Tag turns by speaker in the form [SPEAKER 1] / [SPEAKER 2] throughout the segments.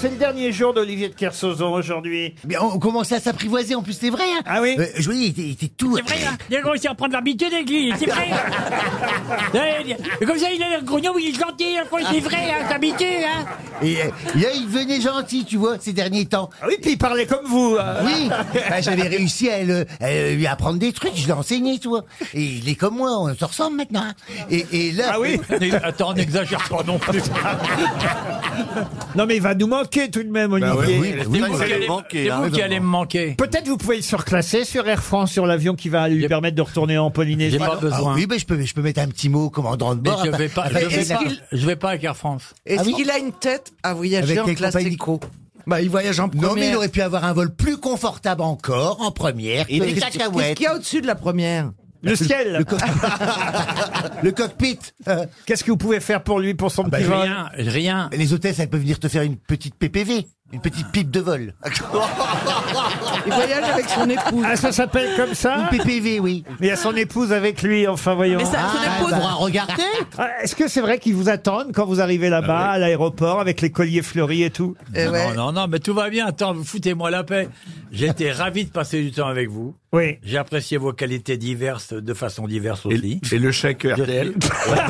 [SPEAKER 1] c'est le dernier jour d'Olivier de Kersauzon aujourd'hui.
[SPEAKER 2] Bien, on commençait à s'apprivoiser, en plus, c'est vrai. Hein.
[SPEAKER 1] Ah oui
[SPEAKER 2] Euh, je vous dis, il était, il était tout.
[SPEAKER 3] C'est vrai, hein Il a réussi à prendre l'habitude avec lui, c'est vrai Ouais, il- Comme ça, il a l'air grognon, mais il est gentil, hein, quoi, c'est vrai, hein, c'est habitué, hein
[SPEAKER 2] Et euh, là, il venait gentil, tu vois, ces derniers temps.
[SPEAKER 1] Ah oui, puis il parlait comme vous. euh.
[SPEAKER 2] Oui, bah, j'avais réussi à, le- à lui apprendre des trucs, je l'ai enseigné, tu vois. Et il est comme moi, on se ressemble maintenant. hein. Et, et là,
[SPEAKER 1] Ah oui
[SPEAKER 4] Attends, n'exagère pas Oh non plus.
[SPEAKER 1] Non mais il va nous manquer tout de même,
[SPEAKER 4] Bah
[SPEAKER 1] Olivier.
[SPEAKER 4] C'est vous, qui allez, hein. c'est vous qui allez me manquer.
[SPEAKER 1] Peut-être vous pouvez le surclasser sur Air France, sur l'avion qui va lui
[SPEAKER 4] Yep.
[SPEAKER 1] permettre de retourner en Polynésie.
[SPEAKER 4] J'ai pas
[SPEAKER 2] ah
[SPEAKER 4] besoin.
[SPEAKER 2] oui, bah, je peux, je peux mettre un petit mot au commandant de
[SPEAKER 4] Mais
[SPEAKER 2] bord.
[SPEAKER 4] je
[SPEAKER 2] après-
[SPEAKER 4] vais pas,
[SPEAKER 2] après,
[SPEAKER 4] je vais
[SPEAKER 2] c'est
[SPEAKER 4] pas,
[SPEAKER 2] la-
[SPEAKER 4] je vais pas avec Air France.
[SPEAKER 5] Est-ce
[SPEAKER 2] Ah bon
[SPEAKER 5] qu'il a une tête à voyager
[SPEAKER 2] Avec
[SPEAKER 5] en
[SPEAKER 2] quelle
[SPEAKER 5] classe
[SPEAKER 2] compagnie
[SPEAKER 5] éco Bah, il voyage en première.
[SPEAKER 2] Non, mais il aurait pu avoir un vol plus confortable encore, en première, que les
[SPEAKER 5] Qu'est-ce qu'est-ce
[SPEAKER 2] cacahuètes,
[SPEAKER 5] qu'il y a au-dessus de la première
[SPEAKER 1] Le ciel
[SPEAKER 2] le cockpit. Euh,
[SPEAKER 1] Qu'est-ce que vous pouvez faire pour lui, pour
[SPEAKER 5] Ah
[SPEAKER 1] son
[SPEAKER 5] bah,
[SPEAKER 1] petit vol
[SPEAKER 4] Rien, rien.
[SPEAKER 2] les hôtesses, elles peuvent venir te faire une petite PPV, une petite pipe de vol.
[SPEAKER 5] Il voyage avec son épouse.
[SPEAKER 1] Ah, ça s'appelle comme ça
[SPEAKER 2] Une PPV, oui.
[SPEAKER 1] Mais il y a son épouse avec lui, enfin voyons. bah.
[SPEAKER 2] on pourra regarder.
[SPEAKER 1] Ah, Est-ce que c'est vrai qu'ils vous attendent quand vous arrivez là-bas,
[SPEAKER 4] Ah,
[SPEAKER 1] à l'aéroport, avec les colliers fleuris et tout
[SPEAKER 5] Eh
[SPEAKER 4] Non,
[SPEAKER 5] ouais.
[SPEAKER 4] non, non, non, mais tout va bien. Attends, vous foutez-moi la paix. J'ai été ravi de passer du temps avec vous.
[SPEAKER 1] Oui.
[SPEAKER 4] J'ai apprécié vos qualités diverses de façon diverse aussi.
[SPEAKER 6] Et, et le chèque RTL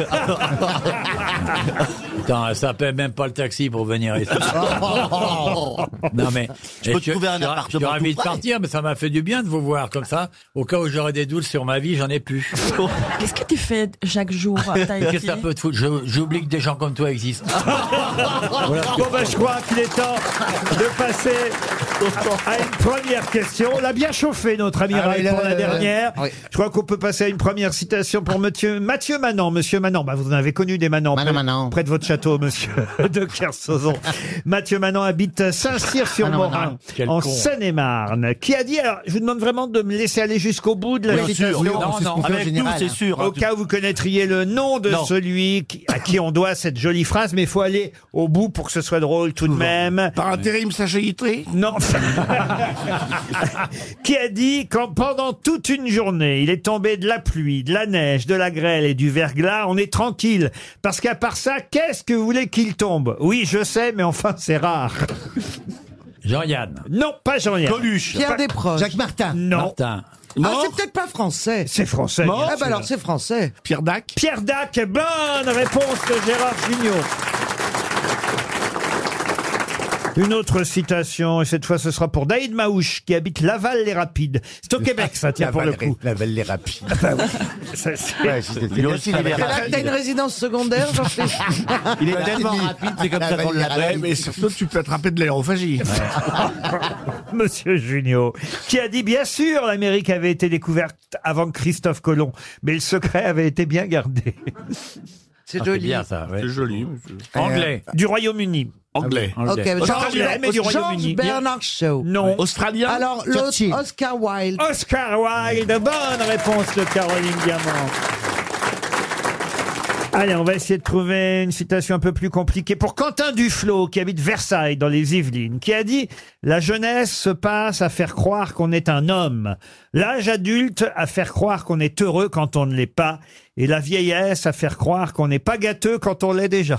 [SPEAKER 4] Putain, ça paie même pas le taxi pour venir ici. non mais je
[SPEAKER 2] Oh. peux te trouver un
[SPEAKER 4] je suis ra-
[SPEAKER 2] appartement
[SPEAKER 4] Je suis ravi
[SPEAKER 2] tout
[SPEAKER 4] de
[SPEAKER 2] prêt.
[SPEAKER 4] partir, mais ça m'a fait du bien de vous voir comme ça. Au cas où j'aurais des doutes sur ma vie, j'en ai plus.
[SPEAKER 7] Qu'est-ce que tu fais chaque jour à
[SPEAKER 4] Qu'est-ce
[SPEAKER 7] Tahiti
[SPEAKER 4] que ça peut te foutre Je- J'oublie que des gens comme toi existent.
[SPEAKER 1] Bon, bah, je crois qu'il est temps de passer à une première question. On l'a bien chauffé, notre ami
[SPEAKER 2] Ah
[SPEAKER 1] Raoul,
[SPEAKER 2] oui, là,
[SPEAKER 1] pour la
[SPEAKER 2] là, là,
[SPEAKER 1] dernière.
[SPEAKER 5] oui.
[SPEAKER 1] Je crois qu'on peut passer à une première citation pour Mathieu, Mathieu Manon. Monsieur Manon, bah, vous en avez connu des Manants
[SPEAKER 2] Manon,
[SPEAKER 1] près,
[SPEAKER 2] Manon.
[SPEAKER 1] près de votre château, monsieur de Kersauzon. Mathieu Manon habite Saint-Cyr-sur-Morin,
[SPEAKER 4] Quel
[SPEAKER 1] en
[SPEAKER 4] con.
[SPEAKER 1] Seine-et-Marne, qui a dit, alors, je vous demande vraiment de me laisser aller jusqu'au bout de la
[SPEAKER 2] Bien
[SPEAKER 1] citation.
[SPEAKER 2] sûr, oui,
[SPEAKER 4] Non,
[SPEAKER 2] on se
[SPEAKER 4] non,
[SPEAKER 2] confie en
[SPEAKER 4] avec
[SPEAKER 2] général, hein.
[SPEAKER 6] sûr.
[SPEAKER 1] Au cas où vous connaîtriez le nom de
[SPEAKER 6] Non.
[SPEAKER 1] celui qui- à qui on doit cette jolie phrase, mais il faut aller au bout pour que ce soit drôle tout de même.
[SPEAKER 6] Par intérim, Sacha Guitry
[SPEAKER 1] Non. qui a dit quand pendant toute une journée, il est tombé de la pluie, de la neige, de la grêle et du verglas, on est tranquille. Parce qu'à part ça, qu'est-ce que vous voulez qu'il tombe Oui, je sais, mais enfin, c'est rare.
[SPEAKER 4] Jean-Yann,
[SPEAKER 1] Non, pas Jean-Yann.
[SPEAKER 6] Coluche
[SPEAKER 5] Pierre Desproges.
[SPEAKER 2] Jacques Martin.
[SPEAKER 1] Non.
[SPEAKER 4] Martin,
[SPEAKER 5] Ah, c'est peut-être pas français.
[SPEAKER 1] C'est français. bien
[SPEAKER 5] Ah,
[SPEAKER 1] sûr.
[SPEAKER 5] bah alors c'est français.
[SPEAKER 6] Pierre Dac
[SPEAKER 1] Pierre Dac, bonne réponse de Gérard Junior. Une autre citation, et cette fois ce sera pour Daïd Maouche, qui habite Laval-les-Rapides. C'est au Québec, ça, tiens,
[SPEAKER 2] La
[SPEAKER 1] pour le
[SPEAKER 2] Valérie-
[SPEAKER 1] coup. Ah, bah
[SPEAKER 2] La Valérie rapide.
[SPEAKER 1] Ça, c'est-
[SPEAKER 2] Ouais, c'était- c'était Bah, aussi la
[SPEAKER 5] C'est là que t'as une résidence secondaire, jean
[SPEAKER 6] Il est
[SPEAKER 2] Valérie-
[SPEAKER 6] tellement rapide, c'est
[SPEAKER 2] Ah,
[SPEAKER 6] comme
[SPEAKER 2] bah,
[SPEAKER 6] ça qu'on l'appelle. Mais surtout, tu peux attraper de l'aérophagie.
[SPEAKER 1] Monsieur Junio, qui a dit bien sûr l'Amérique avait été découverte avant que Christophe Colomb, mais le secret avait été bien gardé.
[SPEAKER 5] C'est
[SPEAKER 4] Ah,
[SPEAKER 5] joli.
[SPEAKER 4] bien ça. ouais. Euh,
[SPEAKER 6] C'est joli.
[SPEAKER 4] Anglais,
[SPEAKER 1] Euh, Du Royaume-Uni. Ah
[SPEAKER 6] Anglais.
[SPEAKER 5] Ok,
[SPEAKER 4] Anglais.
[SPEAKER 5] George-
[SPEAKER 1] Australien, mais du Royaume-Uni.
[SPEAKER 5] George Bernard Shaw.
[SPEAKER 1] Non.
[SPEAKER 6] Australien
[SPEAKER 5] Alors l'autre,
[SPEAKER 2] Churchill.
[SPEAKER 5] Oscar Wilde.
[SPEAKER 1] Oscar Wilde, bonne réponse de Caroline Diamant. Allez, on va essayer de trouver une citation un peu plus compliquée pour Quentin Duflo, qui habite Versailles, dans les Yvelines, qui a dit « La jeunesse se passe à faire croire qu'on est un homme, l'âge adulte à faire croire qu'on est heureux quand on ne l'est pas, et la vieillesse à faire croire qu'on n'est pas gâteux quand on l'est déjà.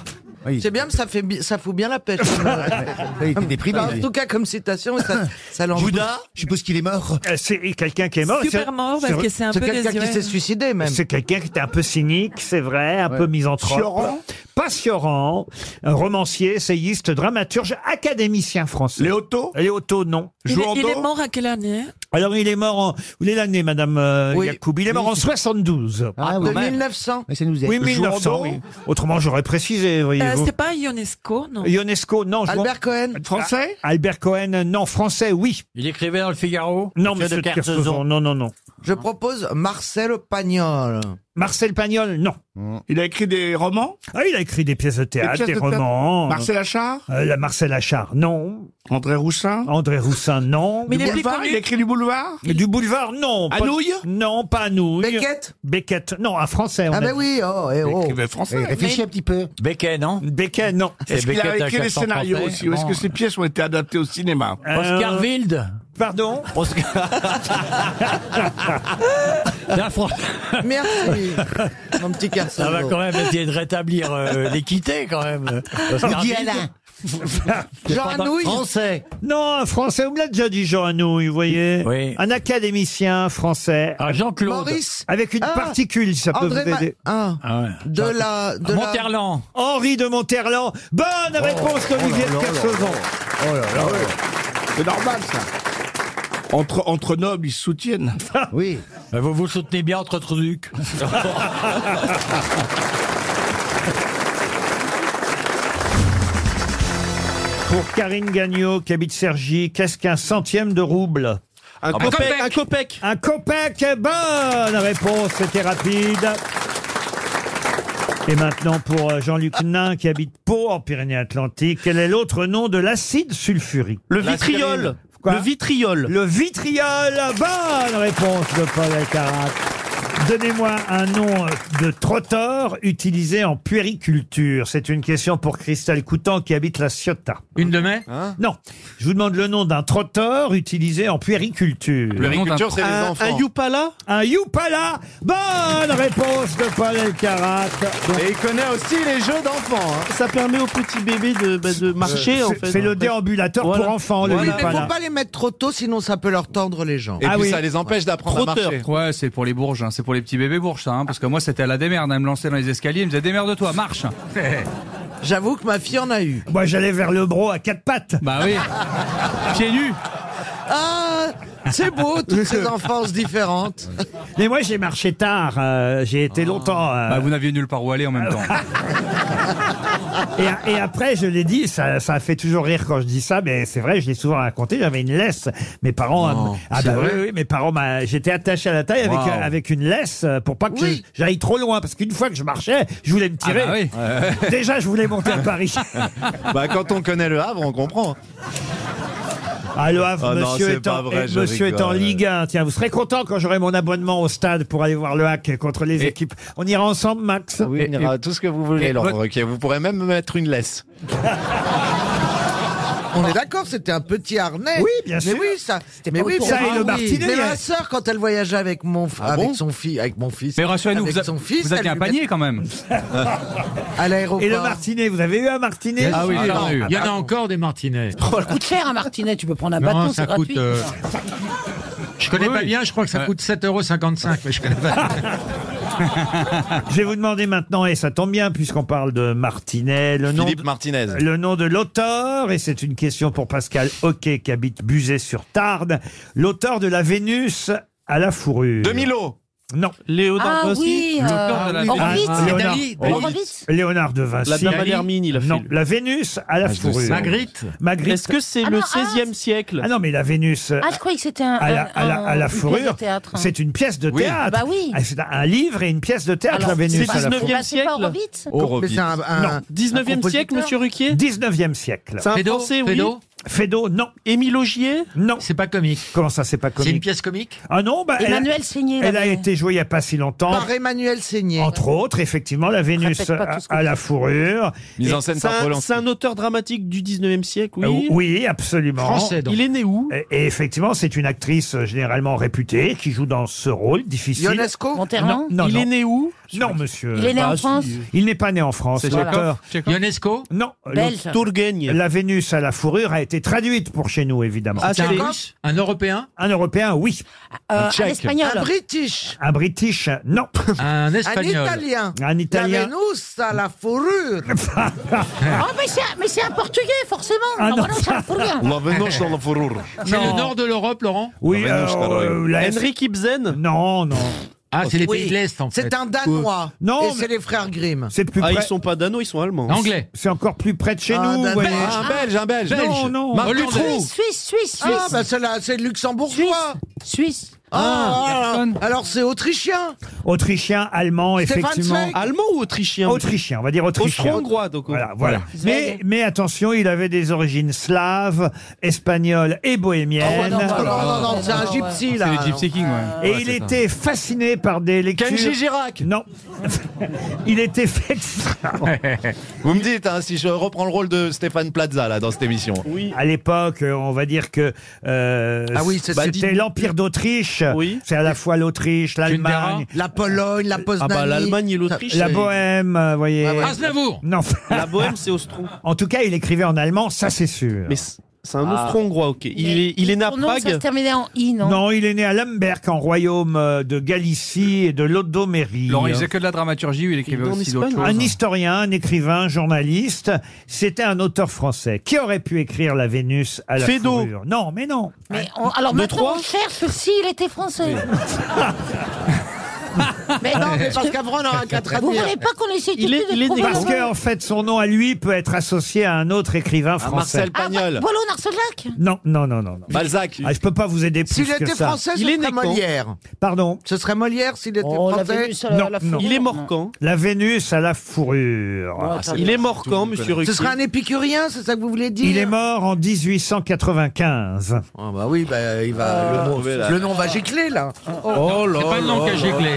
[SPEAKER 5] C'est bien, mais ça, fait, bi- ça fout bien la pêche.
[SPEAKER 2] Il était déprimé.
[SPEAKER 5] en tout cas, comme citation, ça, ça l'envoie.
[SPEAKER 2] Bouddha, je suppose qu'il est mort. »
[SPEAKER 1] Euh, C'est quelqu'un qui est mort.
[SPEAKER 7] Super
[SPEAKER 1] c'est-
[SPEAKER 7] mort parce
[SPEAKER 1] c'est-
[SPEAKER 7] que c'est un
[SPEAKER 5] C'est
[SPEAKER 7] peu
[SPEAKER 5] quelqu'un qui
[SPEAKER 7] désuet.
[SPEAKER 5] s'est suicidé, même.
[SPEAKER 1] C'est quelqu'un qui était un peu cynique, c'est vrai, un peu misanthrope.
[SPEAKER 6] Sioran
[SPEAKER 1] Pas Sioran, un romancier, essayiste, dramaturge, académicien français.
[SPEAKER 6] Les autos
[SPEAKER 1] Léoto, non.
[SPEAKER 7] Il, est-
[SPEAKER 6] Jouant
[SPEAKER 7] il est
[SPEAKER 6] d'eau
[SPEAKER 7] mort à quelle année
[SPEAKER 1] Alors il est mort en... Vous l'avez l'année, madame euh,
[SPEAKER 5] Oui.
[SPEAKER 1] Yacoub Il est mort en 72.
[SPEAKER 2] Ah,
[SPEAKER 5] De
[SPEAKER 2] oui.
[SPEAKER 5] 1900.
[SPEAKER 2] Mais ça nous aide.
[SPEAKER 1] Oui, 1900.
[SPEAKER 6] Jourdan
[SPEAKER 1] oui. Autrement, j'aurais précisé,
[SPEAKER 7] Euh,
[SPEAKER 1] voyez-vous.
[SPEAKER 7] C'est pas Ionesco, non
[SPEAKER 1] Ionesco, non. je Ah. m'en-
[SPEAKER 5] Albert Cohen.
[SPEAKER 6] Français
[SPEAKER 1] Albert Cohen, euh, non. Français, oui.
[SPEAKER 4] il écrivait dans le Figaro.
[SPEAKER 1] Non,
[SPEAKER 2] Monsieur
[SPEAKER 1] monsieur
[SPEAKER 2] de
[SPEAKER 1] de Kersauzon,
[SPEAKER 2] Kersauzon.
[SPEAKER 1] Non, non, non.
[SPEAKER 5] Je propose Marcel Pagnol.
[SPEAKER 1] Hein Marcel Pagnol, non.
[SPEAKER 6] Il a écrit des romans
[SPEAKER 1] Ah, il a écrit des pièces de théâtre, des,
[SPEAKER 6] Hein pièces de théâtre.
[SPEAKER 1] romans.
[SPEAKER 6] Marcel Achard
[SPEAKER 1] Euh, la Marcel Achard, non.
[SPEAKER 6] André Roussin
[SPEAKER 1] André Roussin, non.
[SPEAKER 7] Mais il est plus
[SPEAKER 6] Boulevard, il a
[SPEAKER 7] connu.
[SPEAKER 6] écrit du boulevard
[SPEAKER 1] Et Du boulevard, non. pas-
[SPEAKER 6] Anouilh
[SPEAKER 1] Non, pas Anouilh.
[SPEAKER 5] Beckett
[SPEAKER 1] Beckett, non, un français. on
[SPEAKER 5] Ah
[SPEAKER 1] a
[SPEAKER 5] ben
[SPEAKER 1] dit.
[SPEAKER 5] oui, oh, eh,
[SPEAKER 6] Il
[SPEAKER 5] oh.
[SPEAKER 6] écrivait
[SPEAKER 2] Eh,
[SPEAKER 6] français.
[SPEAKER 2] réfléchis un petit peu.
[SPEAKER 4] Beckett, non
[SPEAKER 1] Beckett, Eh, non.
[SPEAKER 4] C'est
[SPEAKER 6] Est-ce qu'il a
[SPEAKER 4] Beckett avec
[SPEAKER 6] écrit des
[SPEAKER 4] accent
[SPEAKER 6] scénarios
[SPEAKER 4] français
[SPEAKER 6] aussi Ou est-ce
[SPEAKER 4] Bon.
[SPEAKER 6] que ses pièces ont été adaptées au cinéma
[SPEAKER 1] Euh,
[SPEAKER 4] Oscar Wilde
[SPEAKER 1] Pardon
[SPEAKER 3] Là, fran-
[SPEAKER 2] Merci, mon petit garçon.
[SPEAKER 3] ça va quand même essayer de rétablir euh, l'équité quand même. Parce
[SPEAKER 8] Vous
[SPEAKER 3] qu'un
[SPEAKER 8] dit
[SPEAKER 3] arbitre-
[SPEAKER 8] Alain.
[SPEAKER 2] Genre un nouille.
[SPEAKER 8] Français.
[SPEAKER 1] Non, un Français, vous me l'a déjà dit, Jean Anouilh, vous voyez.
[SPEAKER 3] Oui.
[SPEAKER 1] Un académicien français.
[SPEAKER 3] Ah, Jean-Claude.
[SPEAKER 2] Maurice.
[SPEAKER 1] Avec une
[SPEAKER 2] Ah,
[SPEAKER 1] particule, ça peut vous
[SPEAKER 2] André Ma-
[SPEAKER 1] aider.
[SPEAKER 2] Ah,
[SPEAKER 3] Ah ouais.
[SPEAKER 2] de la. Oh. De la-
[SPEAKER 3] Monterland.
[SPEAKER 1] Henri de Monterland. Bonne réponse d'Olivier de Kersauzon.
[SPEAKER 2] Oh
[SPEAKER 9] C'est normal, ça. Entre, entre nobles, ils se soutiennent.
[SPEAKER 8] Oui.
[SPEAKER 4] Ben,
[SPEAKER 3] Bah, Vous vous soutenez bien entre trucs.
[SPEAKER 1] Pour Karine Gagnon, qui habite Cergy, qu'est-ce qu'un centième de rouble
[SPEAKER 9] Un copec. Un copec.
[SPEAKER 1] Un copec, eh bonne réponse, c'était rapide. Et maintenant pour euh, Jean-Luc Nain qui habite Pau en Pyrénées-Atlantiques, quel est l'autre nom de l'acide sulfurique
[SPEAKER 9] Le vitriol.
[SPEAKER 1] Quoi
[SPEAKER 9] le vitriol.
[SPEAKER 1] Le vitriol, eh bonne réponse de Paul Alcarat. Donnez-moi un nom euh, de trotteur utilisé en puériculture. C'est une question pour Christelle Coutan qui habite la Ciotat.
[SPEAKER 10] Une de mai
[SPEAKER 4] Hein
[SPEAKER 1] Non, je vous demande le nom d'un trotteur utilisé en puériculture.
[SPEAKER 10] L'agriculture, c'est
[SPEAKER 9] Un, un youpala.
[SPEAKER 1] Un youpala Bonne réponse de Paul Elkarat.
[SPEAKER 10] Et il connaît aussi les jeux d'enfants. hein.
[SPEAKER 9] Ça permet aux petits bébés de, bah, de marcher, en fait.
[SPEAKER 1] C'est le déambulateur
[SPEAKER 9] Voilà.
[SPEAKER 1] pour enfants, le
[SPEAKER 2] Oui, mais
[SPEAKER 1] youpala.
[SPEAKER 2] faut pas les mettre trop tôt, sinon ça peut leur tendre les jambes.
[SPEAKER 10] Et
[SPEAKER 1] Ah
[SPEAKER 10] puis
[SPEAKER 1] oui.
[SPEAKER 10] ça les empêche d'apprendre à marcher.
[SPEAKER 4] Ouais, c'est pour les bourges, hein. c'est pour les petits bébés bourges, ça. hein. parce que moi, c'était à la démerde. Elle me lançait dans les escaliers, elle me disait démerde-toi, marche.
[SPEAKER 2] J'avoue que ma fille en a eu.
[SPEAKER 1] Moi, j'allais vers le bro à quatre pattes.
[SPEAKER 4] Bah oui. Pieds nus.
[SPEAKER 2] Ah, c'est beau, toutes ces enfances différentes.
[SPEAKER 1] Mais moi, j'ai marché tard. euh, j'ai été longtemps. euh,
[SPEAKER 4] Bah, vous n'aviez nulle part où aller en même temps.
[SPEAKER 1] et, a- et après, je l'ai dit, ça, ça fait toujours rire quand je dis ça, mais c'est vrai, je l'ai souvent raconté. J'avais une laisse. Mes parents. euh, ah bah oui, oui, mes parents. m'a- J'étais attaché à la taille avec,
[SPEAKER 4] Oh, Wow.
[SPEAKER 1] euh, avec une laisse euh, pour pas que
[SPEAKER 2] Oui.
[SPEAKER 1] je- j'aille trop loin. Parce qu'une fois que je marchais, je voulais me
[SPEAKER 4] Ah
[SPEAKER 1] tirer.
[SPEAKER 4] bah oui.
[SPEAKER 1] Déjà, je voulais monter à Paris.
[SPEAKER 10] Bah quand on connaît le Havre, on comprend.
[SPEAKER 1] Ah, le Havre,
[SPEAKER 10] Ah non,
[SPEAKER 1] monsieur,
[SPEAKER 10] c'est
[SPEAKER 1] est en,
[SPEAKER 10] pas vrai,
[SPEAKER 1] et
[SPEAKER 10] je
[SPEAKER 1] monsieur est en
[SPEAKER 10] rigole.
[SPEAKER 1] Ligue 1. Tiens, vous serez content quand j'aurai mon abonnement au stade pour aller voir le hack contre les équipes. On ira ensemble, Max
[SPEAKER 10] Oui, on ira à tout ce que vous voulez,
[SPEAKER 4] et
[SPEAKER 10] Laurent Ruquier. Vous pourrez même mettre une laisse.
[SPEAKER 2] On est d'accord, c'était un petit harnais.
[SPEAKER 1] Oui, bien sûr.
[SPEAKER 2] Mais oui, ça. Mais oui,
[SPEAKER 1] pour ça
[SPEAKER 2] bien
[SPEAKER 1] et le
[SPEAKER 2] sûr.
[SPEAKER 1] martinet.
[SPEAKER 2] Mais ma sœur, quand elle voyageait avec mon, f-
[SPEAKER 10] Ah
[SPEAKER 2] avec
[SPEAKER 10] bon
[SPEAKER 2] son fils, avec mon fils,
[SPEAKER 4] Mais rassurez-nous,
[SPEAKER 2] avec
[SPEAKER 4] vous, a-
[SPEAKER 2] son fils,
[SPEAKER 4] vous aviez
[SPEAKER 2] elle
[SPEAKER 4] un
[SPEAKER 2] lui
[SPEAKER 4] panier quand même.
[SPEAKER 2] mettait à l'aéroport.
[SPEAKER 1] Et le martinet, vous avez eu un martinet
[SPEAKER 4] Ah oui, Oh, il y en a eu.
[SPEAKER 10] Ah,
[SPEAKER 4] Il y
[SPEAKER 11] Euh,
[SPEAKER 10] bah,
[SPEAKER 4] en a
[SPEAKER 10] encore des martinets.
[SPEAKER 11] Oh, Ça coûte cher un martinet, tu peux prendre un
[SPEAKER 10] Non,
[SPEAKER 11] bâton,
[SPEAKER 10] ça
[SPEAKER 11] c'est
[SPEAKER 10] coûte.
[SPEAKER 11] gratuit.
[SPEAKER 10] euh, Je connais pas bien, je crois que ça coûte 7,55€, mais je connais pas.
[SPEAKER 1] Je vais vous demander maintenant, et ça tombe bien puisqu'on parle de martinet, le nom, de,
[SPEAKER 10] Martinez.
[SPEAKER 1] le nom de l'auteur, et c'est une question pour Pascal Hockey qui habite Buzet-sur-Tarde, l'auteur de La Vénus à la fourrure.
[SPEAKER 10] Milo.
[SPEAKER 1] Non.
[SPEAKER 11] Ah oui,
[SPEAKER 4] L'auteur de la
[SPEAKER 11] euh,
[SPEAKER 4] Vénus.
[SPEAKER 11] Horowitz.
[SPEAKER 1] Ah, Léonard,
[SPEAKER 11] Horowitz.
[SPEAKER 1] Léonard de Vinci.
[SPEAKER 9] La dame à l'Hermine, il a fait. Ah,
[SPEAKER 1] Non, La Vénus à la fourrure.
[SPEAKER 10] Magritte.
[SPEAKER 1] Magritte.
[SPEAKER 9] Est-ce que c'est
[SPEAKER 11] Ah
[SPEAKER 9] le
[SPEAKER 11] non, ah,
[SPEAKER 9] 16e siècle
[SPEAKER 1] Ah non, mais la Vénus euh,
[SPEAKER 11] Ah, je croyais que c'était un,
[SPEAKER 1] à, la,
[SPEAKER 11] un-
[SPEAKER 1] à la- à la
[SPEAKER 11] une pièce de
[SPEAKER 1] fourrure,
[SPEAKER 11] théâtre. hein.
[SPEAKER 1] c'est une pièce de théâtre.
[SPEAKER 11] Bah oui.
[SPEAKER 1] Ah, C'est un- un livre et une pièce de théâtre,
[SPEAKER 11] Alors,
[SPEAKER 1] la Vénus
[SPEAKER 9] c'est
[SPEAKER 1] à la
[SPEAKER 9] 19e
[SPEAKER 1] fourrure.
[SPEAKER 11] Bah, c'est pas
[SPEAKER 9] siècle.
[SPEAKER 11] Horowitz.
[SPEAKER 2] Mais c'est un, un-
[SPEAKER 1] Non.
[SPEAKER 9] 19e siècle,
[SPEAKER 11] compositeur.
[SPEAKER 9] monsieur Ruquier
[SPEAKER 1] 19e siècle.
[SPEAKER 9] C'est un
[SPEAKER 10] Fédo,
[SPEAKER 9] français, oui.
[SPEAKER 10] Fédo.
[SPEAKER 1] Fédo, non,
[SPEAKER 9] Émile Augier
[SPEAKER 1] non.
[SPEAKER 10] C'est pas comique.
[SPEAKER 1] Comment ça, c'est pas
[SPEAKER 10] C'est une
[SPEAKER 1] comique
[SPEAKER 10] pièce comique
[SPEAKER 1] Ah non, bah, elle, a-
[SPEAKER 11] Emmanuel Seigné.
[SPEAKER 1] elle a
[SPEAKER 11] l'avait-
[SPEAKER 1] été jouée il n'y a pas si longtemps.
[SPEAKER 2] par Emmanuel Seigné.
[SPEAKER 1] Entre autres, effectivement, la Vénus
[SPEAKER 11] Répète pas
[SPEAKER 1] à,
[SPEAKER 11] tout ce que
[SPEAKER 1] à
[SPEAKER 11] tu
[SPEAKER 1] la
[SPEAKER 11] dis.
[SPEAKER 1] fourrure.
[SPEAKER 9] Mise en scène par C'est un auteur dramatique du 19e siècle,
[SPEAKER 1] Euh,
[SPEAKER 9] oui.
[SPEAKER 1] absolument.
[SPEAKER 10] Français, donc.
[SPEAKER 9] Il est né où
[SPEAKER 1] Et, et effectivement, c'est une actrice euh, généralement réputée qui joue dans ce rôle difficile.
[SPEAKER 2] Ionesco
[SPEAKER 11] Monterland.
[SPEAKER 1] Non, non,
[SPEAKER 9] Il
[SPEAKER 1] non.
[SPEAKER 9] est né où
[SPEAKER 1] Non, monsieur.
[SPEAKER 11] Il est né en France.
[SPEAKER 1] Il n'est pas né en France.
[SPEAKER 4] Oh, C'est
[SPEAKER 1] l'auteur.
[SPEAKER 4] Tchekhov. Tchekhov.
[SPEAKER 10] Ionesco
[SPEAKER 1] Non,
[SPEAKER 11] Belge.
[SPEAKER 9] Tourguegne.
[SPEAKER 1] La Vénus à la fourrure a été traduite pour chez nous, évidemment.
[SPEAKER 9] Ah, c'est
[SPEAKER 10] un
[SPEAKER 9] un
[SPEAKER 10] russe Un européen
[SPEAKER 1] Un Européen, oui.
[SPEAKER 11] Euh,
[SPEAKER 10] Tchèque.
[SPEAKER 11] un espagnol.
[SPEAKER 2] Un British.
[SPEAKER 1] Un British, non.
[SPEAKER 10] Un
[SPEAKER 2] Un
[SPEAKER 10] espagnol
[SPEAKER 2] Italien.
[SPEAKER 1] Un
[SPEAKER 2] La
[SPEAKER 1] Italien.
[SPEAKER 2] Vénus à la fourrure.
[SPEAKER 11] Oh, mais c'est, un- mais c'est un portugais, forcément.
[SPEAKER 1] Ah, non.
[SPEAKER 11] non, c'est un fourrure.
[SPEAKER 10] La Vénus dans la fourrure.
[SPEAKER 1] Non.
[SPEAKER 10] C'est le nord de l'Europe, Laurent
[SPEAKER 1] Oui,
[SPEAKER 10] La Vénus,
[SPEAKER 1] euh,
[SPEAKER 10] la Royale.
[SPEAKER 1] euh, la-
[SPEAKER 9] Henrik Ibsen
[SPEAKER 1] Non, non.
[SPEAKER 10] Ah, c'est les
[SPEAKER 2] Oui.
[SPEAKER 10] pays de l'Est, en fait.
[SPEAKER 2] C'est un Danois.
[SPEAKER 1] Oh. Non,
[SPEAKER 2] Et
[SPEAKER 1] mais-
[SPEAKER 2] c'est les frères Grimm.
[SPEAKER 1] C'est plus
[SPEAKER 9] Ah, ils
[SPEAKER 1] près.
[SPEAKER 9] sont pas danois, ils sont allemands.
[SPEAKER 10] Anglais.
[SPEAKER 1] C'est encore plus près de chez
[SPEAKER 2] Ah,
[SPEAKER 1] nous.
[SPEAKER 2] d'un
[SPEAKER 1] vous voyez.
[SPEAKER 2] Belge.
[SPEAKER 10] Un Belge, un Belge.
[SPEAKER 1] Non, non.
[SPEAKER 10] Marc
[SPEAKER 1] Hollandais.
[SPEAKER 10] Dutroux.
[SPEAKER 11] Suisse, Suisse, Suisse, Suisse.
[SPEAKER 2] Ah, bah c'est la- c'est luxembourgeois.
[SPEAKER 11] Suisse.
[SPEAKER 2] Ah, alors c'est autrichien.
[SPEAKER 1] Autrichien, allemand,
[SPEAKER 2] Stéphane
[SPEAKER 1] effectivement.
[SPEAKER 2] Zweig. Allemand
[SPEAKER 1] ou autrichien Autrichien, on va dire autrichien.
[SPEAKER 4] Austro-hongrois, donc,
[SPEAKER 1] Voilà, voilà. Mais, mais attention, il avait des origines slaves, espagnoles et bohémiennes. Oh,
[SPEAKER 2] Oh, ouais, non, non, non, non, non, c'est un gypsy là. alors.
[SPEAKER 1] Et
[SPEAKER 2] Ouais,
[SPEAKER 1] il
[SPEAKER 2] c'est ça.
[SPEAKER 1] était fasciné par des lectures.
[SPEAKER 2] Kenji Girac.
[SPEAKER 1] Non. il était fait.
[SPEAKER 12] Vous me dites hein, si je reprends le rôle de Stéphane Plaza là dans cette émission.
[SPEAKER 1] Oui. À l'époque, euh, on va dire que euh,
[SPEAKER 12] Ah oui, c'est-
[SPEAKER 1] c'était
[SPEAKER 12] Badine.
[SPEAKER 1] l'Empire d'Autriche. C'est à la fois l'Autriche, l'Allemagne,
[SPEAKER 13] Ah
[SPEAKER 1] Ah, bah,
[SPEAKER 2] La Pologne, la
[SPEAKER 13] bah,
[SPEAKER 2] Poznanie.
[SPEAKER 1] la Bohème, euh, vous voyez.
[SPEAKER 2] Ah ouais.
[SPEAKER 10] Aznavour.
[SPEAKER 1] Non.
[SPEAKER 13] La Bohème, c'est Ostrom.
[SPEAKER 1] En tout cas, il écrivait en allemand, ça c'est sûr.
[SPEAKER 13] Mais c'est c'est un Austro-Hongrois, ok. Il est, il est né à
[SPEAKER 11] Son nom, ça se
[SPEAKER 13] Prague.
[SPEAKER 11] terminait en I, non
[SPEAKER 1] Non, il est né à Lamberg, en royaume euh, de Galicie et de Lodomérie.
[SPEAKER 4] Laurent, il faisait que de la dramaturgie, où il écrivait aussi d'autres choses. hein
[SPEAKER 1] Un historien, un écrivain, journaliste. C'était un auteur français. Qui aurait pu écrire La Vénus à la
[SPEAKER 13] Feydeau.
[SPEAKER 1] fourrure Non, mais non.
[SPEAKER 11] Mais on- alors
[SPEAKER 1] De
[SPEAKER 11] maintenant,
[SPEAKER 1] Troyes
[SPEAKER 11] on cherche s'il était français.
[SPEAKER 2] Mais non, mais parce qu'après on aura qu'à
[SPEAKER 11] Vous
[SPEAKER 2] traduire.
[SPEAKER 11] voulez pas qu'on essaye tout de
[SPEAKER 2] Il est-
[SPEAKER 11] suite
[SPEAKER 2] il est
[SPEAKER 11] de trouver
[SPEAKER 1] Parce
[SPEAKER 11] le nom
[SPEAKER 1] que, en fait, son nom à lui peut être associé à un autre écrivain français.
[SPEAKER 12] Marcel
[SPEAKER 13] Ah, bah,
[SPEAKER 12] Pagnol.
[SPEAKER 11] Boileau Narcelac
[SPEAKER 1] Non, non, non, non. non.
[SPEAKER 12] Balzac.
[SPEAKER 1] Ah, je peux pas vous aider plus
[SPEAKER 2] S'il
[SPEAKER 1] que
[SPEAKER 2] était
[SPEAKER 1] ça.
[SPEAKER 2] français, ce serait Molière.
[SPEAKER 1] Pardon
[SPEAKER 2] Ce serait Molière s'il était
[SPEAKER 13] Oh, la
[SPEAKER 2] français.
[SPEAKER 13] Vénus à la- la fourrure. Il est mort quand
[SPEAKER 1] La Vénus à la fourrure.
[SPEAKER 13] Il est mort quand, monsieur
[SPEAKER 2] Ce
[SPEAKER 13] Ruquier
[SPEAKER 2] serait un épicurien, c'est ça que vous voulez dire
[SPEAKER 1] Il est mort en 1895.
[SPEAKER 2] Ah bah oui, bah, il va, le, nom,
[SPEAKER 12] mauvais, là.
[SPEAKER 2] le nom va gicler là.
[SPEAKER 12] Oh là
[SPEAKER 10] C'est pas le nom
[SPEAKER 12] là
[SPEAKER 10] qu'a giclé.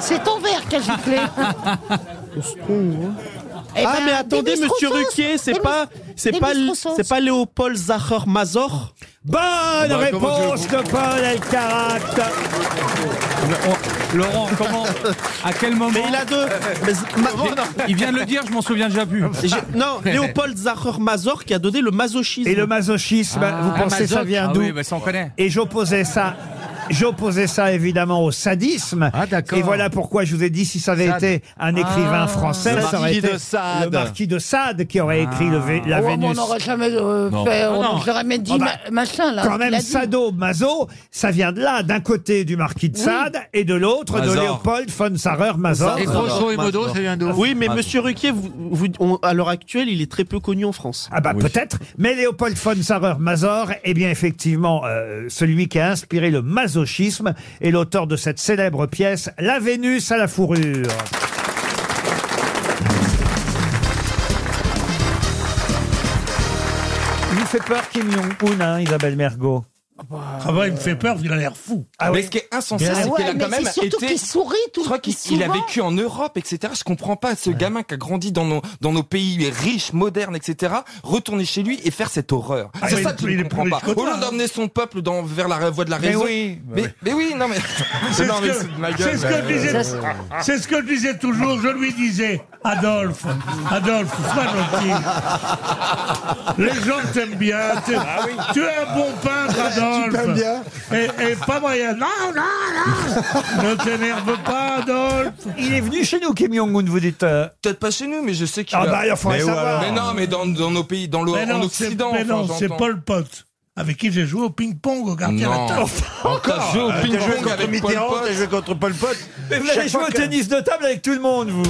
[SPEAKER 11] C'est ton verre qui a giclé. Eh
[SPEAKER 13] Ah
[SPEAKER 11] ben,
[SPEAKER 13] mais attendez
[SPEAKER 11] Demis
[SPEAKER 13] monsieur
[SPEAKER 11] Roussos,
[SPEAKER 13] Ruquier, c'est
[SPEAKER 11] Demis-
[SPEAKER 13] pas c'est
[SPEAKER 11] Demis
[SPEAKER 13] pas l-
[SPEAKER 11] Roussos.
[SPEAKER 13] c'est pas Léopold Zahor Mazor
[SPEAKER 1] Bonne
[SPEAKER 12] bah, comment
[SPEAKER 1] réponse
[SPEAKER 12] tu
[SPEAKER 1] de Paul Elkarat.
[SPEAKER 4] Mais on- oh, Laurent, comment À quel moment
[SPEAKER 13] Mais il a deux mais z- ma-
[SPEAKER 4] Il vient de le dire, je m'en souviens déjà plus.
[SPEAKER 13] j'ai- Non, Léopold Zahor Mazor qui a donné le masochisme.
[SPEAKER 1] Et le masochisme, Ah. vous pensez
[SPEAKER 4] Amazon.
[SPEAKER 1] ça vient d'où
[SPEAKER 4] Ah oui, bah, ça on connaît.
[SPEAKER 1] Et j'opposais ça. J'opposais ça évidemment au sadisme.
[SPEAKER 2] Ah, d'accord.
[SPEAKER 1] Et voilà pourquoi je vous ai dit si ça avait
[SPEAKER 2] Sade.
[SPEAKER 1] été un écrivain français,
[SPEAKER 12] Le
[SPEAKER 1] ça aurait
[SPEAKER 12] marquis
[SPEAKER 1] été
[SPEAKER 12] de Sade.
[SPEAKER 1] le marquis de Sade qui aurait écrit le Vé- la
[SPEAKER 11] Oh, mais on
[SPEAKER 1] Vénus.
[SPEAKER 11] n'aurait jamais euh, fait, on
[SPEAKER 13] non.
[SPEAKER 11] n'aurait jamais dit
[SPEAKER 1] Oh, bah,
[SPEAKER 11] ma- machin là.
[SPEAKER 1] Quand
[SPEAKER 11] Il a
[SPEAKER 1] même,
[SPEAKER 11] dit.
[SPEAKER 1] Sado Mazo, ça vient de là, d'un côté du marquis de Sade et de l'autre de
[SPEAKER 4] Mazor.
[SPEAKER 1] Léopold von Sarrer-Mazor.
[SPEAKER 10] Et Grosso et Modo, ça vient d'où
[SPEAKER 13] Oui, mais
[SPEAKER 1] Ah.
[SPEAKER 13] monsieur Ruquier vous, vous- on- à l'heure actuelle, il est très peu connu en France.
[SPEAKER 1] Ah bah peut-être, mais Léopold von Sarrer-Mazor est bien effectivement euh, celui qui a inspiré le masochisme et l'auteur de cette célèbre pièce La Vénus à la fourrure. Il vous fait peur Kim Jong-un, hein, Isabelle Mergot
[SPEAKER 6] Ah bah, il me fait peur, parce qu'il a l'air fou.
[SPEAKER 1] Ah
[SPEAKER 14] mais
[SPEAKER 1] oui.
[SPEAKER 14] ce qui est insensé,
[SPEAKER 11] Ah
[SPEAKER 14] c'est
[SPEAKER 11] ouais,
[SPEAKER 14] qu'il a
[SPEAKER 11] mais
[SPEAKER 14] quand même
[SPEAKER 11] c'est surtout
[SPEAKER 14] été.
[SPEAKER 11] qu'il sourit tout
[SPEAKER 14] Je crois qu'il
[SPEAKER 11] souvent.
[SPEAKER 14] il a vécu en Europe, etc. Je comprends pas ce gamin qui a grandi dans nos, dans nos pays riches, modernes, etc. Retourner chez lui et faire cette horreur.
[SPEAKER 6] Ah,
[SPEAKER 14] c'est
[SPEAKER 6] il
[SPEAKER 14] ça
[SPEAKER 6] est
[SPEAKER 14] que je
[SPEAKER 6] plus-
[SPEAKER 14] ne
[SPEAKER 6] il est
[SPEAKER 14] comprends
[SPEAKER 6] plus
[SPEAKER 14] pas.
[SPEAKER 6] riche que
[SPEAKER 14] Au
[SPEAKER 6] toi,
[SPEAKER 14] lieu
[SPEAKER 6] hein.
[SPEAKER 14] d'emmener son peuple dans, vers la voie de la
[SPEAKER 1] Mais
[SPEAKER 14] raison.
[SPEAKER 1] oui,
[SPEAKER 14] mais, mais oui, non mais.
[SPEAKER 6] C'est
[SPEAKER 14] non,
[SPEAKER 6] ce,
[SPEAKER 14] mais
[SPEAKER 6] que-
[SPEAKER 14] de ma gueule,
[SPEAKER 6] c'est ce que je
[SPEAKER 14] bah,
[SPEAKER 6] disais- c'est ce que je disais toujours, je lui disais, Adolphe, Adolphe, Manotti, les gens t'aiment bien, t'es-
[SPEAKER 14] Ah
[SPEAKER 6] tu es un bon peintre, Adolphe. Et, et pas moyen, non, non, non, Ah. ne t'énerve pas, Adolphe.
[SPEAKER 1] Il est venu chez nous, Kim Jong-un, vous dites euh,
[SPEAKER 14] Peut-être pas chez nous, mais je sais qu'il.
[SPEAKER 1] Ah
[SPEAKER 14] a-
[SPEAKER 1] bah, il faudrait
[SPEAKER 14] mais
[SPEAKER 1] savoir.
[SPEAKER 14] Mais non, mais dans, dans nos pays, dans
[SPEAKER 6] Mais
[SPEAKER 14] l'Occident. en
[SPEAKER 6] non, c'est
[SPEAKER 14] Occident.
[SPEAKER 6] mais non,
[SPEAKER 14] enfin,
[SPEAKER 6] c'est
[SPEAKER 14] j'entends.
[SPEAKER 6] Paul Pot, avec qui j'ai joué au ping-pong au quartier
[SPEAKER 14] Non.
[SPEAKER 6] latin.
[SPEAKER 14] Encore
[SPEAKER 12] Ah,
[SPEAKER 14] joué au ping-pong avec Paul Pot.
[SPEAKER 12] contre Paul Pot.
[SPEAKER 1] Mais vous avez joué au tennis de table avec tout le monde, vous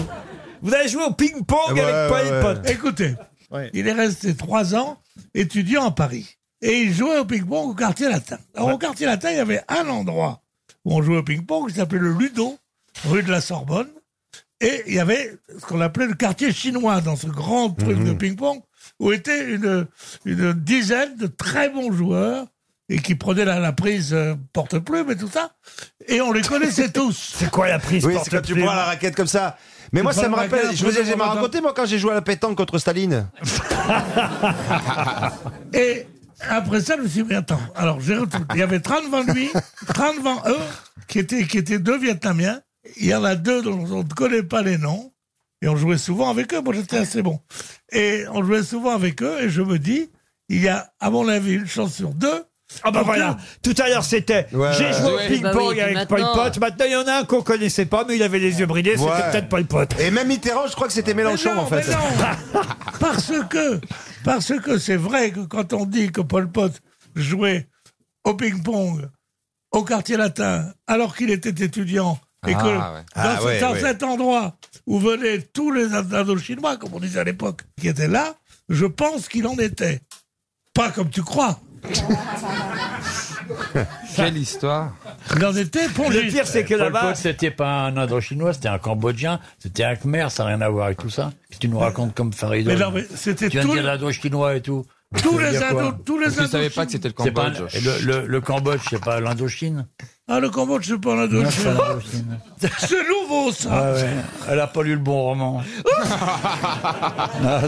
[SPEAKER 1] Vous avez joué au ping-pong
[SPEAKER 12] Ouais,
[SPEAKER 1] avec Paul
[SPEAKER 12] ouais,
[SPEAKER 1] Pot.
[SPEAKER 6] Écoutez, il est resté trois ans étudiant à Paris. Et il jouait au ping-pong au quartier latin. Alors, au quartier latin, il y avait un endroit où on jouait au ping-pong qui s'appelait le Ludo, rue de la Sorbonne. Et il y avait ce qu'on appelait le quartier chinois dans ce grand truc
[SPEAKER 1] Mhm.
[SPEAKER 6] de ping-pong où étaient une, une dizaine de très bons joueurs et qui prenaient la, la prise euh, porte-plume et tout ça. Et on les connaissait tous.
[SPEAKER 1] C'est quoi la prise
[SPEAKER 12] Oui, c'est quand tu
[SPEAKER 1] porte-plume
[SPEAKER 12] prends la raquette comme ça. Mais
[SPEAKER 6] Tu
[SPEAKER 12] moi,
[SPEAKER 6] prends
[SPEAKER 12] ça me
[SPEAKER 6] la
[SPEAKER 12] rappelle,
[SPEAKER 6] raquette,
[SPEAKER 12] je vous ai
[SPEAKER 6] après,
[SPEAKER 12] jamais
[SPEAKER 6] on va-
[SPEAKER 12] raconté, moi, quand j'ai joué à la pétanque contre Staline.
[SPEAKER 6] Et après ça, je me suis dit, mais attends, alors j'ai retrouvé- il y avait 30 devant lui, 30 devant eux, qui étaient, qui étaient deux Vietnamiens. Il y en a deux dont on ne connaît pas les noms. Et on jouait souvent avec eux. Moi, j'étais assez bon. Et on jouait souvent avec eux. Et je me dis, il y a, à mon avis, une chance sur deux.
[SPEAKER 1] Ah bah
[SPEAKER 6] Donc
[SPEAKER 1] voilà,
[SPEAKER 6] là,
[SPEAKER 1] tout à l'heure c'était
[SPEAKER 12] Ouais,
[SPEAKER 1] j'ai
[SPEAKER 12] ouais.
[SPEAKER 1] joué au
[SPEAKER 14] Ouais.
[SPEAKER 1] ping-pong
[SPEAKER 15] Bah oui, puis
[SPEAKER 1] avec Paul
[SPEAKER 15] maintenant-
[SPEAKER 1] Pot, maintenant il y en a un qu'on connaissait pas mais il avait les yeux brillés, c'était
[SPEAKER 12] Ouais.
[SPEAKER 1] peut-être Paul Pot.
[SPEAKER 12] Et même Mitterrand, je crois que c'était Mélenchon,
[SPEAKER 6] non,
[SPEAKER 12] en fait.
[SPEAKER 6] mais non. parce que parce que c'est vrai que quand on dit que Paul Pot jouait au ping-pong au quartier latin alors qu'il était étudiant et
[SPEAKER 14] Ah,
[SPEAKER 6] que
[SPEAKER 14] ouais.
[SPEAKER 6] dans,
[SPEAKER 12] Ah,
[SPEAKER 6] ce-
[SPEAKER 12] ouais,
[SPEAKER 6] dans
[SPEAKER 12] ouais.
[SPEAKER 6] cet endroit où venaient tous les Indochinois, comme on disait à l'époque, qui étaient là, je pense qu'il en était. Pas comme tu crois.
[SPEAKER 16] Quelle histoire.
[SPEAKER 6] Dans des pour
[SPEAKER 4] Le pire, c'est que là-bas. Pol Pot, c'était pas un Indochinois, c'était un Cambodgien, c'était un Khmer, ça n'a rien à voir avec tout ça. Puis tu nous racontes comme Farid.
[SPEAKER 6] Mais non, mais c'était
[SPEAKER 4] Tu viens
[SPEAKER 6] tout
[SPEAKER 4] de dire
[SPEAKER 6] le-
[SPEAKER 4] l'Indochinois et tout.
[SPEAKER 6] Tous
[SPEAKER 4] Ça veut
[SPEAKER 6] les
[SPEAKER 4] dire quoi
[SPEAKER 6] Indo- tous les Parce que je savais Indochines. pas que c'était le
[SPEAKER 4] C'est pas-
[SPEAKER 6] Cambodge.
[SPEAKER 4] et le, le- le Cambodge, c'est pas l'Indochine.
[SPEAKER 6] Ah, le Cambodge, c'est pas en
[SPEAKER 4] Non,
[SPEAKER 6] Indochine.
[SPEAKER 4] c'est en Indochine.
[SPEAKER 6] C'est nouveau, ça.
[SPEAKER 4] Ah ouais, Elle a pas lu le bon roman.
[SPEAKER 2] Ah,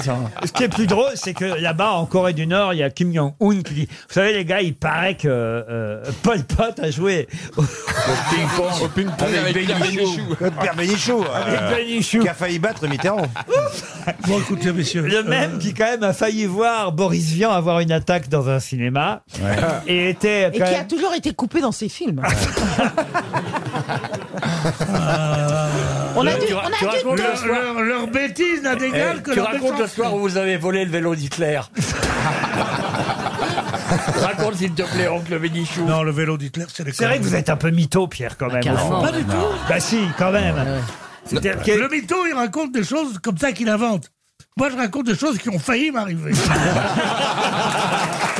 [SPEAKER 1] Ce qui est plus drôle, c'est que là-bas, en Corée du Nord, il y a Kim Jong-un qui dit Vous savez, les gars, il paraît que euh, Pol Pot a joué au
[SPEAKER 2] ping-pong. Au ping-pong Avec avec Pierre Bénichou. Bénichou. Notre Pierre Bénichou,
[SPEAKER 1] Avec
[SPEAKER 2] euh,
[SPEAKER 1] Bénichou.
[SPEAKER 2] qui a failli battre Mitterrand.
[SPEAKER 6] Bon, écoutez, messieurs.
[SPEAKER 1] Le
[SPEAKER 6] euh,
[SPEAKER 1] même qui, quand même, a failli voir Boris Vian avoir une attaque dans un cinéma. Et était.
[SPEAKER 11] Et
[SPEAKER 1] quand
[SPEAKER 11] qui
[SPEAKER 1] même-
[SPEAKER 11] a toujours été coupé dans ses films.
[SPEAKER 1] Euh,
[SPEAKER 11] On
[SPEAKER 4] Le-
[SPEAKER 11] a dû-
[SPEAKER 4] tu ra-
[SPEAKER 11] on a
[SPEAKER 4] tu
[SPEAKER 11] dû-
[SPEAKER 4] racontes
[SPEAKER 6] leur,
[SPEAKER 4] le soir-
[SPEAKER 6] leur- leur bêtise n'a d'égal
[SPEAKER 4] Eh,
[SPEAKER 6] que
[SPEAKER 4] tu
[SPEAKER 6] leur
[SPEAKER 4] racontes le
[SPEAKER 6] méchanceté.
[SPEAKER 4] soir où vous avez volé le vélo d'Hitler. Raconte s'il te plaît, oncle Bénichou.
[SPEAKER 6] Non, le vélo d'Hitler, c'est les
[SPEAKER 1] C'est vrai que vous êtes un peu mytho, Pierre, quand même.
[SPEAKER 6] Ah, carrément.
[SPEAKER 1] au fond.
[SPEAKER 6] Pas du tout.
[SPEAKER 1] Bah si, quand même. C'est-à-dire que-
[SPEAKER 6] Le mytho, il raconte des choses comme ça qu'il invente. Moi, je raconte des choses qui ont failli m'arriver.
[SPEAKER 11] C'est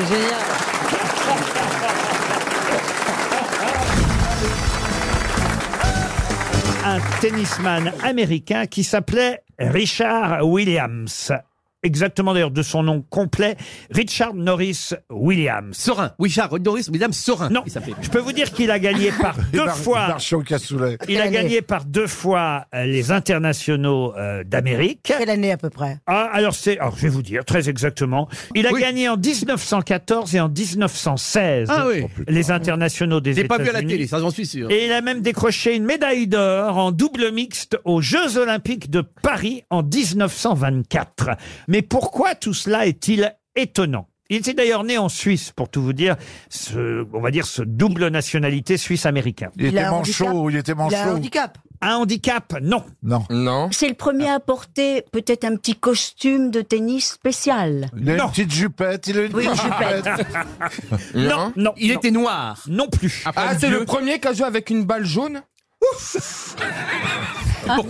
[SPEAKER 11] génial.
[SPEAKER 1] un tennisman américain qui s'appelait Richard Williams. Exactement d'ailleurs de son nom complet, Richard Norris Williams. Sorin, Richard Norris Williams Sorin. Non, je peux vous dire qu'il a gagné par deux fois. Il a gagné par deux fois euh, les internationaux euh, d'Amérique.
[SPEAKER 11] Quelle année à peu près
[SPEAKER 1] Ah, alors c'est, alors je vais vous dire très exactement. Il a gagné en 1914 et en 1916
[SPEAKER 17] Ah oui.
[SPEAKER 1] les internationaux des
[SPEAKER 17] J'ai
[SPEAKER 1] États-Unis.
[SPEAKER 17] pas vu à la télé, ça j'en suis sûr.
[SPEAKER 1] Et il a même décroché une médaille d'or en double mixte aux Jeux Olympiques de Paris en 1924. Mais pourquoi tout cela est-il étonnant il était d'ailleurs né en Suisse, pour tout vous dire, ce, on va dire ce double nationalité suisse-américain.
[SPEAKER 2] Il Il était a un manchot, handicap il était manchot. Il a un handicap
[SPEAKER 1] Un handicap, non. Non.
[SPEAKER 16] Non.
[SPEAKER 3] C'est le premier à porter peut-être un petit costume de tennis spécial.
[SPEAKER 2] Il a une petite jupette, il a une
[SPEAKER 3] Oui,
[SPEAKER 2] petite
[SPEAKER 3] jupette.
[SPEAKER 1] Non, non.
[SPEAKER 14] Il était noir.
[SPEAKER 1] Non plus.
[SPEAKER 14] ah, c'est le premier qui a joué avec une balle jaune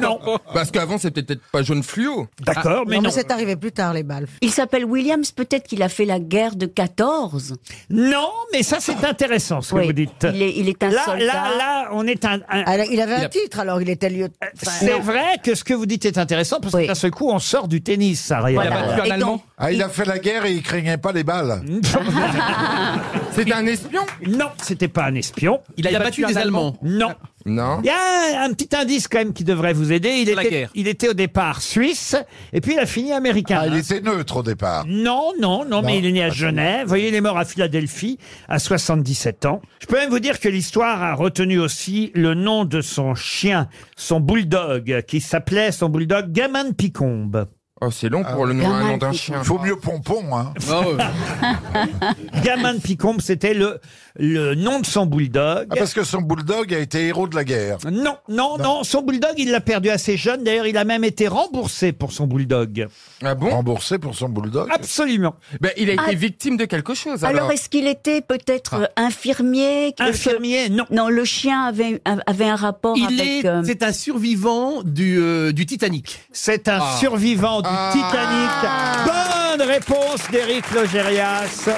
[SPEAKER 1] Non.
[SPEAKER 14] Parce qu'avant, c'était peut-être pas jaune fluo.
[SPEAKER 1] Ah,
[SPEAKER 3] on
[SPEAKER 11] c'est arrivé plus tard, les balles.
[SPEAKER 3] Il s'appelle Williams, peut-être qu'il a fait la guerre de 14.
[SPEAKER 1] Non, mais ça c'est intéressant ce que
[SPEAKER 3] Oui,
[SPEAKER 1] vous dites.
[SPEAKER 3] il est- il est un
[SPEAKER 1] là,
[SPEAKER 3] soldat.
[SPEAKER 1] Là, là, on est un. un-
[SPEAKER 11] Alors, il avait
[SPEAKER 1] Il
[SPEAKER 11] un
[SPEAKER 1] a- Euh,
[SPEAKER 11] titre, alors il était lieu. enfin,
[SPEAKER 1] C'est
[SPEAKER 11] non.
[SPEAKER 1] vrai que ce que vous dites est intéressant parce que d'un seul coup on sort du tennis, ça bah, rien.
[SPEAKER 2] Voilà.
[SPEAKER 1] à voir.
[SPEAKER 2] Et donc- Ah, il a fait la guerre et il craignait pas les balles.
[SPEAKER 1] C'était un espion Non, c'était pas un espion.
[SPEAKER 17] Il a Il a battu battu des un Allemands.
[SPEAKER 1] Non.
[SPEAKER 14] Non.
[SPEAKER 1] Il y a un petit indice quand même qui devrait vous aider. Il
[SPEAKER 14] La
[SPEAKER 1] était,
[SPEAKER 14] guerre.
[SPEAKER 1] il était au départ suisse et puis il a fini américain.
[SPEAKER 2] Il était neutre au départ.
[SPEAKER 1] Non, non, non, mais
[SPEAKER 2] Non,
[SPEAKER 1] il est né à
[SPEAKER 2] pas
[SPEAKER 1] Genève. Vous voyez, il est mort à Philadelphie à 77 ans. Je peux même vous dire que l'histoire a retenu aussi le nom de son chien, son bulldog, qui s'appelait son bulldog Gamin de Picombe.
[SPEAKER 14] Oh, c'est long pour le nom, un nom d'un chien. Ah
[SPEAKER 2] Faut mieux pompon, hein.
[SPEAKER 1] Ah Gamin de Picombe, c'était le, le nom de son bulldog.
[SPEAKER 2] Ah, parce que son bulldog a été héros de la guerre.
[SPEAKER 1] Non, non, non, son bulldog, il l'a perdu assez jeune. D'ailleurs, il a même été remboursé pour son bulldog.
[SPEAKER 14] Ah bon
[SPEAKER 2] Remboursé pour son bulldog
[SPEAKER 1] Absolument.
[SPEAKER 14] Ben, il a été
[SPEAKER 3] Ah.
[SPEAKER 14] victime de quelque chose.
[SPEAKER 3] Alors,
[SPEAKER 14] Alors,
[SPEAKER 3] est-ce qu'il était peut-être euh, infirmier que-
[SPEAKER 1] Ah. Infirmier, non.
[SPEAKER 3] Non, le chien avait, avait un rapport
[SPEAKER 17] Il
[SPEAKER 3] avec...
[SPEAKER 17] est,
[SPEAKER 3] euh,
[SPEAKER 17] c'est un survivant du, euh, du Titanic.
[SPEAKER 1] C'est
[SPEAKER 17] Ah.
[SPEAKER 1] un survivant du
[SPEAKER 2] Ah.
[SPEAKER 1] Titanic. Bonne réponse d'Éric Logérias.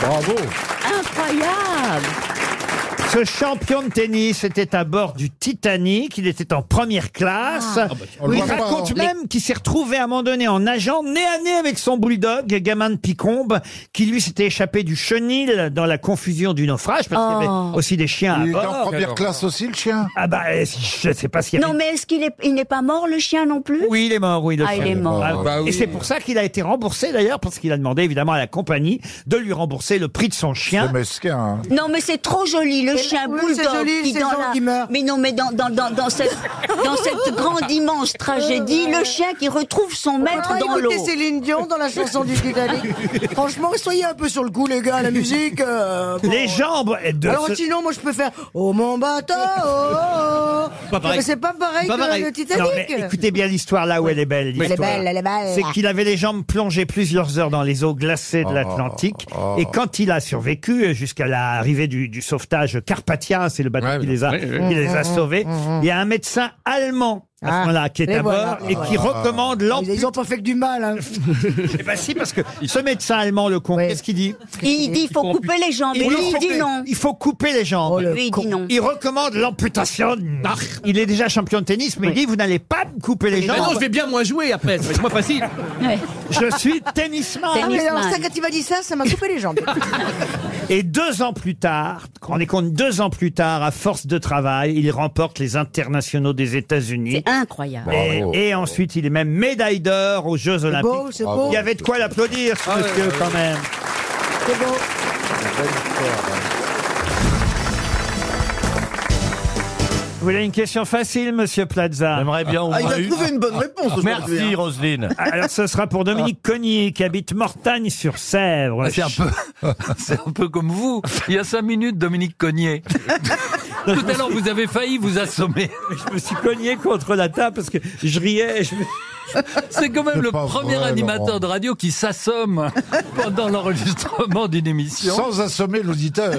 [SPEAKER 2] Bravo.
[SPEAKER 3] Incroyable
[SPEAKER 1] Ce champion de tennis était à bord du Titanic. Il était en première classe.
[SPEAKER 2] Ah. Ah bah, on le
[SPEAKER 1] il
[SPEAKER 2] voit pas,
[SPEAKER 1] raconte
[SPEAKER 2] hein.
[SPEAKER 1] même qu'il s'est retrouvé à un moment donné en nageant nez à nez avec son bulldog, gamin de Picombe, qui lui s'était échappé du chenil dans la confusion du naufrage, parce qu'il y
[SPEAKER 3] Oh.
[SPEAKER 1] avait aussi des chiens à
[SPEAKER 2] Il est
[SPEAKER 1] bord.
[SPEAKER 2] en première classe aussi, le chien
[SPEAKER 1] Ah bah, eh, je sais pas s'il y avait-
[SPEAKER 3] Non, mais est-ce qu'il est, il n'est pas mort, le chien, non plus
[SPEAKER 1] Oui, il est mort, oui. le
[SPEAKER 3] Ah, il
[SPEAKER 1] chien.
[SPEAKER 3] est mort.
[SPEAKER 1] Ah,
[SPEAKER 14] Bah
[SPEAKER 1] Et
[SPEAKER 14] oui.
[SPEAKER 1] c'est pour ça qu'il a été remboursé d'ailleurs, parce qu'il a demandé évidemment à la compagnie de lui rembourser le prix de son chien.
[SPEAKER 2] C'est mesquin, hein.
[SPEAKER 3] Non, mais c'est trop joli, le
[SPEAKER 11] Et-
[SPEAKER 3] chien
[SPEAKER 11] oui,
[SPEAKER 3] bulldog
[SPEAKER 11] c'est joli,
[SPEAKER 3] qui
[SPEAKER 11] c'est
[SPEAKER 3] dans
[SPEAKER 11] Jean
[SPEAKER 3] la...
[SPEAKER 11] qui meurt.
[SPEAKER 3] Mais non, mais dans, dans, dans, dans cette, dans cette grande, immense tragédie, le chien qui retrouve son maître
[SPEAKER 11] Ah,
[SPEAKER 3] dans l'eau.
[SPEAKER 11] écoutez Céline Dion dans la chanson du Titanic. Franchement, soyez un peu sur le coup, les gars, la musique. euh, bon.
[SPEAKER 1] Les jambes de
[SPEAKER 11] Alors
[SPEAKER 1] ce-
[SPEAKER 11] sinon, moi, je peux faire Oh mon bateau. oh, oh, oh.
[SPEAKER 1] Pas pareil.
[SPEAKER 11] Mais c'est pas pareil
[SPEAKER 1] Pas
[SPEAKER 11] que
[SPEAKER 1] pareil.
[SPEAKER 11] le
[SPEAKER 1] Non,
[SPEAKER 11] Titanic.
[SPEAKER 1] mais écoutez bien l'histoire là où elle est belle.
[SPEAKER 11] Elle est
[SPEAKER 1] l'histoire.
[SPEAKER 11] belle, elle est belle.
[SPEAKER 1] C'est qu'il avait les jambes plongées plusieurs heures dans les eaux glacées de l'Atlantique.
[SPEAKER 2] oh.
[SPEAKER 1] Et quand il a survécu euh, jusqu'à l'arrivée du, du sauvetage Carpathia, c'est le bateau qui, les a,
[SPEAKER 18] oui, oui.
[SPEAKER 1] qui les a
[SPEAKER 11] Mmh,
[SPEAKER 18] Mhm,
[SPEAKER 1] sauvés.
[SPEAKER 18] mhm.
[SPEAKER 1] Il y a un médecin allemand à ce moment-là qui est
[SPEAKER 11] et
[SPEAKER 1] à
[SPEAKER 11] voilà,
[SPEAKER 1] bord
[SPEAKER 11] et
[SPEAKER 1] et qui
[SPEAKER 11] voilà.
[SPEAKER 1] recommande l'amputation.
[SPEAKER 11] Ils n'ont pas fait que du mal. Hein.
[SPEAKER 1] Eh ben si, parce que ce médecin allemand, le con, qu'est-ce qu'il dit
[SPEAKER 19] Il dit, faut couper les jambes. Et lui, il dit non. Oh,
[SPEAKER 1] Il faut couper les jambes.
[SPEAKER 19] Lui, il dit non.
[SPEAKER 1] Il recommande l'amputation. Ah, Il est déjà champion de tennis, mais il dit, vous n'allez pas me couper les jambes.
[SPEAKER 18] non, je vais bien moins jouer après, c'est moi facile.
[SPEAKER 1] Je suis tennisman.
[SPEAKER 11] Ah, mais alors ça, quand il m'a dit ça, ça m'a coupé les jambes.
[SPEAKER 1] Et deux ans plus tard, on est compte deux ans plus tard, à force de travail, il remporte les internationaux des États-Unis.
[SPEAKER 19] C'est incroyable.
[SPEAKER 1] Et, et ensuite, il est même médaille d'or aux Jeux Olympiques.
[SPEAKER 11] beau, c'est beau.
[SPEAKER 1] Il y avait de quoi l'applaudir, ce
[SPEAKER 11] Ah ouais,
[SPEAKER 1] monsieur,
[SPEAKER 11] ouais,
[SPEAKER 1] quand
[SPEAKER 11] ouais.
[SPEAKER 1] même.
[SPEAKER 11] C'est beau.
[SPEAKER 1] Vous voulez une question facile, monsieur Plaza J'aimerais bien.
[SPEAKER 13] Ah, il a trouvé une bonne réponse aujourd'hui. hein.
[SPEAKER 1] Roselyne. Alors, ce sera pour Dominique Cognier, qui habite Mortagne-sur-Sèvre.
[SPEAKER 4] Ah. C'est un peu, c'est un peu comme vous. Il y a cinq minutes, Dominique Cognier. Tout à l'heure, vous avez failli vous assommer.
[SPEAKER 1] Je me suis cogné contre la table parce que je riais.
[SPEAKER 4] C'est quand même
[SPEAKER 18] C'est
[SPEAKER 4] le
[SPEAKER 18] pas
[SPEAKER 4] premier
[SPEAKER 18] vrai,
[SPEAKER 4] animateur
[SPEAKER 18] Laurent.
[SPEAKER 4] de radio qui s'assomme pendant l'enregistrement d'une émission.
[SPEAKER 18] Sans assommer l'auditeur.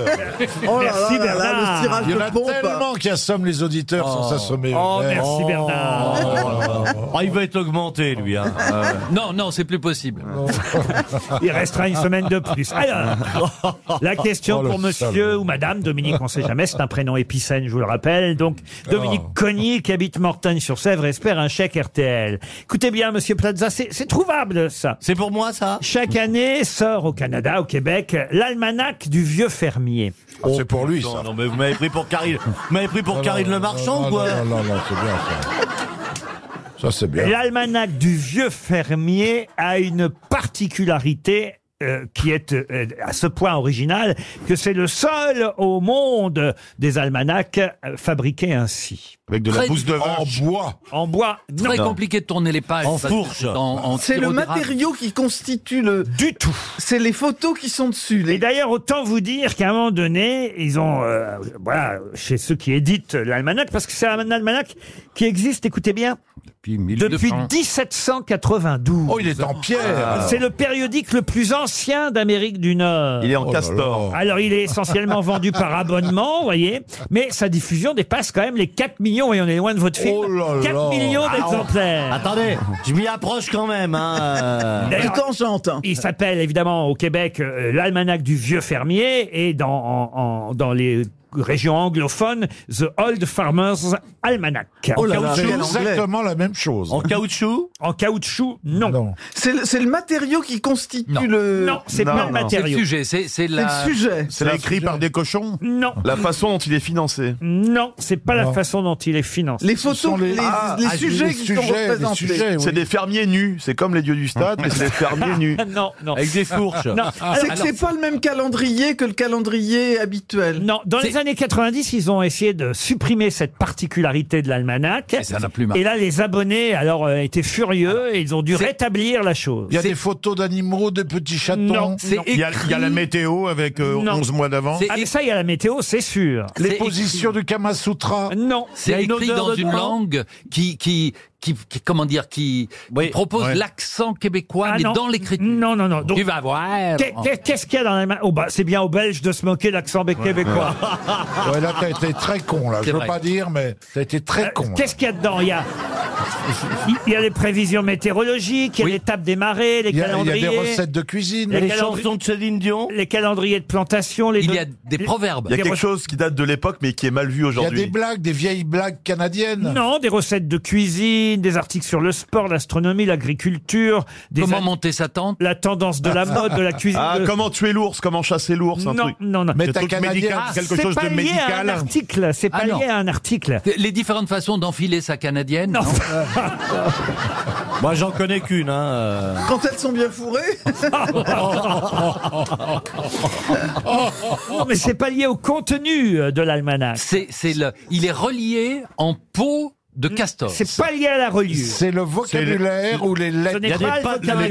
[SPEAKER 4] Oh là là là là, le tirage
[SPEAKER 18] Il y en
[SPEAKER 4] de
[SPEAKER 18] a
[SPEAKER 4] pompe.
[SPEAKER 18] tellement qui assomment les auditeurs sans s'assommer.
[SPEAKER 4] Oh,
[SPEAKER 18] eux-mêmes.
[SPEAKER 4] merci, Bernard.
[SPEAKER 20] Oh Ah, il va être augmenté, lui. Hein.
[SPEAKER 4] Euh, Non, non, c'est plus possible.
[SPEAKER 1] Il restera une semaine de plus. Alors, la question
[SPEAKER 4] Oh, le
[SPEAKER 1] pour monsieur ou madame Dominique, on sait jamais, c'est un prénom épicène, je vous le rappelle. Donc, Dominique
[SPEAKER 18] Oh.
[SPEAKER 1] Cognier, qui habite Mortagne-sur-Sèvre, espère un chèque RTL. Écoutez bien, monsieur Plaza, c'est c'est trouvable, ça.
[SPEAKER 13] C'est pour moi, ça
[SPEAKER 1] Chaque année sort au Canada, au Québec, l'almanach du vieux fermier.
[SPEAKER 18] c'est pour lui,
[SPEAKER 20] Non,
[SPEAKER 18] ça.
[SPEAKER 20] non, mais vous m'avez pris pour Caril. Vous m'avez pris pour Caril le
[SPEAKER 18] Oh,
[SPEAKER 20] Marchand,
[SPEAKER 18] non,
[SPEAKER 20] ou quoi
[SPEAKER 18] Non, non, non, c'est bien ça. Ça, c'est bien.
[SPEAKER 1] L'almanach du vieux fermier a une particularité euh, qui est euh, à ce point originale que c'est le seul au monde des almanachs euh, fabriqué ainsi.
[SPEAKER 18] Avec de
[SPEAKER 4] la Très- bouse de
[SPEAKER 18] vache. En bois.
[SPEAKER 1] En bois. Non.
[SPEAKER 4] Très compliqué de tourner les pages.
[SPEAKER 1] En
[SPEAKER 4] ça,
[SPEAKER 1] fourche.
[SPEAKER 4] en- en
[SPEAKER 13] C'est le
[SPEAKER 4] sirop d'érable.
[SPEAKER 13] matériau qui constitue le.
[SPEAKER 1] Du tout.
[SPEAKER 13] C'est les photos qui sont dessus.
[SPEAKER 1] Et d'ailleurs, autant vous dire qu'à un moment donné, ils ont, euh, voilà, chez ceux qui éditent l'almanach, parce que c'est un almanach qui existe, écoutez bien,
[SPEAKER 9] Depuis,
[SPEAKER 1] depuis 1792.
[SPEAKER 18] Oh, il est en pierre.
[SPEAKER 1] Ah. C'est le périodique le plus ancien d'Amérique du Nord.
[SPEAKER 12] Il est en Oh là castor. là.
[SPEAKER 1] Alors, il est essentiellement vendu par abonnement, vous voyez, mais sa diffusion dépasse quand même les 4 millions, et on est loin de votre film.
[SPEAKER 18] Oh là
[SPEAKER 1] 4
[SPEAKER 18] là.
[SPEAKER 1] millions
[SPEAKER 13] Ah, on-
[SPEAKER 1] d'exemplaires.
[SPEAKER 13] Attendez, je m'y approche quand même. Hein.
[SPEAKER 1] D'ailleurs,
[SPEAKER 13] De temps en temps.
[SPEAKER 1] Euh, Il s'appelle évidemment au Québec euh, l'almanach du vieux fermier et dans, en- en- dans les régions anglophones, The Old Farmer's Almanac.
[SPEAKER 12] Oh
[SPEAKER 18] En
[SPEAKER 1] Caoutchouc,
[SPEAKER 18] caoutchouc, exactement la même chose.
[SPEAKER 1] En caoutchouc En caoutchouc, non.
[SPEAKER 13] C'est le, c'est le matériau qui constitue
[SPEAKER 4] Non.
[SPEAKER 13] le.
[SPEAKER 1] Non, c'est pas le
[SPEAKER 4] C'est le
[SPEAKER 1] matériau.
[SPEAKER 4] sujet, c'est c'est la...
[SPEAKER 13] C'est le sujet.
[SPEAKER 12] C'est écrit par des cochons
[SPEAKER 1] Non.
[SPEAKER 12] La façon dont il est financé.
[SPEAKER 1] Non, c'est pas la
[SPEAKER 12] Non.
[SPEAKER 1] façon dont il est financé.
[SPEAKER 13] Les photos, les,
[SPEAKER 12] Ah,
[SPEAKER 13] les
[SPEAKER 12] ah,
[SPEAKER 13] sujets
[SPEAKER 12] les
[SPEAKER 13] qui
[SPEAKER 12] sujets,
[SPEAKER 13] sont
[SPEAKER 12] les
[SPEAKER 13] représentés.
[SPEAKER 12] sujets, oui. C'est des fermiers nus. C'est comme les dieux du stade, mais c'est des fermiers nus.
[SPEAKER 1] Hein non, non.
[SPEAKER 12] Avec des fourches.
[SPEAKER 4] Ah,
[SPEAKER 1] Non.
[SPEAKER 13] C'est que
[SPEAKER 1] Alors,
[SPEAKER 13] c'est pas le même calendrier que le calendrier habituel.
[SPEAKER 1] non, dans les années 90, ils ont essayé de supprimer cette particularité de l'almanach.
[SPEAKER 4] ça n'a plus marché.
[SPEAKER 1] Et là, les abonnés, alors, euh, étaient furieux et ils ont dû
[SPEAKER 4] c'est-
[SPEAKER 1] rétablir la chose.
[SPEAKER 18] Il y a des photos d'animaux, de petits chatons.
[SPEAKER 1] Non,
[SPEAKER 4] C'est
[SPEAKER 1] non.
[SPEAKER 12] Il y, a, il y a la météo avec euh,
[SPEAKER 1] Non.
[SPEAKER 12] 11 mois d'avance.
[SPEAKER 4] C'est
[SPEAKER 1] Ah, mais
[SPEAKER 4] éc-
[SPEAKER 1] ça, il y a la météo, c'est sûr.
[SPEAKER 18] Les
[SPEAKER 4] c'est
[SPEAKER 18] positions du Kama Sutra.
[SPEAKER 1] Non.
[SPEAKER 4] C'est
[SPEAKER 18] Il y a une
[SPEAKER 4] écrit
[SPEAKER 18] odeur
[SPEAKER 4] dans
[SPEAKER 18] de
[SPEAKER 4] une
[SPEAKER 18] pain.
[SPEAKER 4] langue qui, qui, qui, qui- comment dire, qui, qui propose l'accent québécois,
[SPEAKER 1] Ah
[SPEAKER 4] mais
[SPEAKER 1] non.
[SPEAKER 4] dans l'écriture.
[SPEAKER 1] Non, non, non. Donc,
[SPEAKER 4] Tu vas voir.
[SPEAKER 1] qu'est- qu'est- qu'est-ce qu'il y a dans l'almanach Oh, bah, c'est bien aux Belges de se moquer de l'accent québécois.
[SPEAKER 18] Ouais, là, t'as été très con, là.
[SPEAKER 4] C'est
[SPEAKER 18] Ah, Je veux
[SPEAKER 4] vrai.
[SPEAKER 18] pas dire, mais t'as été très con. hein. là.
[SPEAKER 1] Euh, Qu'est-ce qu'il y a dedans Il y a. Il y a les prévisions météorologiques, il y a
[SPEAKER 4] Oui.
[SPEAKER 1] l'étape des marées, les
[SPEAKER 18] Il y, a, il y a
[SPEAKER 1] calendriers.
[SPEAKER 18] des recettes de cuisine.
[SPEAKER 1] Les
[SPEAKER 20] Les
[SPEAKER 1] calendriers-
[SPEAKER 20] chansons de Céline Dion
[SPEAKER 1] les calendriers de plantation, les
[SPEAKER 4] Il y
[SPEAKER 1] no-
[SPEAKER 4] a des
[SPEAKER 1] les-
[SPEAKER 4] proverbes.
[SPEAKER 12] Il y a
[SPEAKER 1] des
[SPEAKER 12] quelque
[SPEAKER 1] recettes-
[SPEAKER 12] chose qui date de l'époque, mais qui est mal vu
[SPEAKER 18] Il y a
[SPEAKER 12] aujourd'hui.
[SPEAKER 18] des blagues, des vieilles blagues canadiennes.
[SPEAKER 1] Non, des recettes de cuisine, des articles sur le sport, l'astronomie, l'agriculture, des
[SPEAKER 4] Comment
[SPEAKER 1] a-
[SPEAKER 4] monter sa tente
[SPEAKER 1] la tendance de la mode, de la cuisine.
[SPEAKER 12] Ah,
[SPEAKER 1] de-
[SPEAKER 12] comment tuer l'ours, comment chasser l'ours, un
[SPEAKER 1] non,
[SPEAKER 12] truc.
[SPEAKER 1] non, non.
[SPEAKER 18] Mais
[SPEAKER 12] Des
[SPEAKER 18] t'as
[SPEAKER 12] trucs
[SPEAKER 18] canadien.
[SPEAKER 12] médicaux,
[SPEAKER 18] Ah,
[SPEAKER 12] quelque
[SPEAKER 1] C'est
[SPEAKER 12] chose
[SPEAKER 1] pas
[SPEAKER 12] de
[SPEAKER 1] lié à un
[SPEAKER 12] médical.
[SPEAKER 1] article. C'est pas
[SPEAKER 4] Ah, non.
[SPEAKER 1] lié à un article.
[SPEAKER 4] Les différentes façons d'enfiler sa canadienne.
[SPEAKER 1] Non.
[SPEAKER 20] Moi, j'en connais qu'une. Hein. euh.
[SPEAKER 13] Quand elles sont bien fourrées.
[SPEAKER 1] Non, Oh, mais c'est pas lié au contenu euh, de l'almanach.
[SPEAKER 4] C'est, c'est le, il est relié en peau de castor.
[SPEAKER 1] C'est pas lié à la reliure.
[SPEAKER 21] C'est le vocabulaire ou les lettres.
[SPEAKER 1] Ce n'est pas
[SPEAKER 21] les,
[SPEAKER 1] le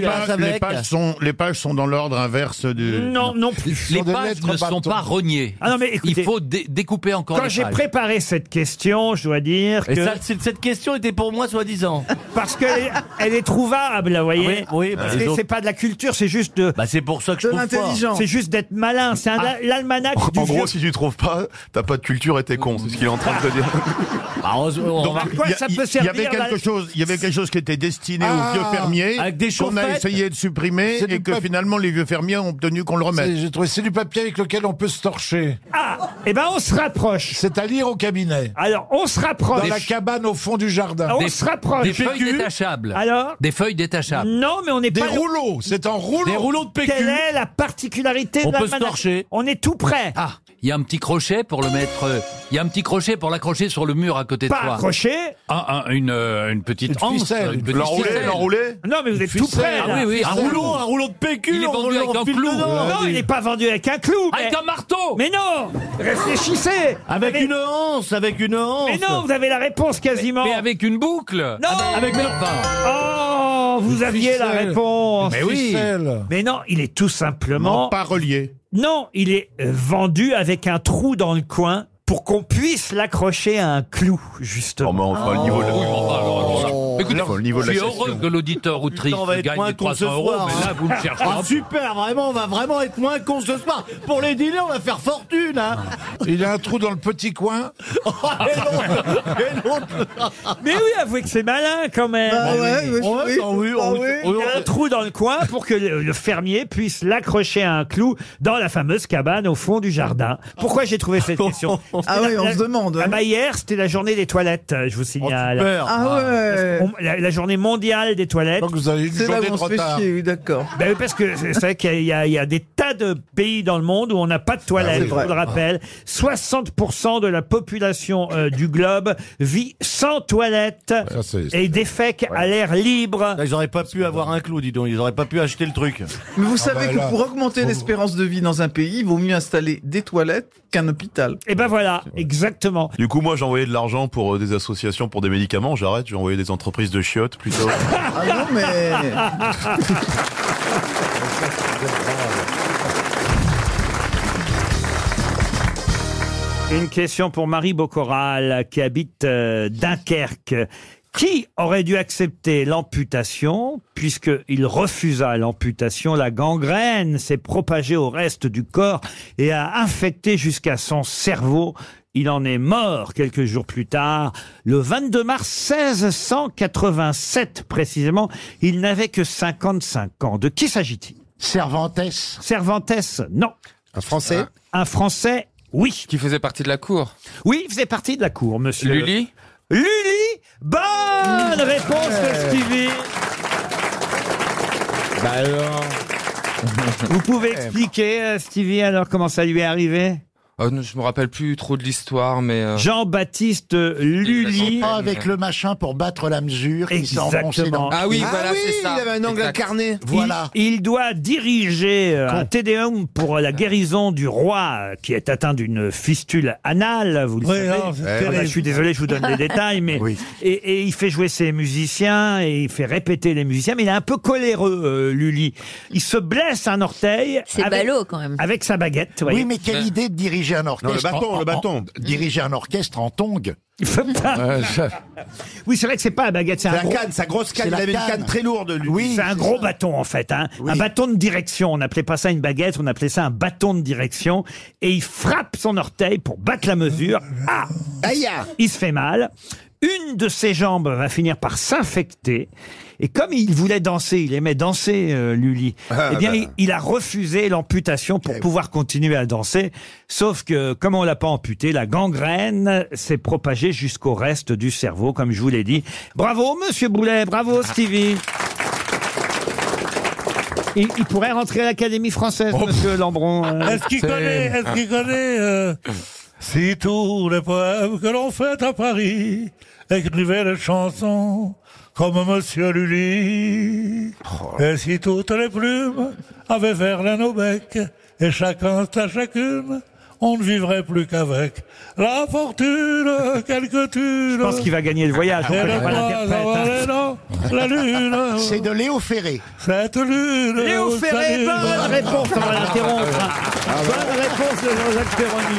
[SPEAKER 1] vocabulaire.
[SPEAKER 21] pages, les pages sont, les pages sont dans l'ordre inverse du.
[SPEAKER 1] Non, non plus.
[SPEAKER 21] Les
[SPEAKER 4] Les pages ne sont pas rognées.
[SPEAKER 1] Ah non, mais écoutez,
[SPEAKER 4] Il faut dé- découper encore
[SPEAKER 1] Quand
[SPEAKER 4] les
[SPEAKER 1] j'ai
[SPEAKER 4] pages.
[SPEAKER 1] préparé cette question, je dois dire
[SPEAKER 4] Et
[SPEAKER 1] que...
[SPEAKER 4] ça,
[SPEAKER 1] cette question était pour moi, soi-disant. Parce qu'elle est, elle est trouvable, vous voyez.
[SPEAKER 20] Ah oui, oui, bah,
[SPEAKER 1] Parce
[SPEAKER 20] les
[SPEAKER 1] que
[SPEAKER 20] autres-
[SPEAKER 1] c'est pas de la culture, c'est juste de...
[SPEAKER 20] Bah, c'est pour ça que je
[SPEAKER 1] de
[SPEAKER 20] trouve pas.
[SPEAKER 1] l'intelligence. C'est juste d'être malin. C'est un-
[SPEAKER 20] Ah.
[SPEAKER 1] l'almanach du
[SPEAKER 21] En
[SPEAKER 1] vieux.
[SPEAKER 21] gros, si tu trouves pas, t'as pas de culture et t'es con. C'est ce qu'il est en train de te dire.
[SPEAKER 1] Bah, on va-
[SPEAKER 21] il y
[SPEAKER 1] Quoi,
[SPEAKER 21] a-
[SPEAKER 1] ça
[SPEAKER 21] il
[SPEAKER 1] peut
[SPEAKER 21] y avait
[SPEAKER 1] servir,
[SPEAKER 21] quelque
[SPEAKER 1] là-
[SPEAKER 21] chose, il y avait quelque chose qui était destiné
[SPEAKER 1] Ah,
[SPEAKER 21] aux vieux fermiers,
[SPEAKER 1] avec des
[SPEAKER 21] qu'on a
[SPEAKER 1] chaufferettes.
[SPEAKER 21] essayé de supprimer
[SPEAKER 1] C'est du
[SPEAKER 21] et que
[SPEAKER 1] pap-
[SPEAKER 21] finalement les vieux fermiers ont obtenu qu'on le remette. J'ai trouvé c'est du papier avec lequel on peut se torcher.
[SPEAKER 1] Ah, et ben on se rapproche.
[SPEAKER 21] C'est à lire au cabinet.
[SPEAKER 1] Alors, on se rapproche.
[SPEAKER 21] Dans la cabane au fond du jardin.
[SPEAKER 1] Ah, on
[SPEAKER 4] Des-
[SPEAKER 1] se rapproche.
[SPEAKER 4] Des feuilles
[SPEAKER 1] PQ.
[SPEAKER 4] détachables.
[SPEAKER 1] Alors
[SPEAKER 4] Des feuilles détachables.
[SPEAKER 1] Non, mais on n'est pas...
[SPEAKER 21] rouleaux, c'est en rouleau.
[SPEAKER 4] Des rouleaux de PQ.
[SPEAKER 1] Quelle est la particularité
[SPEAKER 4] On
[SPEAKER 1] de la
[SPEAKER 4] peut se torcher.
[SPEAKER 1] On est tout prêt.
[SPEAKER 4] Ah, il y a un petit crochet pour le mettre. euh, Il y a un petit crochet pour l'accrocher sur le mur à côté
[SPEAKER 1] Pas
[SPEAKER 4] de toi.
[SPEAKER 1] accroché.
[SPEAKER 4] Ah, un- une, euh, une petite
[SPEAKER 1] Une
[SPEAKER 4] anse,
[SPEAKER 1] ficelle,
[SPEAKER 4] une
[SPEAKER 1] une
[SPEAKER 4] petite
[SPEAKER 21] L'enrouler,
[SPEAKER 4] ficelle.
[SPEAKER 21] l'enrouler.
[SPEAKER 1] Non, mais vous êtes tout prêt.
[SPEAKER 4] Ah oui, oui, un rouleau, un
[SPEAKER 1] rouleau de PQ.
[SPEAKER 4] Il est on- vendu on avec un file clou. dedans.
[SPEAKER 1] Non,
[SPEAKER 4] Ouais.
[SPEAKER 1] il n'est pas vendu avec un clou.
[SPEAKER 4] Avec
[SPEAKER 1] mais-
[SPEAKER 4] un marteau
[SPEAKER 1] Mais non Réfléchissez
[SPEAKER 20] Avec
[SPEAKER 1] Vous avez-
[SPEAKER 20] une hanse, avec une hanse.
[SPEAKER 1] Mais non, vous avez la réponse quasiment.
[SPEAKER 4] Mais avec une boucle Ah ben,
[SPEAKER 1] Non
[SPEAKER 4] Avec
[SPEAKER 1] mais-
[SPEAKER 4] même pas.
[SPEAKER 1] Oh, vous aviez la
[SPEAKER 21] ficelle.
[SPEAKER 1] réponse.
[SPEAKER 4] Mais oui.
[SPEAKER 21] Ficelle.
[SPEAKER 1] Mais non, il est tout simplement.
[SPEAKER 21] Non, pas relié.
[SPEAKER 1] Non, il est euh, vendu avec un trou dans le coin pour qu'on puisse l'accrocher à un clou, justement.
[SPEAKER 21] mais enfin, le niveau de
[SPEAKER 4] Oui, bon, bah, alors, alors, ça- Écoutez,
[SPEAKER 21] le niveau de
[SPEAKER 4] je suis
[SPEAKER 21] la question.
[SPEAKER 4] heureux que l'auditeur outriste
[SPEAKER 20] on va être moins
[SPEAKER 4] gagne
[SPEAKER 20] con ce
[SPEAKER 4] 300 euros,
[SPEAKER 20] soir.
[SPEAKER 4] mais là, vous me cherchez
[SPEAKER 20] Ah,
[SPEAKER 4] un peu.
[SPEAKER 20] super, vraiment, on va vraiment être moins con ce soir. Pour les dîners, on va faire fortune. Hein.
[SPEAKER 21] Il a un trou dans le petit coin.
[SPEAKER 20] et l'autre, et l'autre.
[SPEAKER 1] Mais oui, avouez que c'est malin quand même. Ah
[SPEAKER 20] Bah ouais, mais je- Ouais, oui, bah oui, bah on- oui.
[SPEAKER 1] Il y a un trou dans le coin pour que le, le fermier puisse l'accrocher à un clou dans la fameuse cabane au fond du jardin. Pourquoi j'ai trouvé cette question
[SPEAKER 2] Ah
[SPEAKER 1] C'était
[SPEAKER 2] ouais,
[SPEAKER 1] la-
[SPEAKER 2] on
[SPEAKER 1] la-
[SPEAKER 2] se demande,
[SPEAKER 1] Ah bah hier, c'était la journée des toilettes, euh, je vous signale.
[SPEAKER 2] peur. Ah ouais.
[SPEAKER 1] Parce qu'on- la, la journée mondiale des toilettes.
[SPEAKER 21] Donc vous avez une
[SPEAKER 2] C'est là
[SPEAKER 21] journée
[SPEAKER 2] où
[SPEAKER 21] de
[SPEAKER 2] on se fait
[SPEAKER 21] retard.
[SPEAKER 2] chier, oui, d'accord.
[SPEAKER 1] Ben oui, parce que c'est c'est vrai qu'il y, a- il y a il y a des tas de pays dans le monde où on n'a pas de toilettes,
[SPEAKER 2] Ah c'est
[SPEAKER 1] je vous
[SPEAKER 2] vrai.
[SPEAKER 1] le rappelle. 60% de la population euh, du globe vit sans toilettes
[SPEAKER 21] c'est-
[SPEAKER 1] et défèque à l'air libre.
[SPEAKER 20] Ils auraient pas pu avoir un clou, dis donc. Ils auraient pas pu acheter le truc.
[SPEAKER 2] Mais
[SPEAKER 4] Ah,
[SPEAKER 2] vous savez
[SPEAKER 22] Ah,
[SPEAKER 20] bah
[SPEAKER 2] que
[SPEAKER 20] là,
[SPEAKER 2] pour augmenter l'espérance de vie dans un pays, il vaut mieux installer des toilettes qu'un hôpital.
[SPEAKER 1] Et ben voilà, exactement.
[SPEAKER 22] Du coup, moi, j'ai envoyé de l'argent pour euh, des associations pour des médicaments. J'arrête, j'ai envoyé des entreprises de chiottes plutôt.
[SPEAKER 2] Ah non, mais.
[SPEAKER 1] Une question pour Marie Bocoral qui habite euh, Dunkerque. Qui aurait dû accepter l'amputation puisqu'il refusa l'amputation La gangrène s'est propagée au reste du corps et a infecté jusqu'à son cerveau. Il en est mort quelques jours plus tard. Le 22 mars 1687 précisément, il n'avait que 55 ans. De qui s'agit-il
[SPEAKER 8] Cervantes.
[SPEAKER 1] Cervantes, non.
[SPEAKER 8] Un Français
[SPEAKER 1] Ah. Un Français, oui.
[SPEAKER 14] Qui faisait partie de la cour.
[SPEAKER 1] Oui, il faisait partie de la cour, monsieur.
[SPEAKER 14] Lully
[SPEAKER 1] Lully Bonne réponse de Stevie
[SPEAKER 18] Bah alors.
[SPEAKER 1] Vous pouvez expliquer, euh, Stevie, alors comment ça lui est arrivé
[SPEAKER 14] Euh, non, je me rappelle plus trop de l'histoire, mais. euh,
[SPEAKER 1] Jean-Baptiste Lully.
[SPEAKER 8] Pas avec le machin pour battre la mesure qui s'est enfoncé dans
[SPEAKER 1] Exactement.
[SPEAKER 8] le-
[SPEAKER 14] Ah oui, voilà, c'est ça. Exact.
[SPEAKER 8] incarné.
[SPEAKER 1] Il-
[SPEAKER 8] Voilà.
[SPEAKER 1] Il, doit diriger euh, un tédéum pour la guérison du roi euh, qui est atteint d'une fistule anale, vous le
[SPEAKER 6] Oui,
[SPEAKER 1] savez.
[SPEAKER 6] non, c'est
[SPEAKER 1] Ah bah,
[SPEAKER 6] terrible.
[SPEAKER 1] je suis désolé, je vous donne les détails, mais et, et il fait jouer ses musiciens et il fait répéter les musiciens, mais il est un peu coléreux, euh, Lully. Il se blesse un orteil.
[SPEAKER 19] C'est
[SPEAKER 1] avec-
[SPEAKER 19] ballot, quand même.
[SPEAKER 1] Avec sa baguette, vous voyez.
[SPEAKER 8] Oui, mais quelle idée de diriger un orchestre.
[SPEAKER 9] bâton,
[SPEAKER 8] en-
[SPEAKER 9] le
[SPEAKER 8] en-
[SPEAKER 9] bâton.
[SPEAKER 8] en- Diriger un orchestre en tongue.
[SPEAKER 1] Oui, c'est vrai que c'est pas la baguette, c'est un
[SPEAKER 9] La
[SPEAKER 1] gros-
[SPEAKER 9] canne, sa grosse canne.
[SPEAKER 8] C'est
[SPEAKER 9] Il
[SPEAKER 8] la
[SPEAKER 9] avait une
[SPEAKER 8] canne.
[SPEAKER 9] canne très lourde, lui.
[SPEAKER 8] Oui.
[SPEAKER 1] C'est un gros bâton en fait, hein. un bâton de direction. On n'appelait pas ça une baguette, on appelait ça un bâton de direction. Et il frappe son orteil pour battre la mesure. Ah
[SPEAKER 8] Aïe
[SPEAKER 1] Il se fait mal. Une de ses jambes va finir par s'infecter. Et comme il voulait danser, il aimait danser, euh, Lully, eh bien,
[SPEAKER 9] bah.
[SPEAKER 1] il, il a refusé l'amputation
[SPEAKER 6] Eh
[SPEAKER 1] pour pouvoir continuer à danser. Sauf que, comme on l'a pas amputé, la gangrène s'est propagée jusqu'au reste du cerveau, comme je vous l'ai dit. Bravo, monsieur Boulet, bravo,
[SPEAKER 6] Ah.
[SPEAKER 1] Stevie. Il, il pourrait rentrer à l'Académie française, monsieur Lambron. euh.
[SPEAKER 6] Oh. Est-ce qu'il connaît, est-ce qu'il connaît, euh, si tous les poèmes que l'on fait à Paris écrivaient des chansons comme Monsieur Lully,
[SPEAKER 8] Oh.
[SPEAKER 6] et si toutes les plumes avaient vers l'un au bec, et chacun à chacune, on ne vivrait plus qu'avec la fortune, quelque thune. Je
[SPEAKER 1] pense qu'il va gagner le voyage, on
[SPEAKER 6] Et
[SPEAKER 1] connaît
[SPEAKER 6] le
[SPEAKER 1] pas l'interprète,
[SPEAKER 6] poids
[SPEAKER 1] hein.
[SPEAKER 6] volé dans la lune.
[SPEAKER 8] C'est de Léo Ferré.
[SPEAKER 6] Cette lune.
[SPEAKER 1] Léo
[SPEAKER 6] où
[SPEAKER 1] Ferré,
[SPEAKER 6] s'allume.
[SPEAKER 1] bonne réponse, on va l'interrompre. hein.
[SPEAKER 8] Ah,
[SPEAKER 1] Bonne réponse de Jean-Jacques Perroni.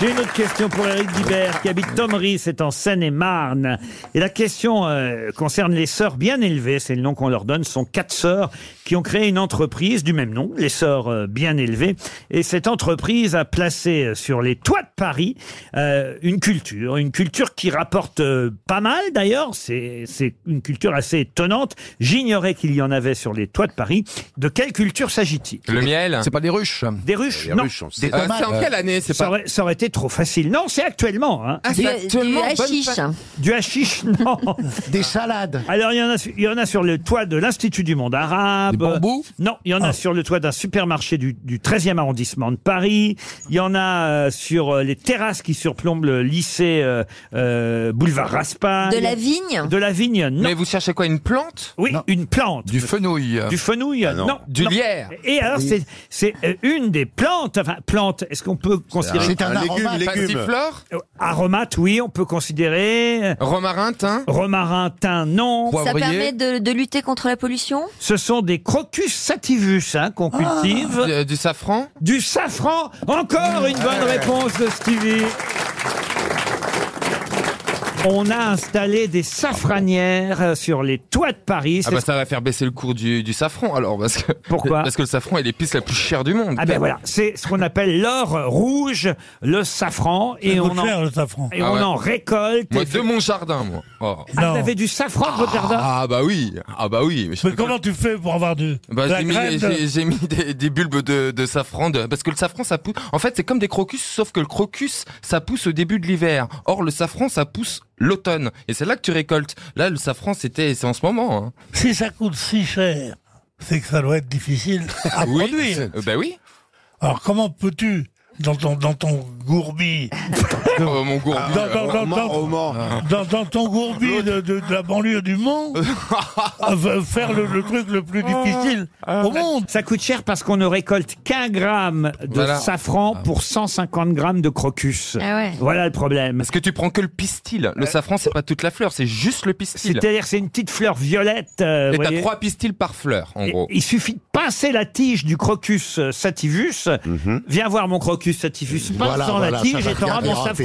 [SPEAKER 1] J'ai une autre question pour Eric Guibert, qui habite Thomery, c'est en Seine-et-Marne. Et la question euh, concerne les sœurs bien élevées, c'est le nom qu'on leur donne. Ce sont quatre sœurs qui ont créé une entreprise du même nom, les sœurs euh, bien élevées. Et cette entreprise a placé euh, sur les toits de Paris euh, une culture, une culture qui rapporte euh, pas mal d'ailleurs. C'est c'est une culture assez étonnante. J'ignorais qu'il y en avait sur les toits de Paris. De quelle culture s'agit-il
[SPEAKER 18] Le miel
[SPEAKER 1] C'est pas des ruches Des ruches,
[SPEAKER 18] Les
[SPEAKER 1] non.
[SPEAKER 18] ruches, on sait. Des Euh, tomates. c'est en quelle année, c'est
[SPEAKER 1] ça,
[SPEAKER 18] pas-
[SPEAKER 1] aurait, ça aurait été trop facile. Non, c'est actuellement. hein.
[SPEAKER 18] Ah, c'est Du- actuellement, du bonne hashish. fa-
[SPEAKER 1] Du hashish, non. des salades. Alors, il y, en a, su- il y en a sur le toit de l'Institut du monde arabe. Des bambous Ah. Non, il y en a sur le toit d'un supermarché du, du 13e arrondissement de Paris. Il y en a euh, sur euh, les terrasses qui surplombent le lycée euh, euh, boulevard Raspail.
[SPEAKER 19] De la vigne
[SPEAKER 1] De la vigne, non.
[SPEAKER 14] Mais vous cherchez quoi Une plante
[SPEAKER 1] Oui, une plante.
[SPEAKER 14] Du fenouil.
[SPEAKER 1] Du fenouil, Ah non.
[SPEAKER 14] Du
[SPEAKER 1] non.
[SPEAKER 14] lierre.
[SPEAKER 1] Et alors,
[SPEAKER 14] Oui.
[SPEAKER 1] c'est- c'est euh, une des plantes, enfin, plante, est-ce qu'on peut considérer...
[SPEAKER 14] C'est un Un légume, aromate. légume. Passiflore
[SPEAKER 1] Euh, Aromate, oui, on peut considérer...
[SPEAKER 14] Romarin, thym
[SPEAKER 1] Romarin, thym, non.
[SPEAKER 19] Ça permet de, de lutter contre la pollution
[SPEAKER 1] Ce sont des crocus sativus hein, qu'on
[SPEAKER 19] Ah.
[SPEAKER 1] cultive.
[SPEAKER 14] Du, safran
[SPEAKER 1] Du safran Encore une bonne
[SPEAKER 14] Ouais.
[SPEAKER 1] réponse de Stevie on a installé des safranières euh, sur les toits de Paris.
[SPEAKER 14] Ah
[SPEAKER 1] C'est
[SPEAKER 14] bah
[SPEAKER 1] ce
[SPEAKER 14] ça va faire baisser le cours du, du safran alors parce que
[SPEAKER 1] Pourquoi
[SPEAKER 14] parce que le safran est l'épice la plus chère du monde.
[SPEAKER 1] Ah ben voilà, c'est ce qu'on appelle l'or rouge, le safran, et
[SPEAKER 14] Ça
[SPEAKER 1] on
[SPEAKER 14] coûte
[SPEAKER 1] en
[SPEAKER 14] cher, le safran.
[SPEAKER 1] et
[SPEAKER 14] Ah
[SPEAKER 1] on
[SPEAKER 14] ouais.
[SPEAKER 1] en récolte.
[SPEAKER 14] Moi
[SPEAKER 1] et-
[SPEAKER 14] de mon jardin moi. Oh.
[SPEAKER 1] Ah, vous avez du safran hein de votre jardin
[SPEAKER 14] Ah bah oui, ah bah oui. Mais, je-
[SPEAKER 6] Comment tu fais pour avoir du
[SPEAKER 14] bah,
[SPEAKER 6] de la
[SPEAKER 14] j'ai mis,
[SPEAKER 6] crème de-
[SPEAKER 14] j'ai- j'ai mis des, des bulbes de, de safran de- parce que le safran ça pousse. En fait c'est comme des crocus sauf que le crocus ça pousse au début de l'hiver. Or le safran ça pousse l'automne et c'est là que tu récoltes. Là le safran c'était c'est en ce moment. hein.
[SPEAKER 6] Si ça coûte si cher, c'est que ça doit être difficile à
[SPEAKER 14] Oui,
[SPEAKER 6] produire.
[SPEAKER 14] c'est- euh, bah oui.
[SPEAKER 6] Alors comment peux-tu, dans ton, dans ton gourbi,
[SPEAKER 14] Oh, mon
[SPEAKER 1] Ah,
[SPEAKER 14] Ah. gourbi.
[SPEAKER 6] dans, dans- dans- dans- dans- dans ton gourbi de, de- de la banlieue du Mans, euh, faire le, le truc le
[SPEAKER 14] Ah.
[SPEAKER 6] plus difficile au monde
[SPEAKER 1] Ça coûte cher parce qu'on ne récolte qu'un gramme de
[SPEAKER 14] Voilà.
[SPEAKER 1] safran pour 150 grammes de crocus.
[SPEAKER 14] Ah ouais.
[SPEAKER 1] Voilà le problème.
[SPEAKER 14] Parce que tu prends que le pistil. Le safran c'est pas toute la fleur, c'est juste le pistil.
[SPEAKER 1] C'est-à-dire que c'est une petite fleur violette. euh,
[SPEAKER 14] Et
[SPEAKER 1] vous
[SPEAKER 14] t'as
[SPEAKER 1] voyez.
[SPEAKER 14] trois pistils par fleur, en gros.
[SPEAKER 1] Il suffit de pincer la tige du crocus euh, sativus.
[SPEAKER 14] Mhm.
[SPEAKER 1] Viens voir mon crocus sativus. Pince
[SPEAKER 8] Voilà,
[SPEAKER 1] dans
[SPEAKER 8] voilà,
[SPEAKER 1] la
[SPEAKER 8] ça
[SPEAKER 1] tige
[SPEAKER 8] va
[SPEAKER 1] et
[SPEAKER 8] bien
[SPEAKER 1] t'auras mon
[SPEAKER 8] déraper.
[SPEAKER 1] safran.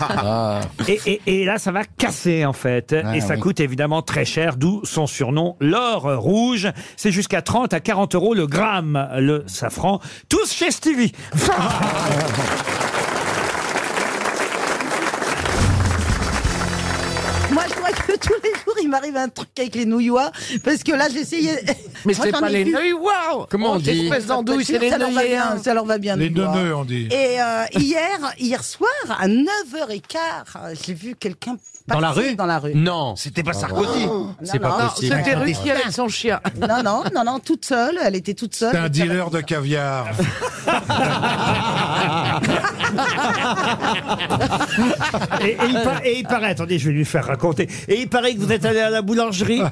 [SPEAKER 14] Ah.
[SPEAKER 1] et, et- et là, ça va casser en fait. et ça
[SPEAKER 8] oui.
[SPEAKER 1] coûte évidemment très cher, d'où son surnom, l'or rouge. C'est jusqu'à 30 à 40 euros le gramme, le safran. Tous chez Stevie.
[SPEAKER 11] Ah, Moi, je crois que tous les jours, il m'arrive un truc avec les nouillois, parce que là, j'essayais.
[SPEAKER 2] Mais
[SPEAKER 11] Moi,
[SPEAKER 2] c'est
[SPEAKER 11] j'en
[SPEAKER 2] pas les
[SPEAKER 11] ai vu.
[SPEAKER 2] nouillois. Comment on dit
[SPEAKER 11] Oh, espèce d'andouille, c'est les Ça leur va
[SPEAKER 2] nouilléens.
[SPEAKER 11] bien, ça leur va bien.
[SPEAKER 2] Les
[SPEAKER 11] nouillois.
[SPEAKER 2] neuneux, on dit.
[SPEAKER 11] Et euh, hier, hier soir, à 9h15, j'ai vu quelqu'un
[SPEAKER 2] Dans la
[SPEAKER 11] passer
[SPEAKER 2] rue
[SPEAKER 11] Dans la rue. Ah.
[SPEAKER 2] Non.
[SPEAKER 8] C'était
[SPEAKER 2] pas Sarkozy. C'est
[SPEAKER 11] Non,
[SPEAKER 2] pas
[SPEAKER 11] non,
[SPEAKER 2] possible.
[SPEAKER 11] c'était
[SPEAKER 2] Attendez.
[SPEAKER 11] Ruquier avec son chien. Non, non, non, non, toute seule. Elle était toute seule.
[SPEAKER 21] T'es un dealer de caviar.
[SPEAKER 1] Et, et il par- et il paraît, attendez, je vais lui faire raconter. Et il paraît que vous êtes allé à la boulangerie.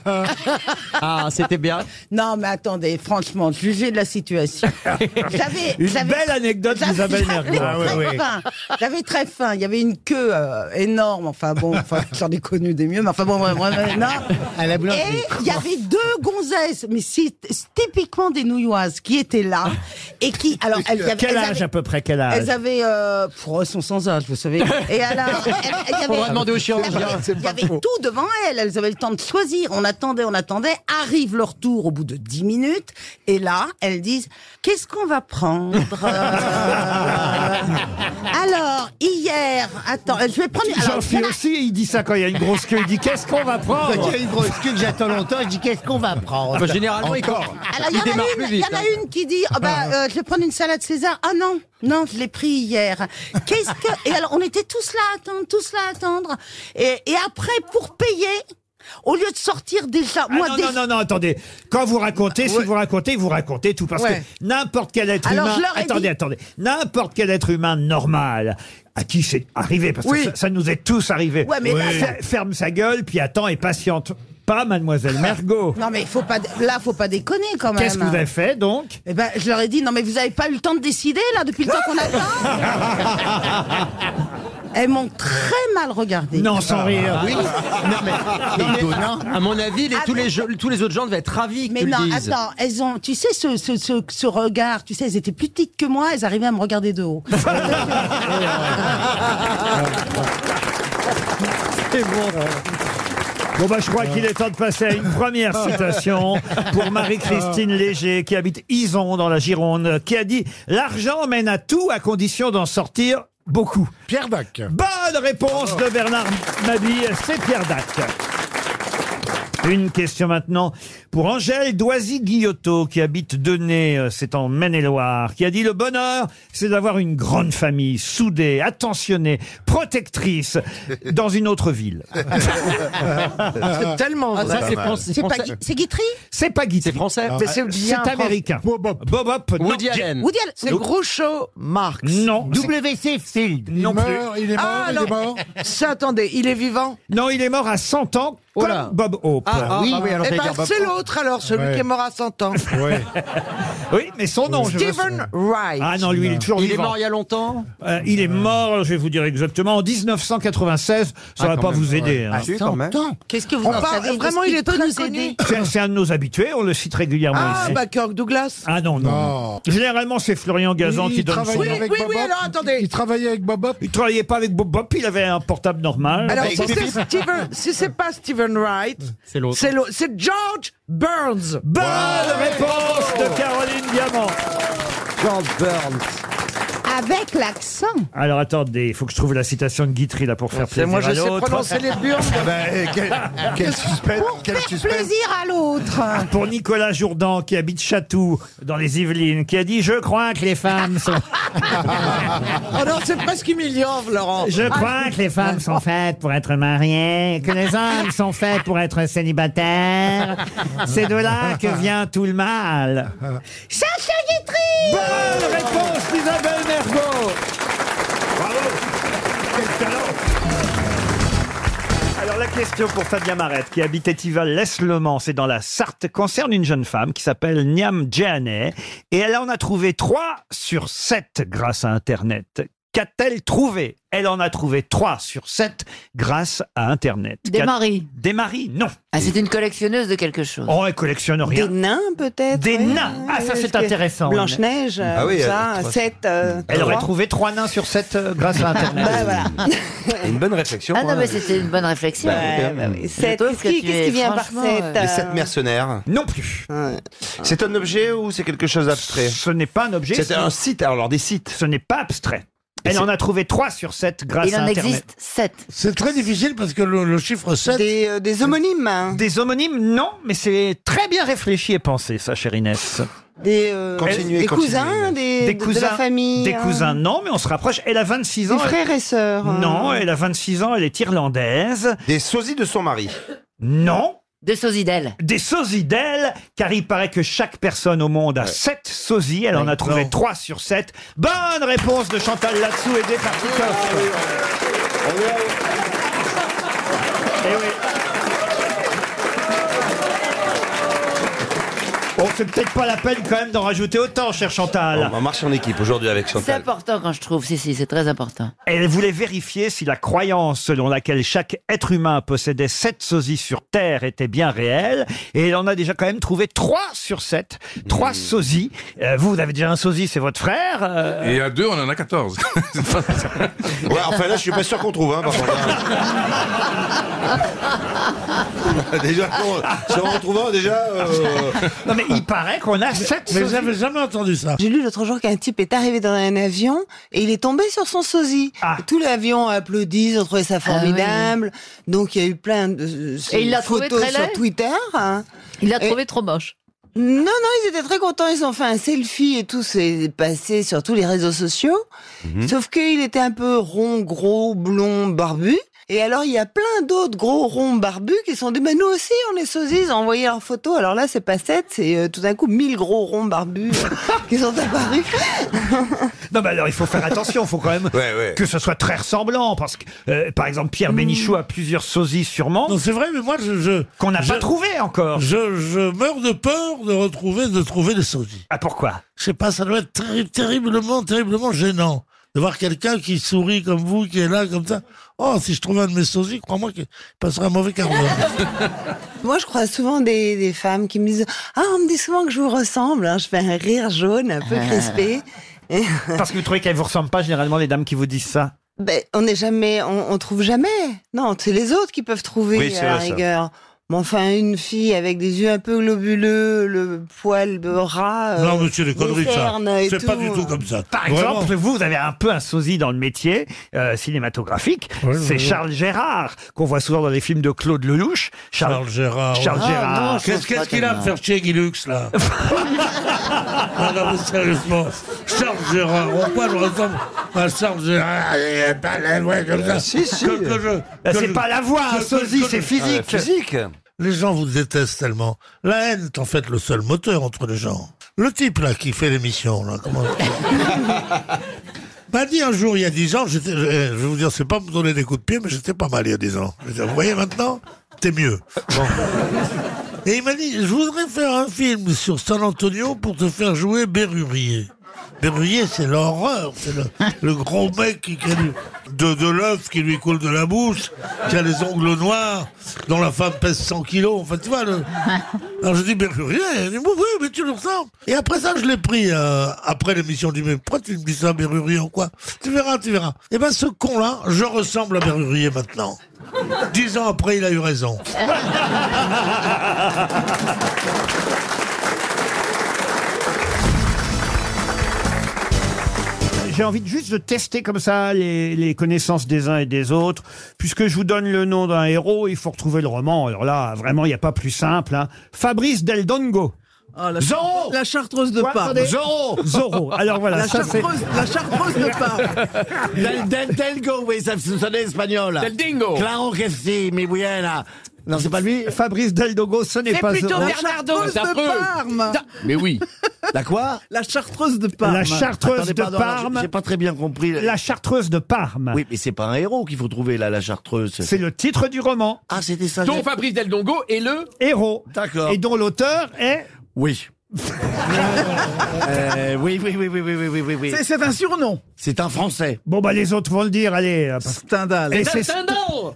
[SPEAKER 11] Ah, c'était bien. Non, mais attendez, franchement, jugez de la situation. J'avais
[SPEAKER 1] Une
[SPEAKER 11] j'avais-
[SPEAKER 1] belle anecdote
[SPEAKER 11] j'avais-
[SPEAKER 1] d'Isabelle
[SPEAKER 11] j'avais
[SPEAKER 1] Mergo. Ah,
[SPEAKER 11] très
[SPEAKER 1] ouais, ouais.
[SPEAKER 11] faim. J'avais très faim. Il y avait une queue euh, énorme. Enfin bon, enfin, j'en ai connu des mieux, mais enfin bon, bref, bref, bref, Euh, non. Et il y avait deux gonzesses, mais c'est typiquement des nouilloises qui étaient là et qui, alors, elles, y avaient-
[SPEAKER 1] Quel
[SPEAKER 11] elles
[SPEAKER 1] âge
[SPEAKER 11] avaient-
[SPEAKER 1] à peu près Quel âge
[SPEAKER 11] elles avaient, euh, pour eux, sont sans âge, vous savez. Et alors, elles- elles- il y
[SPEAKER 2] On
[SPEAKER 11] avait-
[SPEAKER 2] va demander au chirurgien.
[SPEAKER 11] il y avait-
[SPEAKER 2] C'est
[SPEAKER 11] Il y
[SPEAKER 2] pas
[SPEAKER 11] avait
[SPEAKER 2] faux.
[SPEAKER 11] tout devant elles. Elles avaient le temps de choisir. On attendait, on attendait. Arrive leur tour au bout de 10 minutes. Et là, elles disent Qu'est-ce qu'on va prendre Euh, Alors, hier, attends, je vais prendre.
[SPEAKER 1] J'en
[SPEAKER 11] Alors,
[SPEAKER 1] suis aussi, il dit ça quand il y a une grosse queue. Il dit qu'est-ce qu'on va prendre
[SPEAKER 8] Quand il y a une grosse queue que j'attends longtemps, je dis qu'est-ce qu'on va prendre
[SPEAKER 1] Bah, généralement, il
[SPEAKER 8] Encore.
[SPEAKER 11] Alors, il y, en a une- il y en a
[SPEAKER 1] hein.
[SPEAKER 11] une qui dit Ah bah, euh, Je vais prendre une salade César. Ah non, non, je l'ai pris hier. Qu'est-ce que. Et alors, on était tous là à attendre, tous là à attendre. Et, et après, pour payer, au lieu de sortir déjà.
[SPEAKER 1] Ah
[SPEAKER 11] moi,
[SPEAKER 1] non,
[SPEAKER 11] dé-
[SPEAKER 1] non, non, non, attendez. Quand vous racontez, si vous racontez, vous racontez tout. Parce
[SPEAKER 11] Ouais.
[SPEAKER 1] que n'importe quel être
[SPEAKER 11] Alors,
[SPEAKER 1] humain.
[SPEAKER 11] je leur ai
[SPEAKER 1] Attendez,
[SPEAKER 11] dit-
[SPEAKER 1] attendez. N'importe quel être humain normal. À qui c'est arrivé, parce
[SPEAKER 11] Oui.
[SPEAKER 1] que ça, ça nous est tous arrivé.
[SPEAKER 11] Ouais, mais là,
[SPEAKER 1] Fer- Ferme sa gueule, puis attends et patiente. pas Mademoiselle Mergot.
[SPEAKER 11] Non mais faut pas, là faut pas déconner quand même.
[SPEAKER 1] Qu'est-ce que vous avez fait donc
[SPEAKER 11] Eh ben, je leur ai dit non mais vous avez pas eu le temps de décider là depuis le temps qu'on attend. Elles m'ont très mal regardé.
[SPEAKER 1] Non sans rire.
[SPEAKER 2] Ah, Oui. Non, mais, non, mais, à mon avis, les- tous, les, gens- tous les autres gens devaient être ravis que
[SPEAKER 11] Mais
[SPEAKER 2] tu
[SPEAKER 11] non,
[SPEAKER 2] le dises.
[SPEAKER 11] attends, elles ont, tu sais, ce, ce, ce, ce regard, tu sais, elles étaient plus petites que moi, elles arrivaient à me regarder de haut.
[SPEAKER 1] C'est bon. Bon bah je crois qu'il est temps de passer à une première citation pour Marie-Christine Léger qui habite Ison dans la Gironde qui a dit l'argent mène à tout à condition d'en sortir beaucoup. Pierre Dac. Bonne réponse de Bernard Mabille, c'est Pierre Dac. Une question maintenant pour Angèle Doisy-Guillotot qui habite Denay, euh, c'est en Maine-et-Loire, qui a dit le bonheur, c'est d'avoir une grande famille, soudée, attentionnée, protectrice, dans une autre ville.
[SPEAKER 2] C'est tellement Ah, ça, vrai. c'est français-
[SPEAKER 11] C'est pas
[SPEAKER 2] français.
[SPEAKER 11] Guy- C'est Guitry
[SPEAKER 1] C'est pas Guy. C'est
[SPEAKER 2] français.
[SPEAKER 1] Mais euh, c'est bien français. américain. Bob Hop. Bob Hop, non.
[SPEAKER 2] Ah, Woody Allen.
[SPEAKER 1] Woody Allen.
[SPEAKER 2] C'est
[SPEAKER 1] Non.
[SPEAKER 2] Groucho Marx.
[SPEAKER 1] Non.
[SPEAKER 2] W.C. Field.
[SPEAKER 1] Non plus. meurt, il est mort,
[SPEAKER 2] ah,
[SPEAKER 1] il
[SPEAKER 2] non.
[SPEAKER 1] est mort.
[SPEAKER 2] Ça, attendez, il est vivant
[SPEAKER 1] Non, il est mort à 100 ans,
[SPEAKER 2] Oh
[SPEAKER 1] comme
[SPEAKER 2] là.
[SPEAKER 1] Bob Hope.
[SPEAKER 2] Ah, ah, oui.
[SPEAKER 1] alors
[SPEAKER 2] eh
[SPEAKER 1] j'allais
[SPEAKER 2] ben,
[SPEAKER 1] dire Bob
[SPEAKER 2] c'est
[SPEAKER 1] Hope.
[SPEAKER 2] l'autre alors, celui
[SPEAKER 1] Ouais.
[SPEAKER 2] qui est mort à 100 ans.
[SPEAKER 1] Oui, mais son nom, je veux-
[SPEAKER 2] Stephen Wright.
[SPEAKER 1] Ah non, lui, il est toujours
[SPEAKER 2] Il
[SPEAKER 1] vivant.
[SPEAKER 2] est mort il y a longtemps
[SPEAKER 1] Euh, il est mort, je vais vous dire exactement, en 1996. Ça
[SPEAKER 2] Ah,
[SPEAKER 1] va
[SPEAKER 2] quand
[SPEAKER 1] pas
[SPEAKER 2] même,
[SPEAKER 1] vous
[SPEAKER 2] ouais.
[SPEAKER 1] aider. hein.
[SPEAKER 2] Ah, si, quand même. Attends,
[SPEAKER 11] Qu'est-ce que
[SPEAKER 2] vous en savez de ce qu'il peut nous aider
[SPEAKER 1] C'est- C'est un de nos habitués, on le cite régulièrement
[SPEAKER 2] Ah,
[SPEAKER 1] ici.
[SPEAKER 2] bah Kirk Douglas.
[SPEAKER 1] Ah non, non, non. Généralement, c'est Florian Gazan qui donne son
[SPEAKER 2] Oui,
[SPEAKER 1] nom.
[SPEAKER 2] oui, oui, alors attendez. Il travaillait avec Bob Hop
[SPEAKER 1] Il travaillait pas avec Bob Bop, il avait un portable normal.
[SPEAKER 2] Alors, si c'est Steven- si c'est pas Steven Wright,
[SPEAKER 1] C'est l'autre.
[SPEAKER 2] l'au- Mm. C'est George Burns.
[SPEAKER 1] Bonne réponse de Caroline Diamant.
[SPEAKER 2] George Burns.
[SPEAKER 11] Avec l'accent.
[SPEAKER 1] Alors attendez, il faut que je trouve la citation de Guitry là pour faire
[SPEAKER 2] C'est
[SPEAKER 1] plaisir
[SPEAKER 2] moi, je
[SPEAKER 1] à
[SPEAKER 2] sais
[SPEAKER 1] l'autre.
[SPEAKER 2] prononcer les burnes. euh,
[SPEAKER 1] suspense,
[SPEAKER 11] Pour faire plaisir à l'autre.
[SPEAKER 1] Pour Nicolas Jourdan qui habite Chatou dans les Yvelines, qui a dit je crois que les femmes sont
[SPEAKER 2] Oh non, c'est presque humiliant, Laurent.
[SPEAKER 1] je crois que les femmes sont faites pour être mariées, que les hommes sont faits pour être célibataires. C'est de là que vient tout le mal.
[SPEAKER 11] Sacha Guitry
[SPEAKER 1] Bonne réponse d'Isabelle Mergo. Alors la question pour Fabien Marette, qui habite Étival le mans c'est dans la Sarthe, concerne une jeune femme qui s'appelle Niam Djehanet, et elle en a trouvé 3 sur 7 grâce à Internet. Qu'a-t-elle trouvé Elle en a trouvé 3 sur 7 grâce à Internet.
[SPEAKER 7] Des
[SPEAKER 1] Qu'a-
[SPEAKER 7] maris.
[SPEAKER 1] Des maris, non.
[SPEAKER 7] Ah, c'est une collectionneuse de quelque chose.
[SPEAKER 1] Oh, elle collectionne rien.
[SPEAKER 7] Des nains, peut-être
[SPEAKER 1] Des nains Ah, ça, c'est intéressant.
[SPEAKER 7] Blanche-Neige, euh,
[SPEAKER 1] Ah oui,
[SPEAKER 7] tout
[SPEAKER 1] elle-
[SPEAKER 7] ça, euh,
[SPEAKER 1] trois-
[SPEAKER 7] 7,
[SPEAKER 1] Elle aurait trouvé 3 nains sur 7
[SPEAKER 2] euh,
[SPEAKER 1] grâce à Internet.
[SPEAKER 7] bah,
[SPEAKER 23] Une bonne réflexion.
[SPEAKER 7] Ah non,
[SPEAKER 23] hein.
[SPEAKER 2] ben,
[SPEAKER 7] mais c'était une bonne réflexion.
[SPEAKER 23] Bah,
[SPEAKER 7] Ouais,
[SPEAKER 2] hein.
[SPEAKER 23] oui.
[SPEAKER 7] bah oui.
[SPEAKER 23] Je
[SPEAKER 7] Sept,
[SPEAKER 23] trouve
[SPEAKER 7] qu'est-ce
[SPEAKER 23] que
[SPEAKER 7] qui,
[SPEAKER 23] tu
[SPEAKER 7] qu'est-ce
[SPEAKER 23] es
[SPEAKER 7] qui vient par
[SPEAKER 23] franchement,
[SPEAKER 7] 7
[SPEAKER 23] euh, Les sept mercenaires.
[SPEAKER 1] Non plus.
[SPEAKER 23] C'est un objet ou c'est quelque chose d'abstrait
[SPEAKER 1] Ce n'est pas un objet.
[SPEAKER 23] C'est
[SPEAKER 1] c'est-
[SPEAKER 23] un site, alors des sites.
[SPEAKER 1] Ce n'est pas abstrait. Elle en a trouvé 3 sur 7 grâce
[SPEAKER 7] Il
[SPEAKER 1] à
[SPEAKER 7] en
[SPEAKER 1] Internet.
[SPEAKER 7] existe 7.
[SPEAKER 6] C'est très difficile parce que le, le chiffre 7.
[SPEAKER 7] Des, euh, des homonymes. hein.
[SPEAKER 1] Des homonymes, non, mais c'est très bien réfléchi et pensé, ça, chère Inès.
[SPEAKER 7] Des, euh,
[SPEAKER 1] Continuez,
[SPEAKER 7] des
[SPEAKER 1] continuez.
[SPEAKER 7] cousins, des, de- de la famille.
[SPEAKER 1] Des
[SPEAKER 7] hein.
[SPEAKER 1] cousins, non, mais on se rapproche. Elle a 26
[SPEAKER 7] Des
[SPEAKER 1] ans.
[SPEAKER 7] frères et sœurs. hein.
[SPEAKER 1] Non, elle a 26 ans, elle est irlandaise.
[SPEAKER 23] Des sosies de son mari.
[SPEAKER 1] Non.
[SPEAKER 7] Des sosies d'elle.
[SPEAKER 1] Des sosies d'elle, car il paraît que chaque personne au monde a 7 sosies. Elle en a trouvé 3 sur 7. Bonne réponse de Chantal Latsou, aidée par Titoff. Eh oui. On fait peut-être pas la peine quand même d'en rajouter autant, cher Chantal.
[SPEAKER 23] On marche en équipe aujourd'hui avec
[SPEAKER 7] C'est
[SPEAKER 23] Chantal.
[SPEAKER 7] important quand je trouve, si, si, c'est très important.
[SPEAKER 1] Elle voulait vérifier si la croyance selon laquelle chaque être humain possédait 7 sosies sur Terre était bien réelle. Et elle en a déjà quand même trouvé 3 sur 7. 3 sosies. Euh, vous, vous avez déjà un sosie, c'est votre frère. euh,
[SPEAKER 18] Et à deux, on en a 14.
[SPEAKER 23] Ouais, enfin là, je suis pas sûr qu'on trouve. Hein, par
[SPEAKER 22] Ah,
[SPEAKER 23] contre. déjà, qu'on- si on en trouvant, déjà.
[SPEAKER 22] euh.
[SPEAKER 1] Non, mais il paraît qu'on a 7
[SPEAKER 6] Mais j'avais jamais entendu ça.
[SPEAKER 7] J'ai lu l'autre jour qu'un type est arrivé dans un avion et il est tombé sur son sosie.
[SPEAKER 1] Ah.
[SPEAKER 7] Et Tout l'avion a applaudi, ils ont trouvé ça formidable. Donc il y a eu plein de euh,
[SPEAKER 15] Et il l'a trouvé
[SPEAKER 7] photos
[SPEAKER 15] très laid
[SPEAKER 7] sur Twitter. Il l'a trouvé trop moche. Non, non, ils étaient très contents, ils ont fait un selfie et tout s'est passé sur tous les réseaux sociaux. Sauf qu'il était un peu rond, gros, blond, barbu. Et alors, il y a plein d'autres gros ronds barbus qui sont dit, bah, nous aussi, on est sosies, ils ont envoyé leurs photos. Alors là, c'est pas sept, c'est euh, tout d'un coup 1000 gros ronds barbus euh, qui sont apparus.
[SPEAKER 1] Non, mais alors il faut faire attention, il faut quand même que ce soit très ressemblant. Parce que, euh, par exemple, Pierre Bénichou a plusieurs sosies sûrement.
[SPEAKER 6] Hmm. Non, c'est vrai, mais moi, je. je-
[SPEAKER 1] qu'on n'a
[SPEAKER 6] je-
[SPEAKER 1] pas trouvé encore.
[SPEAKER 6] Je, je meurs de peur de retrouver, de trouver des sosies.
[SPEAKER 1] Ah, pourquoi
[SPEAKER 6] Je sais pas, ça doit être terri- terriblement, terriblement gênant de voir quelqu'un qui sourit comme vous, qui est là, comme ça. Oh, si je trouvais un de mes sosies, crois-moi qu'il passerait un mauvais quart d'heure.
[SPEAKER 7] Moi, je croise souvent des, des femmes qui me disent Ah, on me dit souvent que je vous ressemble. hein. Je fais un rire jaune, un peu
[SPEAKER 1] Ah.
[SPEAKER 7] crispé. Et-
[SPEAKER 1] Parce que vous trouvez qu'elles vous ressemblent pas généralement les dames qui vous disent ça.
[SPEAKER 7] Ben, on n'est jamais, on, on trouve jamais. Non, c'est les autres qui peuvent trouver
[SPEAKER 1] Oui, c'est
[SPEAKER 7] à la
[SPEAKER 1] vrai, ça.
[SPEAKER 7] rigueur. Mais enfin, une fille avec des yeux un peu globuleux, le poil de rat. euh,
[SPEAKER 6] non, monsieur, les
[SPEAKER 7] des
[SPEAKER 6] conneries, de ça.
[SPEAKER 7] cernes et
[SPEAKER 6] C'est pas du tout comme ça.
[SPEAKER 1] Par
[SPEAKER 6] Vraiment.
[SPEAKER 1] exemple, vous, vous avez un peu un sosie dans le métier euh, cinématographique.
[SPEAKER 6] Oui, oui,
[SPEAKER 1] c'est
[SPEAKER 6] oui.
[SPEAKER 1] Charles Gérard, qu'on voit souvent dans les films de Claude Lelouch. Charles,
[SPEAKER 6] Gérard.
[SPEAKER 1] Charles
[SPEAKER 6] Ah,
[SPEAKER 1] Gérard.
[SPEAKER 6] non, je Qu'est-ce- pense qu'est-ce pas qu'il a à tellement. me faire chez Guilux, là Ah non, mais sérieusement, Charles Gérard, pourquoi je ressemble à Charles Gérard Ah, Il a pas la voix comme ça.
[SPEAKER 1] Si, si.
[SPEAKER 6] Que- que je-
[SPEAKER 1] Ah,
[SPEAKER 6] que
[SPEAKER 1] c'est
[SPEAKER 6] je-
[SPEAKER 1] pas la voix,
[SPEAKER 6] que-
[SPEAKER 1] un
[SPEAKER 6] que-
[SPEAKER 1] sosie,
[SPEAKER 6] que-
[SPEAKER 1] c'est physique. Ah, physique.
[SPEAKER 6] Les gens vous détestent tellement. La haine est en fait le seul moteur entre les gens. Le type, là, qui fait l'émission, là, comment... m'a dit un jour, il y a 10 ans, j'étais- je je vais vous dire, c'est pas me donner des coups de pied, mais j'étais pas mal il y a 10 ans. Je dis, vous voyez maintenant, t'es mieux. Bon. Et il m'a dit, je voudrais faire un film sur San Antonio pour te faire jouer Berrurier. Berrurier, c'est l'horreur, c'est le, le gros mec qui, qui a du- de, de l'œuf qui lui coule de la bouche, qui a les ongles noirs, dont la femme pèse 100 kilos. Enfin, tu vois, le-
[SPEAKER 2] Oh,
[SPEAKER 6] alors je dis, Berrurier, il dit, oui, oui, mais tu le ressembles. Et après ça, je l'ai pris, euh, après l'émission, je dis, mais pourquoi tu me dis ça, Berrurier, ou quoi Tu verras, tu verras. Et ben ce con-là, je ressemble à Berrurier maintenant. Dix ans après, il a eu raison.
[SPEAKER 1] J'ai envie de juste de tester comme ça les, les connaissances des uns et des autres. Puisque je vous donne le nom d'un héros, il faut retrouver le roman. Alors là, vraiment, il n'y a pas plus simple. hein. Fabrice Del Dongo.
[SPEAKER 2] Ah, la,
[SPEAKER 1] Zorro
[SPEAKER 2] la chartreuse de
[SPEAKER 1] Ouais,
[SPEAKER 2] Parme.
[SPEAKER 1] attendez.
[SPEAKER 2] Oh,
[SPEAKER 1] Zorro. Alors voilà,
[SPEAKER 2] La
[SPEAKER 1] ça, c'est-
[SPEAKER 2] chartreuse, la chartreuse de Parme.
[SPEAKER 20] Del, del Delgo, oui, ça ça sonne espagnol.
[SPEAKER 1] Del Dingo.
[SPEAKER 20] Claro que si, mi buena. Non, c'est pas lui
[SPEAKER 1] Fabrice Del Dongo, ce n'est
[SPEAKER 2] C'est
[SPEAKER 1] pas
[SPEAKER 2] plutôt
[SPEAKER 1] Zorro.
[SPEAKER 2] La chartreuse de Parme.
[SPEAKER 20] Mais oui. La quoi
[SPEAKER 2] La chartreuse de Parme.
[SPEAKER 1] La chartreuse
[SPEAKER 20] Attendez,
[SPEAKER 1] de
[SPEAKER 20] pardon, alors,
[SPEAKER 1] Parme.
[SPEAKER 20] J'ai pas très bien compris.
[SPEAKER 1] La chartreuse de Parme.
[SPEAKER 20] Oui, mais c'est pas un héros qu'il faut trouver là, la chartreuse.
[SPEAKER 1] C'est le titre du roman.
[SPEAKER 20] Ah, c'était ça.
[SPEAKER 1] Donc,
[SPEAKER 20] j'ai-
[SPEAKER 1] Fabrice Del Dongo est le héros.
[SPEAKER 20] D'accord.
[SPEAKER 1] Et dont l'auteur est
[SPEAKER 20] Oui. Euh, oui, oui, oui, oui, oui, oui, oui, oui, oui.
[SPEAKER 2] C'est- C'est un surnom.
[SPEAKER 20] C'est un Français.
[SPEAKER 1] Bon, bah, les autres vont le dire, allez. euh, parce-
[SPEAKER 2] Stendhal.
[SPEAKER 1] Et c'est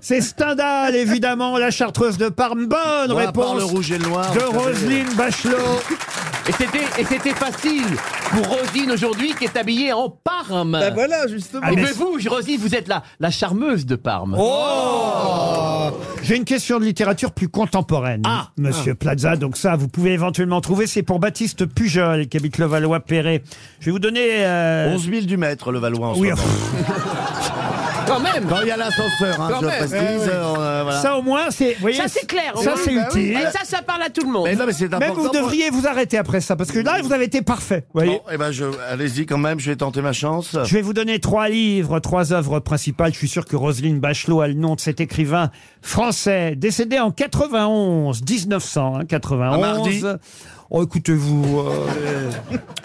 [SPEAKER 1] C'est Stendhal, évidemment, la chartreuse de Parme. Bonne
[SPEAKER 20] Bon, à part
[SPEAKER 1] réponse
[SPEAKER 20] le rouge et le noir,
[SPEAKER 1] de
[SPEAKER 20] vous savez.
[SPEAKER 1] Roselyne Bachelot.
[SPEAKER 17] Et c'était, et c'était facile pour Rosine aujourd'hui qui est habillée en Parme.
[SPEAKER 2] Ben voilà, justement.
[SPEAKER 17] et mais vous, Rosine, vous êtes la, la charmeuse de
[SPEAKER 20] Oh
[SPEAKER 17] Parme.
[SPEAKER 2] Oh.
[SPEAKER 1] Oh J'ai une question de littérature plus contemporaine,
[SPEAKER 20] Ah
[SPEAKER 1] monsieur Plaza. Donc ça, vous pouvez éventuellement trouver. C'est pour Baptiste Pujol, qui habite Levallois-Perret. Je vais vous donner... euh,
[SPEAKER 20] 11 000 du mètre, le Valois, en
[SPEAKER 1] Oui,
[SPEAKER 20] ce moment.
[SPEAKER 17] Quand même
[SPEAKER 20] Quand il y a l'ascenseur, hein,
[SPEAKER 17] Quand
[SPEAKER 20] je
[SPEAKER 17] même.
[SPEAKER 20] précise.
[SPEAKER 17] Eh oui.
[SPEAKER 20] euh, voilà.
[SPEAKER 1] Ça, au moins, c'est... vous voyez,
[SPEAKER 17] Ça c'est clair.
[SPEAKER 1] Ça,
[SPEAKER 17] oui.
[SPEAKER 1] c'est
[SPEAKER 17] Bah oui.
[SPEAKER 1] utile.
[SPEAKER 17] Et ça, ça parle à tout le monde.
[SPEAKER 20] Mais non, mais c'est
[SPEAKER 1] Même
[SPEAKER 20] important.
[SPEAKER 1] vous devriez vous arrêter après ça, parce que là, vous avez été parfait. vous voyez.
[SPEAKER 20] Bon, eh ben, je... allez-y quand même, je vais tenter ma chance.
[SPEAKER 1] Je vais vous donner trois livres, trois œuvres principales. Je suis sûr que Roselyne Bachelot a le nom de cet écrivain français, décédé en 91, 1900, hein, 91.
[SPEAKER 20] Un mardi.
[SPEAKER 1] Oh, écoutez-vous. euh,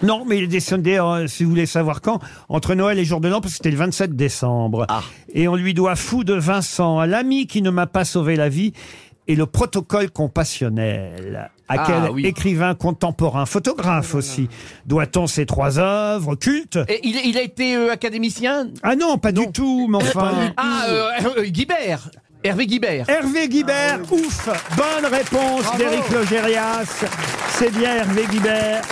[SPEAKER 1] non, mais il est décédé, euh, si vous voulez savoir quand, entre Noël et Jour de l'An, parce que c'était le 27 décembre. Et on lui doit Fou de Vincent, l'ami qui ne m'a pas sauvé la vie, et le protocole compassionnel. À
[SPEAKER 17] Ah,
[SPEAKER 1] quel
[SPEAKER 17] oui.
[SPEAKER 1] écrivain contemporain, photographe aussi, doit-on ces trois œuvres cultes
[SPEAKER 17] Et il, il a été euh, académicien
[SPEAKER 1] ah non, pas du tout, mais enfin.
[SPEAKER 17] Ah, euh, euh, Guibert. Hervé Guibert.
[SPEAKER 1] Hervé Guibert, ouf Bonne réponse d'Éric Logérias. C'est bien Hervé Guibert,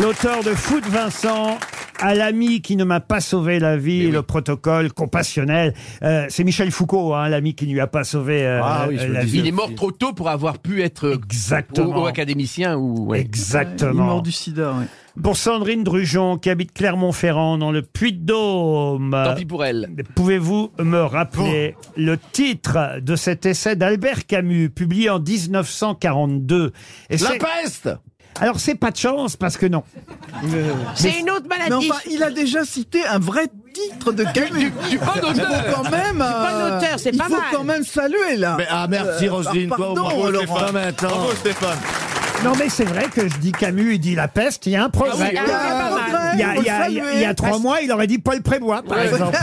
[SPEAKER 1] l'auteur de Fou de Vincent. À l'ami qui ne m'a pas sauvé la vie, le protocole compassionnel. Euh, c'est Michel Foucault, hein, l'ami qui ne lui a pas sauvé euh,
[SPEAKER 17] Ah
[SPEAKER 1] euh, la vie.
[SPEAKER 17] il est mort trop tôt pour avoir pu être
[SPEAKER 1] Exactement.
[SPEAKER 17] Ou, ou académicien ou ouais.
[SPEAKER 1] Exactement.
[SPEAKER 2] sida, oui.
[SPEAKER 1] Pour Sandrine Drujon, qui habite Clermont-Ferrand, dans le Puy-de-Dôme.
[SPEAKER 17] Tant pis pour elle.
[SPEAKER 1] Pouvez-vous me rappeler
[SPEAKER 2] Oh.
[SPEAKER 1] le titre de cet essai d'Albert Camus, publié en 1942
[SPEAKER 20] La
[SPEAKER 1] peste Alors, c'est pas de chance, parce que non.
[SPEAKER 17] C'est une autre maladie.
[SPEAKER 2] Mais enfin, il a déjà cité un vrai titre de comédie.
[SPEAKER 13] du bon auteur.
[SPEAKER 2] Il faut quand même.
[SPEAKER 13] Du bon
[SPEAKER 2] euh,
[SPEAKER 13] auteur, c'est
[SPEAKER 2] il
[SPEAKER 13] pas
[SPEAKER 2] faut
[SPEAKER 13] mal.
[SPEAKER 2] quand même saluer là.
[SPEAKER 13] Mais, ah, merci,
[SPEAKER 2] Roselyne, toi,
[SPEAKER 13] bravo,
[SPEAKER 2] bravo,
[SPEAKER 13] Laurent.
[SPEAKER 2] Stéphane.
[SPEAKER 13] Maintenant.
[SPEAKER 2] Bravo,
[SPEAKER 13] Stéphane.
[SPEAKER 1] Non mais c'est vrai que je dis Camus, il dit la peste, il y a un progrès.
[SPEAKER 2] Ah oui, ah oui, pas mal.
[SPEAKER 1] Il y a- il y a-
[SPEAKER 2] Faut le
[SPEAKER 1] il y a-
[SPEAKER 2] saluer.
[SPEAKER 1] il y a trois mois, il aurait dit Paul Prébois, par exemple.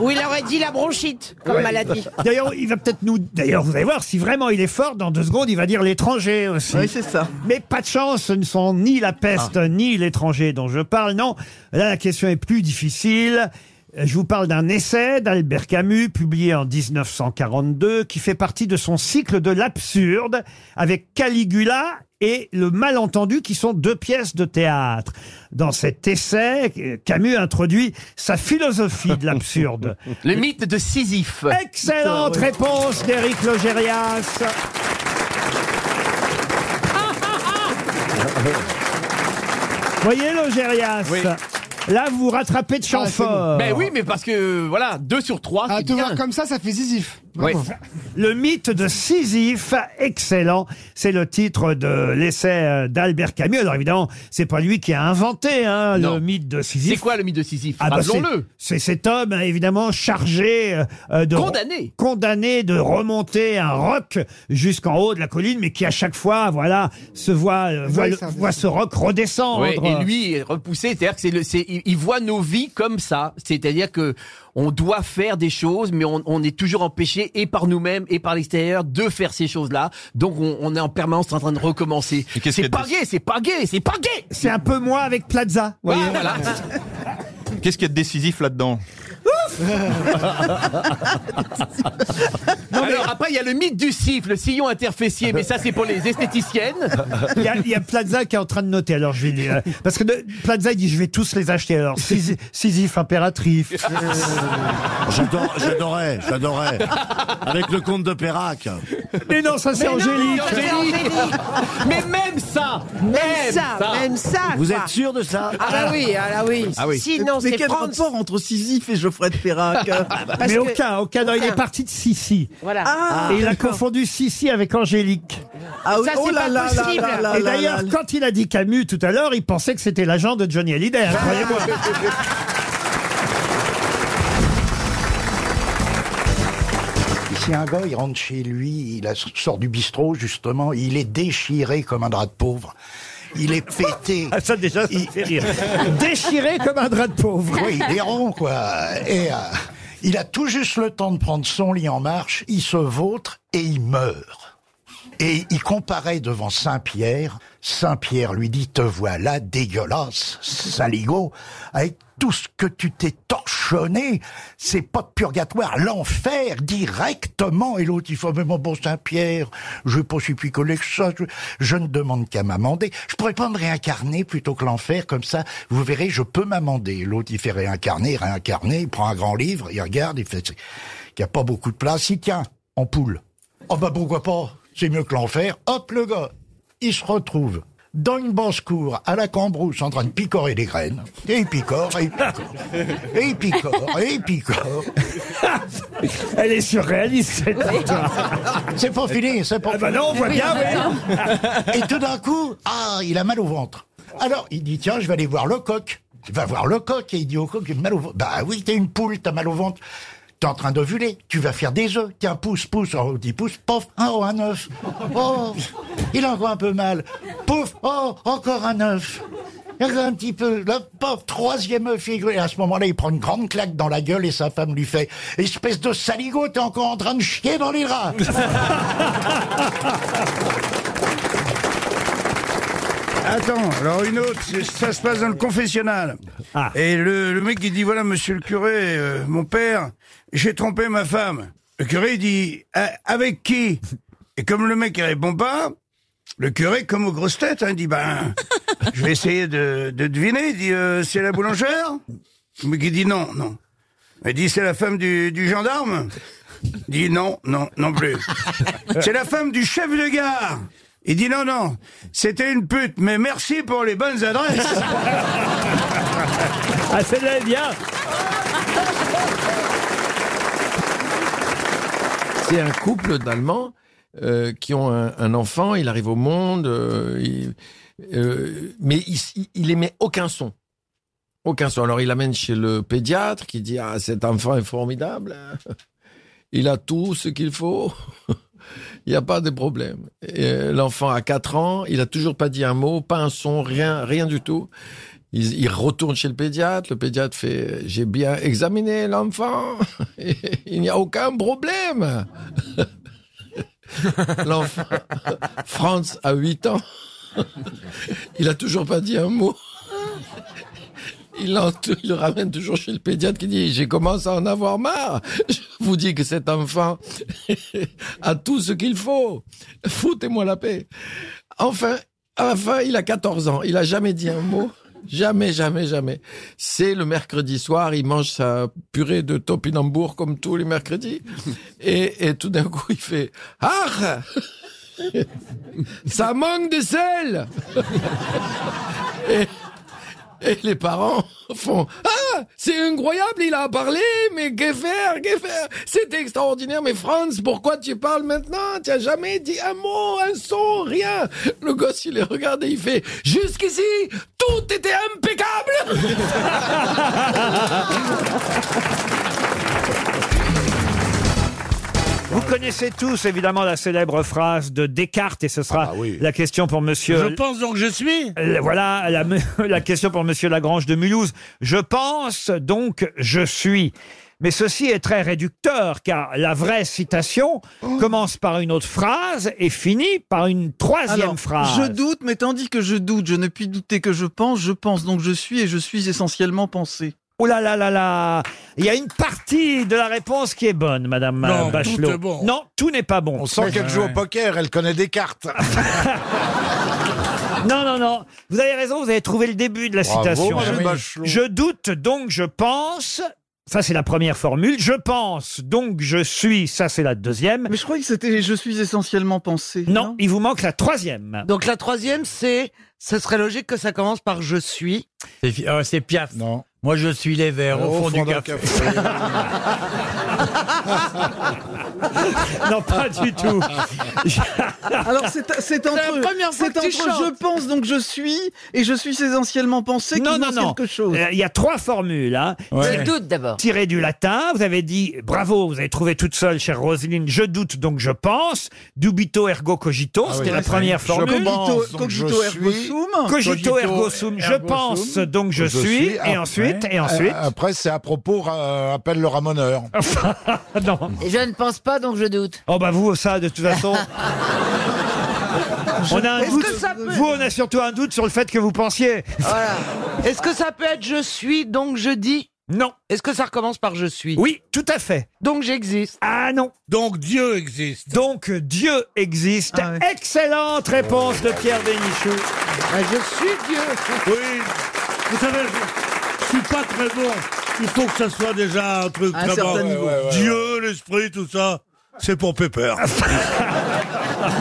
[SPEAKER 10] Ou il aurait dit la bronchite comme
[SPEAKER 1] Ouais.
[SPEAKER 10] maladie.
[SPEAKER 1] D'ailleurs, il va peut-être nous. D'ailleurs, vous allez voir, si vraiment il est fort, dans deux secondes, il va dire l'étranger aussi.
[SPEAKER 2] Oui, c'est ça. Ah.
[SPEAKER 1] Mais pas de chance, ce ne sont ni la peste, ni l'étranger dont je parle. Non, là, la question est plus difficile. Euh, Je vous parle d'un essai d'Albert Camus, publié en 1942, qui fait partie de son cycle de l'absurde, avec Caligula et Le Malentendu, qui sont deux pièces de théâtre. Dans cet essai, Camus introduit sa philosophie de l'absurde.
[SPEAKER 17] Le mythe de Sisyphe.
[SPEAKER 1] Excellente réponse d'Éric Logérias. Voyez Logérias Là, vous vous rattrapez
[SPEAKER 17] Ah,
[SPEAKER 1] de champ fort.
[SPEAKER 17] Mais Ben oui, mais parce que voilà, 2 sur 3.
[SPEAKER 24] Ah, te voir comme ça, ça fait zizif.
[SPEAKER 17] Oui.
[SPEAKER 1] Le mythe de Sisyphe, excellent. C'est le titre de l'essai euh, d'Albert Camus. Alors évidemment, c'est pas lui qui a inventé hein, le mythe de Sisyphe.
[SPEAKER 17] C'est quoi le mythe de Sisyphe
[SPEAKER 1] Ah, bah, c'est-
[SPEAKER 17] Rappelons-le.
[SPEAKER 1] C'est cet homme, hein, évidemment, chargé euh, de.
[SPEAKER 17] Condamné.
[SPEAKER 1] Condamné de remonter un roc jusqu'en haut de la colline, mais qui à chaque fois, voilà, se voit, euh, voit,
[SPEAKER 17] Oui,
[SPEAKER 1] le-
[SPEAKER 17] ça
[SPEAKER 1] voit ce roc redescendre.
[SPEAKER 17] Ouais, et lui est repoussé, c'est-à-dire que c'est le, c'est, il, il voit nos vies comme ça, c'est-à-dire que on doit faire des choses, mais on, on est toujours empêché et par nous-mêmes et par l'extérieur de faire ces choses-là. Donc on, on est en permanence en train de recommencer. C'est pas gay, c'est pas gay, c'est pas gay. Ah,
[SPEAKER 1] C'est un peu moi avec Plaza. vous
[SPEAKER 11] Bah,
[SPEAKER 1] voyez.
[SPEAKER 17] voilà.
[SPEAKER 12] Qu'est-ce qu'il y a de décisif là-dedans
[SPEAKER 17] Alors après il y a le mythe du siffle, le sillon interfessier, mais ça c'est pour les esthéticiennes.
[SPEAKER 1] Il y, a, il y a Plaza qui est en train de noter. Alors je vais lui, euh, parce que de- Plaza il dit je vais tous les acheter. Alors Sisi- Sisyphe impératrice.
[SPEAKER 21] J'adore- J'adorais, j'adorais. Avec le comte de Perrac.
[SPEAKER 1] Mais non, ça
[SPEAKER 21] c'est Angélique.
[SPEAKER 17] Mais même ça, même,
[SPEAKER 2] ça, même ça,
[SPEAKER 21] Vous
[SPEAKER 2] quoi.
[SPEAKER 21] êtes sûr de ça
[SPEAKER 2] Ah bah oui, ah là oui.
[SPEAKER 21] Ah oui.
[SPEAKER 2] Sinon,
[SPEAKER 21] Mais
[SPEAKER 2] c'est
[SPEAKER 21] quel
[SPEAKER 2] prendre... rapport entre Sisyphe et Geoffrey de Perrac
[SPEAKER 13] euh
[SPEAKER 1] Mais aucun, aucun. Ah, Non, il est parti de Sissi.
[SPEAKER 2] Voilà.
[SPEAKER 1] Ah.
[SPEAKER 11] Ah.
[SPEAKER 1] et il a confondu Sissi avec Angélique.
[SPEAKER 2] Ah oui, Ça, oh c'est là pas là là possible. là là
[SPEAKER 1] Et
[SPEAKER 2] là
[SPEAKER 1] d'ailleurs,
[SPEAKER 2] là là.
[SPEAKER 1] quand il a dit Camus tout à l'heure, il pensait que c'était l'agent de Johnny Hallyday. hein, Croyez-moi.
[SPEAKER 5] Ici, un gars, il rentre chez lui, il a- sort du bistrot, justement, il est déchiré comme un drap de pauvre. Il est pété.
[SPEAKER 1] Ah, ça, déjà,
[SPEAKER 5] il fait
[SPEAKER 1] rire. Déchiré comme un drap de pauvre.
[SPEAKER 5] Oui, il est rond, quoi. Et euh, il a tout juste le temps de prendre son lit en marche, il se vautre et il meurt. Et il comparait devant Saint-Pierre. Saint-Pierre lui dit Te voilà dégueulasse, saligo, avec tout ce que tu t'es torchonné. C'est pas de purgatoire, l'enfer directement. Et l'autre, il faut Mais mon bon Saint-Pierre, je pas si picolé que ça. Je, je ne demande qu'à m'amender. Je pourrais pas me réincarner plutôt que l'enfer, comme ça, vous verrez, je peux m'amender. L'autre, il fait réincarner, réincarner, il prend un grand livre, il regarde, il fait Il n'y a pas beaucoup de place, il tient, en poule. Oh bah pourquoi pas C'est mieux que l'enfer. Hop le gars, il se retrouve dans une basse cour à la cambrousse en train de picorer des graines. Et il picore, et il picore, et il picore, et il picore.
[SPEAKER 1] Elle est surréaliste cette
[SPEAKER 5] C'est pas fini, c'est pas
[SPEAKER 1] Ah bah
[SPEAKER 5] fini.
[SPEAKER 1] non, on voit
[SPEAKER 5] Oui,
[SPEAKER 1] bien,
[SPEAKER 5] oui. Et tout d'un coup, ah, il a mal au ventre. Alors il dit tiens, je vais aller voir le coq. Il va voir le coq et il dit au coq, j'ai mal au ventre. Bah oui, t'es une poule, t'as mal au ventre. T'es en train d'ovuler, tu vas faire des œufs. Tiens, pousse, pousse, oh, 10 pouces, pof, un oh, un œuf. Oh, il a encore un peu mal. Pouf, oh, encore un œuf. Regarde un petit peu, le pauvre troisième œuf figuré. À ce moment-là, il prend une grande claque dans la gueule et sa femme lui fait Espèce de saligo, t'es encore en train de chier dans les rats
[SPEAKER 25] Attends, alors une autre, c'est- ça se passe dans le confessionnal. Et le, le mec il dit voilà monsieur le curé, euh, mon père, j'ai trompé ma femme. Le curé il dit Ah, avec qui Et comme le mec il répond pas, le curé comme aux grosses têtes, hein, il dit ben je vais essayer de, de deviner. Il dit Euh, c'est la boulangère. Le mec il dit non non. Il dit c'est la femme du, du gendarme. Il dit non non non plus. c'est la femme du chef de gare. Il dit non, non, c'était une pute, mais merci pour les bonnes adresses.
[SPEAKER 1] ah, celle-là est bien.
[SPEAKER 26] C'est un couple d'Allemands euh, qui ont un, un enfant, il arrive au monde, euh, il- euh, mais il, s- il émet aucun son. Aucun soin. Alors il l'amène chez le pédiatre qui dit Ah, cet enfant est formidable. Il a tout ce qu'il faut. Il n'y a pas de problème. Et, euh, L'enfant a 4 ans, il a toujours pas dit un mot, pas un son, rien, rien du tout. Il, il retourne chez le pédiatre, le pédiatre fait J'ai bien examiné l'enfant, Et il n'y a aucun problème. L'enfant, Franz a 8 ans, il a toujours pas dit un mot. Il, l'en- il le ramène toujours chez le pédiatre qui dit J'ai commencé à en avoir marre. Je vous dis que cet enfant a tout ce qu'il faut. Foutez-moi la paix. Enfin, à la fin, il a 14 ans. Il a jamais dit un mot. Jamais, jamais, jamais. C'est le mercredi soir, il mange sa purée de topinambour comme tous les mercredis. Et, et tout d'un coup, il fait Ah Ça manque de sel et, et les parents font Ah C'est incroyable, il a parlé, mais que faire, que faire C'est extraordinaire, mais Franz, pourquoi tu parles maintenant Tu n'as jamais dit un mot, un son, rien Le gosse, il les regarde et il fait Jusqu'ici, tout était impeccable
[SPEAKER 1] Vous connaissez tous évidemment la célèbre phrase de Descartes et ce
[SPEAKER 13] Ah
[SPEAKER 1] sera
[SPEAKER 13] bah
[SPEAKER 1] la question pour monsieur.
[SPEAKER 6] Je pense donc je suis.
[SPEAKER 1] Euh, Voilà la, me- la question pour Monsieur Lagrange de Mulhouse. Je pense, donc je suis. Mais ceci est très réducteur, car la vraie citation
[SPEAKER 13] Oh.
[SPEAKER 1] commence par une autre phrase et finit par une troisième
[SPEAKER 13] Alors,
[SPEAKER 1] phrase.
[SPEAKER 13] Je doute, mais tandis que je doute, je ne puis douter que je pense, je pense donc je suis et je suis essentiellement pensé.
[SPEAKER 1] Oh là là là là Il y a une partie de la réponse qui est bonne, Madame
[SPEAKER 13] Non,
[SPEAKER 1] euh, Bachelot.
[SPEAKER 13] tout est bon.
[SPEAKER 1] Non, tout n'est pas bon. On
[SPEAKER 21] sent qu'elle joue au poker, elle connaît des cartes.
[SPEAKER 1] Non, non, non. Vous avez raison, vous avez trouvé le début de la
[SPEAKER 21] Bravo,
[SPEAKER 1] citation.
[SPEAKER 21] Madame Oui. Bachelot.
[SPEAKER 1] Je doute, donc je pense. Ça, c'est la première formule. Je pense, donc je suis. Ça, c'est la deuxième.
[SPEAKER 13] Mais je croyais que c'était je suis essentiellement pensé.
[SPEAKER 1] Non, il vous manque la troisième.
[SPEAKER 2] Donc la troisième, c'est. Ce serait logique que ça commence par je suis.
[SPEAKER 3] C'est euh, c'est Piaf. Non. Moi, je suis les verts au, fond, du café.
[SPEAKER 1] non, pas du tout.
[SPEAKER 13] Alors c'est c'est entre c'est entre je pense donc je suis et je suis essentiellement pensé qui
[SPEAKER 1] Non, non,
[SPEAKER 13] pense
[SPEAKER 1] non.
[SPEAKER 13] quelque chose.
[SPEAKER 1] Euh, Il y a trois formules. Hein.
[SPEAKER 13] Ouais.
[SPEAKER 1] Tiré-
[SPEAKER 13] Je doute d'abord.
[SPEAKER 1] Tiré du latin, vous avez dit bravo, vous avez trouvé toute seule, chère Roselyne, je doute donc je pense. Dubito ergo cogito,
[SPEAKER 13] Ah
[SPEAKER 1] c'était
[SPEAKER 13] oui,
[SPEAKER 1] la
[SPEAKER 13] c'est
[SPEAKER 1] première
[SPEAKER 13] vrai.
[SPEAKER 1] formule.
[SPEAKER 13] Je pense, Cogito- donc je cogito ergo suis. sum.
[SPEAKER 1] Cogito
[SPEAKER 21] Cogito
[SPEAKER 1] ergo sum, je
[SPEAKER 21] ergo
[SPEAKER 1] pense
[SPEAKER 21] sum.
[SPEAKER 1] donc je, suis.
[SPEAKER 21] après.
[SPEAKER 1] Et ensuite, et ensuite. Ah,
[SPEAKER 21] Euh, Après, c'est à propos, euh, appelle le ramoneur.
[SPEAKER 1] non.
[SPEAKER 10] Je ne pense pas, donc je doute.
[SPEAKER 1] Oh bah vous, ça, de toute façon. on a un
[SPEAKER 2] Est-ce
[SPEAKER 1] doute.
[SPEAKER 2] que ça peut-
[SPEAKER 1] Vous, on a surtout un doute sur le fait que vous pensiez.
[SPEAKER 2] Voilà. Est-ce que ça peut être je suis donc je dis
[SPEAKER 1] Non.
[SPEAKER 2] Est-ce que ça recommence par je suis
[SPEAKER 1] Oui, tout à fait.
[SPEAKER 2] Donc j'existe.
[SPEAKER 1] Ah non.
[SPEAKER 6] Donc Dieu existe.
[SPEAKER 1] Donc Dieu existe.
[SPEAKER 13] Ah
[SPEAKER 1] Excellente réponse de Pierre Bénichou.
[SPEAKER 13] Ah,
[SPEAKER 2] je suis Dieu.
[SPEAKER 6] Oui. Vous savez, je, je suis pas très bon. Il faut que ça soit déjà un truc euh,
[SPEAKER 2] Un
[SPEAKER 6] très
[SPEAKER 2] certain
[SPEAKER 6] bon.
[SPEAKER 2] niveau. Ouais, ouais, ouais,
[SPEAKER 6] Dieu, l'esprit, tout ça, c'est pour Pépère.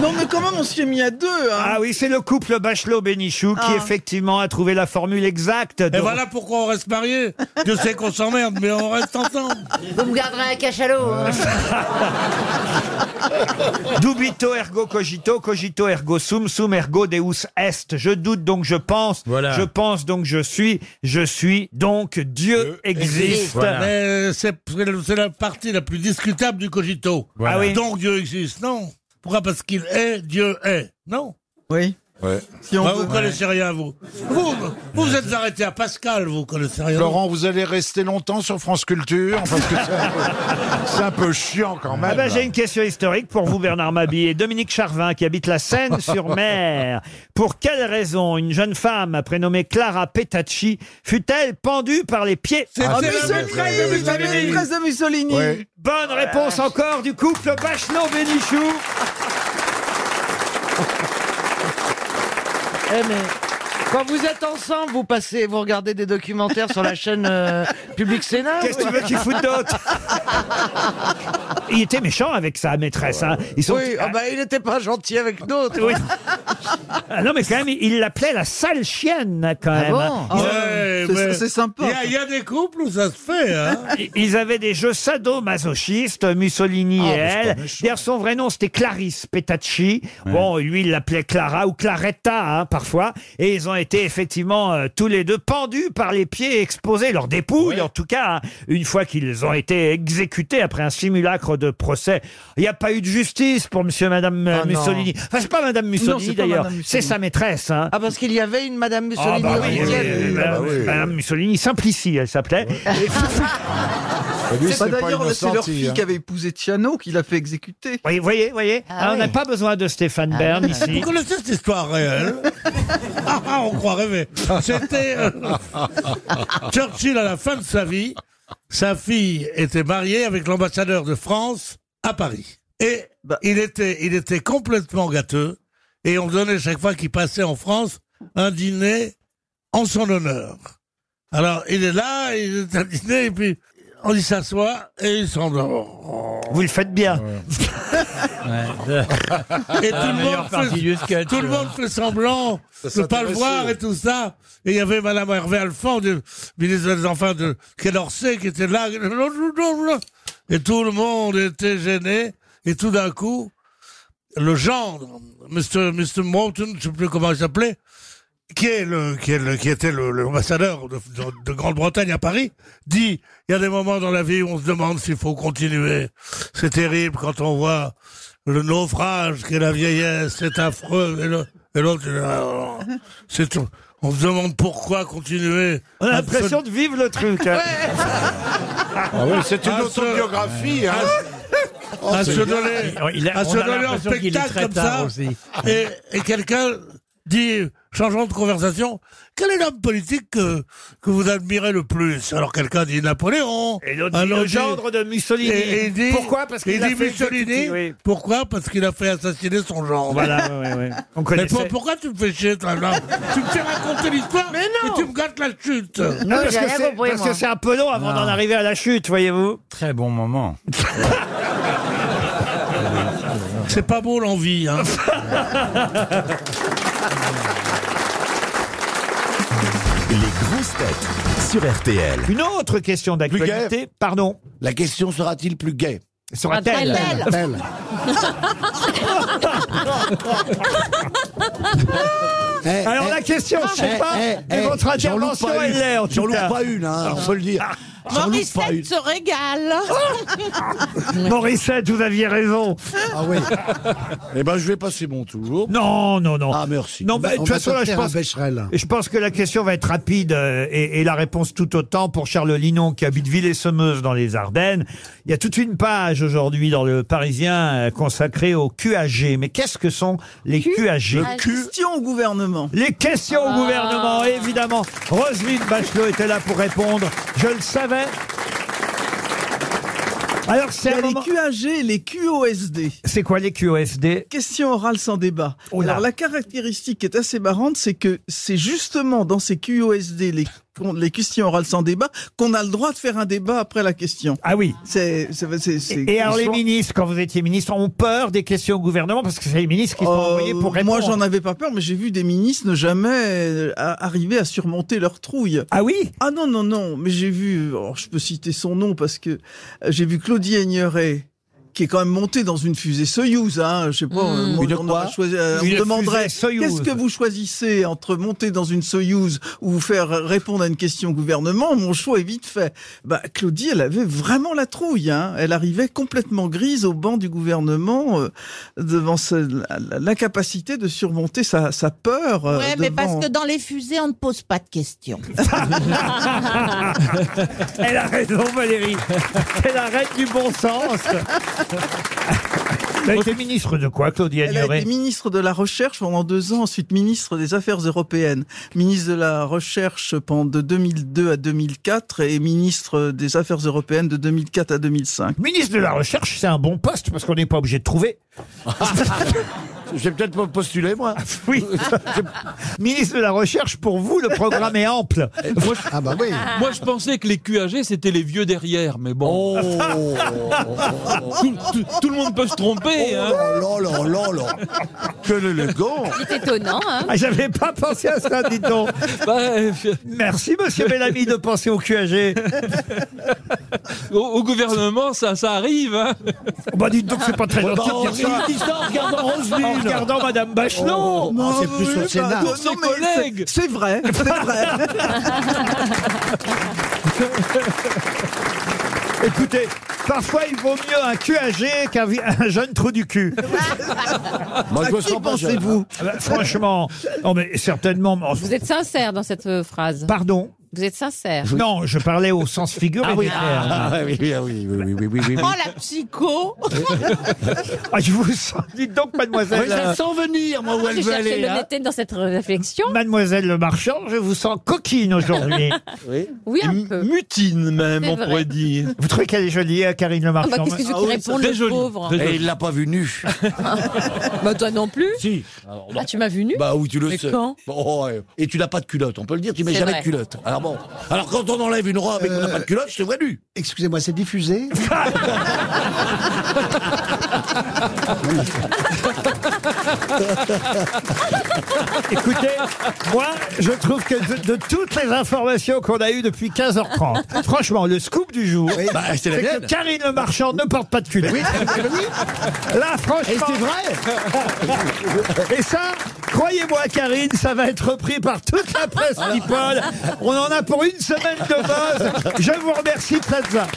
[SPEAKER 13] Non mais quand même on s'y est mis à deux. hein.
[SPEAKER 1] Ah oui, c'est le couple Bachelot-Bénichou qui
[SPEAKER 13] Ah.
[SPEAKER 1] effectivement a trouvé la formule exacte. De...
[SPEAKER 6] Et voilà pourquoi on reste mariés. Dieu sait qu'on s'emmerde, mais on reste ensemble.
[SPEAKER 10] Vous me garderez un cachalot. hein.
[SPEAKER 1] Ah. Dubito ergo cogito, cogito ergo sum, sum ergo deus est. Je doute donc je pense, je pense donc je suis, je suis donc Dieu existe.
[SPEAKER 6] Mais c'est c'est la partie la plus discutable du cogito.
[SPEAKER 1] Voilà. Ah oui.
[SPEAKER 6] Donc Dieu existe, non Pourquoi Parce qu'il est, Dieu est, non
[SPEAKER 13] Oui. Si on
[SPEAKER 4] Ah
[SPEAKER 6] Ouais,
[SPEAKER 13] veut-
[SPEAKER 6] vous connaissez rien, vous. Vous, vous vous êtes arrêté à Pascal, vous connaissez rien.
[SPEAKER 21] Laurent, vous allez rester longtemps sur France Culture parce que c'est un peu- c'est un, peu chiant quand même.
[SPEAKER 1] Ah ben, J'ai une question historique pour vous, Bernard Mabie et Dominique Charvin, qui habite la Seine-sur-Mer. pour quelle raison une jeune femme prénommée Clara Petacci fut-elle pendue par les pieds
[SPEAKER 13] Ah, Mussolini, la maîtresse de Mussolini.
[SPEAKER 1] Bonne réponse encore du couple Bachelot-Bénichou.
[SPEAKER 2] Eh, mais quand vous êtes ensemble, vous passez, vous regardez des documentaires sur la chaîne euh, Public Sénat.
[SPEAKER 1] Qu'est-ce que
[SPEAKER 2] ou-
[SPEAKER 1] tu veux qu'il foute d'autre Il était méchant avec sa maîtresse. hein. Ils sont...
[SPEAKER 2] Oui, ah bah, il n'était pas gentil avec d'autres.
[SPEAKER 1] Ah non, mais quand même, il l'appelait la sale chienne, quand
[SPEAKER 2] Ah
[SPEAKER 1] même.
[SPEAKER 2] bon Ah,
[SPEAKER 1] Ils-
[SPEAKER 6] Ouais, mais-
[SPEAKER 13] C'est-
[SPEAKER 6] mais-
[SPEAKER 13] c'est sympa.
[SPEAKER 6] Il y a- il y, a des couples où ça se fait. Hein.
[SPEAKER 1] Ils avaient des jeux sadomasochistes, Mussolini et
[SPEAKER 6] Ah, mais c'est pas
[SPEAKER 1] elle. D'ailleurs, son vrai nom, c'était Clarisse Petacci. Bon, lui, il l'appelait Clara ou Claretta, hein, parfois. Et ils ont été effectivement euh, tous les deux pendus par les pieds et exposés, leurs dépouilles en tout cas, hein, une fois qu'ils ont été exécutés après un simulacre de procès. Il n'y a pas eu de justice pour monsieur et madame euh,
[SPEAKER 2] Ah, non.
[SPEAKER 1] Mussolini. Enfin, c'est pas madame
[SPEAKER 2] Non, c'est
[SPEAKER 1] Mussolini
[SPEAKER 2] pas
[SPEAKER 1] d'ailleurs,
[SPEAKER 2] madame
[SPEAKER 1] c'est
[SPEAKER 2] Mussolini.
[SPEAKER 1] sa maîtresse. hein.
[SPEAKER 2] Ah, parce qu'il y avait une Madame Mussolini.
[SPEAKER 1] Ah, bah oui, oui,
[SPEAKER 2] parisienne.
[SPEAKER 1] oui, madame- Madame Mussolini Simplici, elle s'appelait.
[SPEAKER 13] Bah, Ah, C'est pas hein. d'ailleurs, c'est leur fille qui avait épousé Tiano qui l'a fait exécuter.
[SPEAKER 1] Vous voyez, voyez, Ah, on n'a pas besoin de Stéphane Bern ici.
[SPEAKER 6] Vous connaissez cette histoire réelle ah, ah, on croit rêver. C'était euh, Churchill à la fin de sa vie. Sa fille était mariée avec l'ambassadeur de France à Paris. Et
[SPEAKER 1] Bah.
[SPEAKER 6] il, était, il était complètement gâteux. Et on donnait chaque fois qu'il passait en France un dîner en son honneur. Alors il est là, il est à dîner, et puis on y s'assoit et il s'endort.
[SPEAKER 1] Vous le faites bien.
[SPEAKER 6] Et tout
[SPEAKER 3] La
[SPEAKER 6] le, monde
[SPEAKER 3] meilleure partie du
[SPEAKER 6] fait,
[SPEAKER 3] sketch.
[SPEAKER 6] tout le monde fait semblant
[SPEAKER 3] Ça
[SPEAKER 6] de ne pas le
[SPEAKER 3] s'intéressait.
[SPEAKER 6] voir et tout ça. Et il y avait Madame Hervé Alphand, du ministre des Enfants de Quai d'Orsay, qui était là. Et tout le monde était gêné. Et tout d'un coup, le gendre, Mr. Mr. Morton, je sais plus comment il s'appelait, qui, est le, qui, est le- qui était le- l'ambassadeur de, de- de Grande-Bretagne à Paris, dit il y a des moments dans la vie où on se demande s'il faut continuer. C'est terrible quand on voit le naufrage qu'est la vieillesse, c'est affreux. Et le- et l'autre, il dit, Ah, c'est tout. On se demande pourquoi continuer.
[SPEAKER 1] On a l'impression de vivre le truc. hein.
[SPEAKER 21] ouais, Ah c'est une autobiographie, hein. Oh,
[SPEAKER 6] à
[SPEAKER 21] c'est
[SPEAKER 6] se
[SPEAKER 21] bien.
[SPEAKER 6] donner,
[SPEAKER 21] Il a-
[SPEAKER 6] à
[SPEAKER 21] on
[SPEAKER 6] se
[SPEAKER 21] a
[SPEAKER 6] donner en
[SPEAKER 21] l'impression qu'il est
[SPEAKER 6] spectacle
[SPEAKER 21] très
[SPEAKER 6] comme
[SPEAKER 21] tard
[SPEAKER 6] ça.
[SPEAKER 21] aussi.
[SPEAKER 6] Et, et quelqu'un dit, changeant de conversation, quel est l'homme politique que, que vous admirez le plus Alors quelqu'un dit Napoléon.
[SPEAKER 1] Et l'autre
[SPEAKER 6] un
[SPEAKER 1] dit le
[SPEAKER 6] autre
[SPEAKER 1] gendre de Mussolini.
[SPEAKER 6] Et, et il dit,
[SPEAKER 1] Pourquoi Parce qu'il
[SPEAKER 6] il
[SPEAKER 1] a
[SPEAKER 6] dit
[SPEAKER 1] fait
[SPEAKER 6] Mussolini.
[SPEAKER 1] exécuter, oui.
[SPEAKER 6] Pourquoi Parce qu'il a fait assassiner son gendre.
[SPEAKER 1] Voilà, ouais, ouais, ouais. On connaissait.
[SPEAKER 6] Mais pour- pourquoi tu me fais chier, toi là Tu me fais raconter l'histoire, mais tu me gâtes la chute.
[SPEAKER 1] Non, parce que c'est- parce que c'est un peu long avant
[SPEAKER 3] Non.
[SPEAKER 1] d'en arriver à la chute, voyez-vous.
[SPEAKER 3] Très bon moment.
[SPEAKER 6] C'est pas beau l'envie. Hein.
[SPEAKER 1] Les grosses têtes sur RTL. Une autre question d'actualité. Pardon. La question sera-t-il plus gay Sera-t-elle
[SPEAKER 2] Eh,
[SPEAKER 1] Alors la question, je sais pas, mais votre intervention, elle l'est en tout cas.
[SPEAKER 2] hein,
[SPEAKER 1] Ah.
[SPEAKER 23] faut le dire.
[SPEAKER 1] Morissette
[SPEAKER 9] se régale.
[SPEAKER 1] Ah. Morissette, vous aviez raison.
[SPEAKER 23] Ah oui. Eh ben, je vais passer mon tour.
[SPEAKER 1] Non, non, non.
[SPEAKER 23] Ah, merci.
[SPEAKER 1] Non, bah, de
[SPEAKER 23] On
[SPEAKER 1] toute
[SPEAKER 23] va
[SPEAKER 1] façon,
[SPEAKER 23] te
[SPEAKER 1] là, je
[SPEAKER 23] faire un
[SPEAKER 1] pense,
[SPEAKER 23] Becherel.
[SPEAKER 1] je pense que la question va être rapide euh, et, et la réponse tout autant pour Charles Linon qui habite Villers-Semeuse dans les Ardennes. Il y a toute une page aujourd'hui dans le Parisien euh, consacrée aux QAG. Mais qu'est-ce que sont les QAG
[SPEAKER 13] Le Question au gouvernement.
[SPEAKER 1] Les questions au gouvernement, évidemment. Roselyne Bachelot était là pour répondre. Je le savais. Alors,
[SPEAKER 13] Il
[SPEAKER 1] c'est
[SPEAKER 13] y a
[SPEAKER 1] un
[SPEAKER 13] les
[SPEAKER 1] moment...
[SPEAKER 13] QAG et les QOSD.
[SPEAKER 1] C'est quoi les QOSD
[SPEAKER 13] Question orale sans débat.
[SPEAKER 1] Oh là.
[SPEAKER 13] Alors la caractéristique qui est assez marrante, c'est que c'est justement dans ces QOSD, les, qu'on- les questions orales sans débat, qu'on a le droit de faire un débat après la question.
[SPEAKER 1] Ah oui.
[SPEAKER 13] C'est, c'est, c'est- c'est-
[SPEAKER 1] Et alors, les
[SPEAKER 13] ils sont-
[SPEAKER 1] ministres, quand vous étiez ministre, ont peur des questions au gouvernement parce que c'est les ministres qui sont envoyés pour
[SPEAKER 13] Euh,
[SPEAKER 1] répondre.
[SPEAKER 13] Moi, j'en avais pas peur, mais j'ai vu des ministres ne jamais euh, a- arriver à surmonter leur trouille.
[SPEAKER 1] Ah oui
[SPEAKER 13] Ah non, non, non. Mais j'ai vu, alors, je peux citer son nom parce que euh, j'ai vu Claudie Aigneret qui est quand même monté dans une fusée Soyouz, hein, je sais pas, euh, moi,
[SPEAKER 1] Une
[SPEAKER 13] on,
[SPEAKER 1] quoi
[SPEAKER 13] aurait choisi- euh, on
[SPEAKER 1] Mmh. Une
[SPEAKER 13] me demanderait
[SPEAKER 1] fusée Soyouz.
[SPEAKER 13] qu'est-ce que vous choisissez entre monter dans une Soyouz ou vous faire répondre à une question au gouvernement, mon choix est vite fait. Bah, Claudie, elle avait vraiment la trouille, hein. elle arrivait complètement grise au banc du gouvernement euh, devant ce- la- l'incapacité de surmonter sa, sa peur. euh,
[SPEAKER 1] Ah,
[SPEAKER 9] Ouais, mais
[SPEAKER 13] devant-
[SPEAKER 9] parce que dans les fusées, on ne pose pas de questions.
[SPEAKER 1] Elle a raison, Valérie. Elle arrête du bon sens. Elle a été ministre de quoi, Claudia
[SPEAKER 13] Elle a
[SPEAKER 1] Nuret
[SPEAKER 13] été ministre de la Recherche pendant deux ans, ensuite ministre des Affaires européennes, ministre de la Recherche pendant de 2002 à 2004 et ministre des Affaires européennes de 2004 à 2005.
[SPEAKER 1] Ministre de la Recherche, c'est un bon poste parce qu'on n'est pas obligé de trouver.
[SPEAKER 23] J'ai peut-être pas postulé, moi.
[SPEAKER 1] Oui. ministre de la Recherche, pour vous, le programme est ample.
[SPEAKER 23] ah bah oui.
[SPEAKER 4] Moi, je pensais que les QAG, c'était les vieux derrière, mais bon. tout, tout- tout le monde peut se tromper,
[SPEAKER 26] trompé. hein.
[SPEAKER 23] Oh là là là là
[SPEAKER 1] Que le Legon
[SPEAKER 8] C'est étonnant, hein
[SPEAKER 1] Ah, J'avais pas pensé à ça, dis donc. Merci, monsieur Bellamy, de penser au QAG.
[SPEAKER 4] Au, au gouvernement, ça, ça arrive. Hein.
[SPEAKER 1] Bah, dites donc, c'est pas très gentil
[SPEAKER 4] bah,
[SPEAKER 13] bah,
[SPEAKER 1] de dire ça. En regardant Madame Bachelot.
[SPEAKER 13] Non,
[SPEAKER 1] c'est
[SPEAKER 13] vous voulez pas donner-
[SPEAKER 4] Ses
[SPEAKER 13] non, mais c'est-
[SPEAKER 4] collègues.
[SPEAKER 13] C'est vrai, c'est vrai.
[SPEAKER 1] Écoutez, parfois il vaut mieux un QAG qu'un vi- un jeune trou du cul.
[SPEAKER 23] Moi, je me sens pas jeune, hein.
[SPEAKER 1] Ah bah, Franchement, non mais certainement. mais-
[SPEAKER 8] Vous êtes sincère dans cette euh, phrase.
[SPEAKER 1] Pardon
[SPEAKER 8] Vous êtes sincère.
[SPEAKER 1] Non, je parlais au sens figuré
[SPEAKER 8] Ah oui.
[SPEAKER 1] du terme.
[SPEAKER 23] Ah oui, oui, oui, oui, oui, oui, oui, oui.
[SPEAKER 8] Oh la psycho
[SPEAKER 1] Ah, je vous sens. Dites donc, mademoiselle.
[SPEAKER 8] Oui, je la sens
[SPEAKER 1] venir, moi,
[SPEAKER 8] Je cherchais
[SPEAKER 1] hein.
[SPEAKER 8] l'honnêteté dans cette réflexion.
[SPEAKER 1] Mademoiselle Le Marchand, je vous sens coquine aujourd'hui.
[SPEAKER 8] Oui. Oui, un peu.
[SPEAKER 1] Mutine, même,
[SPEAKER 8] C'est on vrai. pourrait
[SPEAKER 1] dire. Vous trouvez qu'elle est jolie, hein, Karine Le Marchand
[SPEAKER 8] Ah bah, qu'est-ce que tu Ah oui, réponds, très le jolie, pauvre très jolie.
[SPEAKER 23] Et il l'a pas vu nu.
[SPEAKER 8] bah toi non plus
[SPEAKER 23] Si.
[SPEAKER 8] Ah, tu m'as vu nu
[SPEAKER 23] Bah oui, tu le
[SPEAKER 8] Mais
[SPEAKER 23] sais.
[SPEAKER 8] quand
[SPEAKER 23] Bon, ouais. Et tu n'as pas de culotte, on peut le dire, tu mets
[SPEAKER 8] C'est
[SPEAKER 23] jamais
[SPEAKER 8] vrai.
[SPEAKER 23] de culotte. Alors bon. Alors quand on enlève une robe et qu'on n'a pas de culotte, je te vois nu.
[SPEAKER 24] Excusez-moi, c'est diffusé
[SPEAKER 1] Écoutez, moi, je trouve que de, de toutes les informations qu'on a eues depuis 15h30, franchement, le scoop du jour,
[SPEAKER 23] Bah, c'est la
[SPEAKER 1] que
[SPEAKER 23] mienne.
[SPEAKER 1] Karine Le Marchand ne porte pas de culotte.
[SPEAKER 23] Oui, eh ben oui.
[SPEAKER 1] Là, franchement.
[SPEAKER 23] Et c'est
[SPEAKER 1] vrai. Et ça, croyez-moi, Karine, ça va être repris par toute la presse people. On en a pour une semaine de buzz. Je vous remercie, Plaza.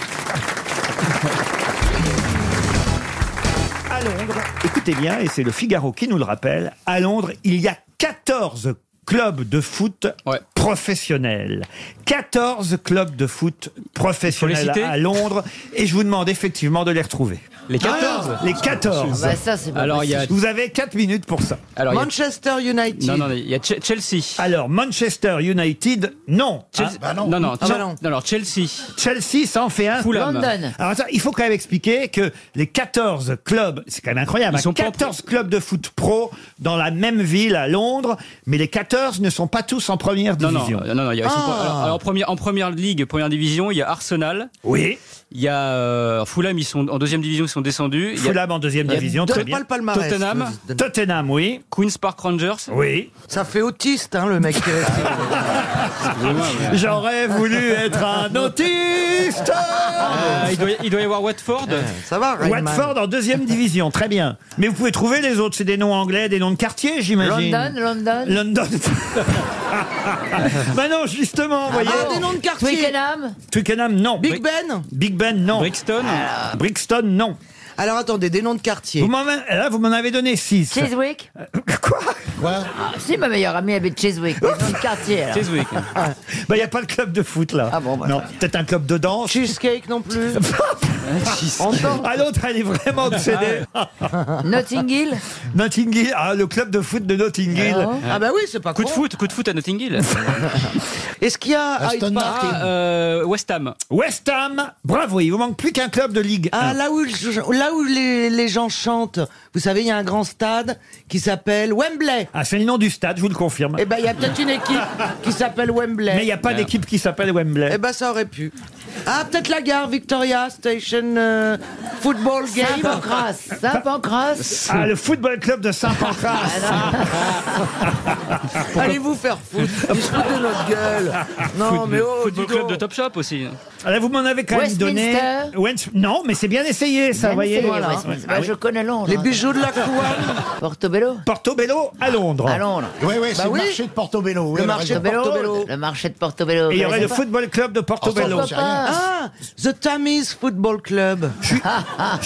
[SPEAKER 1] À Londres, écoutez bien, et c'est le Figaro qui nous le rappelle, à Londres, il y a 14 clubs de foot professionnels. 14 clubs de foot professionnels
[SPEAKER 20] citer
[SPEAKER 1] à Londres, et je vous demande effectivement de les retrouver.
[SPEAKER 20] Les 14?
[SPEAKER 1] Les 14
[SPEAKER 20] Ah bah ça, c'est pas Alors, possible. il y a-
[SPEAKER 1] Vous avez 4 minutes pour ça.
[SPEAKER 20] Alors, il y a-
[SPEAKER 2] Manchester United.
[SPEAKER 20] Non, non, il y a Che- Chelsea.
[SPEAKER 1] Alors, Manchester United, non.
[SPEAKER 20] Chelsea- non, non, Chel- non, non, Chelsea.
[SPEAKER 1] Chelsea, ça en fait un.
[SPEAKER 20] Fulham. London.
[SPEAKER 1] Alors attends, il faut quand même expliquer que les 14 clubs, c'est quand même incroyable,
[SPEAKER 20] Ils
[SPEAKER 1] hein,
[SPEAKER 20] sont pas
[SPEAKER 1] 14 clubs de foot pro dans la même ville à Londres, mais les 14 ne sont pas tous en première
[SPEAKER 20] Non, non,
[SPEAKER 1] division.
[SPEAKER 20] non, non, il y a- ils sont
[SPEAKER 1] Ah.
[SPEAKER 20] pas- alors, alors, en, première, en première ligue, première division, il y a Arsenal.
[SPEAKER 1] Oui.
[SPEAKER 20] Il y a euh, Fulham, ils sont en deuxième division, ils sont descendus. Il y a-
[SPEAKER 1] Fulham en deuxième
[SPEAKER 20] il y a
[SPEAKER 1] division,
[SPEAKER 20] Don-
[SPEAKER 1] très bien.
[SPEAKER 20] Tottenham.
[SPEAKER 1] Tottenham, oui.
[SPEAKER 20] Queen's Park Rangers.
[SPEAKER 1] Oui.
[SPEAKER 2] Ça fait autiste, hein, le mec.
[SPEAKER 1] J'aurais voulu être un autiste
[SPEAKER 20] Euh, il, doit, y- il doit y avoir Watford.
[SPEAKER 2] Eh, Ça va,
[SPEAKER 1] Watford en deuxième division, très bien. Mais vous pouvez trouver les autres, c'est des noms anglais, des noms de quartier, j'imagine.
[SPEAKER 10] London, London.
[SPEAKER 1] London. bah non, justement, vous voyez.
[SPEAKER 2] Ah, noms de quartier.
[SPEAKER 10] Twickenham.
[SPEAKER 1] Twickenham, non.
[SPEAKER 2] Big Ben
[SPEAKER 1] Big Ben, non. Brixton Brixton, non.
[SPEAKER 2] Alors attendez, des noms de quartier.
[SPEAKER 1] Vous m'en avez- là, vous m'en avez donné 6.
[SPEAKER 10] Chiswick.
[SPEAKER 1] Quoi
[SPEAKER 10] Ah, si, ma meilleure amie habite Chiswick, dans le quartier. alors.
[SPEAKER 1] Bah, Ben. il n'y a pas de club de foot, là. Ah bon, Non, peut-être un club de danse.
[SPEAKER 2] Cheesecake non plus.
[SPEAKER 1] Ah, Encore Ah, l'autre, elle est vraiment obsédée.
[SPEAKER 10] Ah. Notting Hill.
[SPEAKER 1] Notting Hill, ah, le club de foot de Notting Hill.
[SPEAKER 2] Ah bah oui, c'est pas
[SPEAKER 20] Coup de
[SPEAKER 2] con. Ah,
[SPEAKER 20] foot, coup de foot à Notting Hill.
[SPEAKER 2] Est-ce qu'il y a
[SPEAKER 20] Ah,
[SPEAKER 2] Hyde Park
[SPEAKER 20] euh, West Ham.
[SPEAKER 1] West Ham, Ah, bravo, il vous manque plus qu'un club de Ligue 1.
[SPEAKER 2] Ah, là où, je- là où les, les gens chantent, vous savez, il y a un grand stade qui s'appelle Wembley.
[SPEAKER 1] Ah, c'est le nom du stade, je vous le confirme.
[SPEAKER 2] Eh ben, il y a peut-être une équipe qui s'appelle Wembley.
[SPEAKER 1] Mais il n'y a pas d'équipe qui s'appelle Wembley.
[SPEAKER 2] Eh ben, ça aurait pu. Ah, peut-être la gare Victoria Station euh, Football Game.
[SPEAKER 10] Saint-Pancras. Saint-Pancras.
[SPEAKER 1] Ah, le football club de Saint-Pancras.
[SPEAKER 2] Allez vous faire foutre. Ils se foutent de notre gueule. Non,
[SPEAKER 20] Football-
[SPEAKER 2] mais oh,
[SPEAKER 20] Football
[SPEAKER 2] dis
[SPEAKER 20] club
[SPEAKER 2] donc.
[SPEAKER 20] de Top Shop aussi.
[SPEAKER 1] Alors, Ah, vous m'en avez quand même donné.
[SPEAKER 10] Westminster.
[SPEAKER 1] West- Non, mais c'est bien essayé, ça,
[SPEAKER 10] Même
[SPEAKER 1] vous voyez.
[SPEAKER 10] si, ouais, c'est-
[SPEAKER 1] Ah
[SPEAKER 10] bah, Je connais Londres.
[SPEAKER 2] Les bijoux de la couane.
[SPEAKER 10] Portobello.
[SPEAKER 1] Portobello à Londres.
[SPEAKER 10] À Londres.
[SPEAKER 5] Oui, oui, c'est
[SPEAKER 10] Bah
[SPEAKER 5] le
[SPEAKER 10] oui.
[SPEAKER 5] marché de Portobello. oui,
[SPEAKER 2] Le
[SPEAKER 5] alors,
[SPEAKER 2] marché de
[SPEAKER 5] raison. Oh,
[SPEAKER 2] Portobello. Oh,
[SPEAKER 10] Le marché de Portobello.
[SPEAKER 1] Et il y aurait
[SPEAKER 10] connaissez
[SPEAKER 1] le
[SPEAKER 10] pas
[SPEAKER 1] football club de Portobello.
[SPEAKER 10] Pourquoi pas
[SPEAKER 2] Ah, The Tamise Football Club.
[SPEAKER 1] Je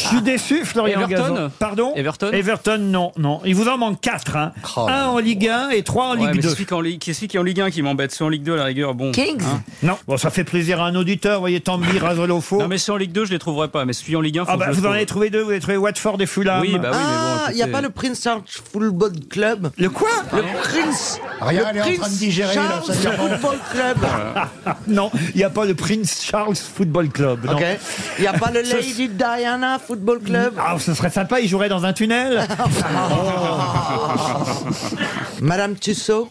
[SPEAKER 1] suis déçu, Florian
[SPEAKER 20] Everton
[SPEAKER 1] Gazan. Pardon
[SPEAKER 20] Everton
[SPEAKER 1] Everton, non, non. Il vous en manque 4. Hein.
[SPEAKER 5] Oh
[SPEAKER 1] un en Ligue 1 et 3 en
[SPEAKER 20] Ouais,
[SPEAKER 1] Ligue
[SPEAKER 20] mais
[SPEAKER 1] 2.
[SPEAKER 20] c'est celui, qui est en Ligue- c'est celui qui est en Ligue 1 qui m'embête. C'est en Ligue 2 à la rigueur. Bon,
[SPEAKER 10] Kings.
[SPEAKER 20] hein.
[SPEAKER 1] Non, bon, ça fait plaisir à un auditeur, vous voyez, Tambi, Razolofo.
[SPEAKER 20] Non, mais c'est en Ligue 2, je les trouverai pas. Mais celui en Ligue 1, faut
[SPEAKER 1] Ah
[SPEAKER 20] que
[SPEAKER 1] bah,
[SPEAKER 20] je le
[SPEAKER 1] vous en
[SPEAKER 20] trouve.
[SPEAKER 1] avez trouvé deux, vous avez trouvé Watford et Fulham.
[SPEAKER 20] Oui, bah oui, mais
[SPEAKER 2] Ah,
[SPEAKER 20] bon.
[SPEAKER 2] il n'y a
[SPEAKER 20] écoutez.
[SPEAKER 2] pas le Prince Charles Football Club.
[SPEAKER 1] Le quoi
[SPEAKER 2] Le Prince.
[SPEAKER 5] Ah, Rien,
[SPEAKER 2] le
[SPEAKER 5] elle est en train de
[SPEAKER 2] Prince
[SPEAKER 5] digérer, là, ça
[SPEAKER 2] Charles
[SPEAKER 5] devient bon.
[SPEAKER 2] Football Club.
[SPEAKER 1] Non, il n'y a pas le Prince Charles Football Club. Non.
[SPEAKER 2] Ok. Il n'y a pas le
[SPEAKER 1] Ce-
[SPEAKER 2] Lady Diana Football Club. Ah,
[SPEAKER 1] Ah, ce serait sympa, il jouerait dans un tunnel.
[SPEAKER 2] Madame Tussaud.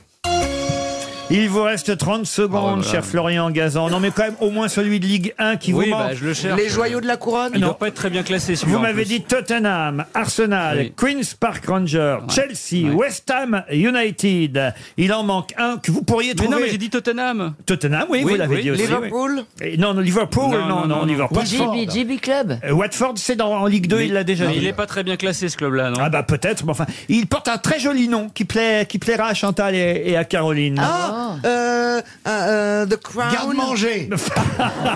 [SPEAKER 1] Il vous reste 30 secondes, cher Florian Gazan. Non, mais quand même, au moins celui de Ligue 1 qui
[SPEAKER 20] Oui,
[SPEAKER 1] vous
[SPEAKER 20] bah,
[SPEAKER 1] manque.
[SPEAKER 20] je le cherche. Les joyaux
[SPEAKER 1] de la couronne
[SPEAKER 20] Il ne doit pas être très bien classé. celui-là,
[SPEAKER 1] Vous
[SPEAKER 20] en
[SPEAKER 1] m'avez
[SPEAKER 20] plus.
[SPEAKER 1] dit Tottenham, Arsenal,
[SPEAKER 20] Oui.
[SPEAKER 1] Queen's Park Rangers, Chelsea, West Ham United. Il en manque un que vous pourriez
[SPEAKER 20] Mais
[SPEAKER 1] trouver.
[SPEAKER 20] non, mais j'ai dit Tottenham.
[SPEAKER 1] Tottenham, Ah oui,
[SPEAKER 20] Oui,
[SPEAKER 1] vous l'avez
[SPEAKER 20] oui.
[SPEAKER 1] dit aussi.
[SPEAKER 20] Liverpool
[SPEAKER 1] oui. Et Non, non, Liverpool, non, non, on n'y va pas.
[SPEAKER 27] JB, JB Club.
[SPEAKER 1] Euh, Watford, c'est dans en Ligue 2,
[SPEAKER 20] Mais-
[SPEAKER 1] il l'a déjà
[SPEAKER 20] mais
[SPEAKER 1] dit.
[SPEAKER 20] Il est pas très bien classé ce club-là, non
[SPEAKER 1] Ah bah peut-être, mais enfin, il porte un très joli nom qui plaît, qui plaira à Chantal et, et à Caroline.
[SPEAKER 6] Ah, euh, euh, The Crown.
[SPEAKER 1] Garde-manger.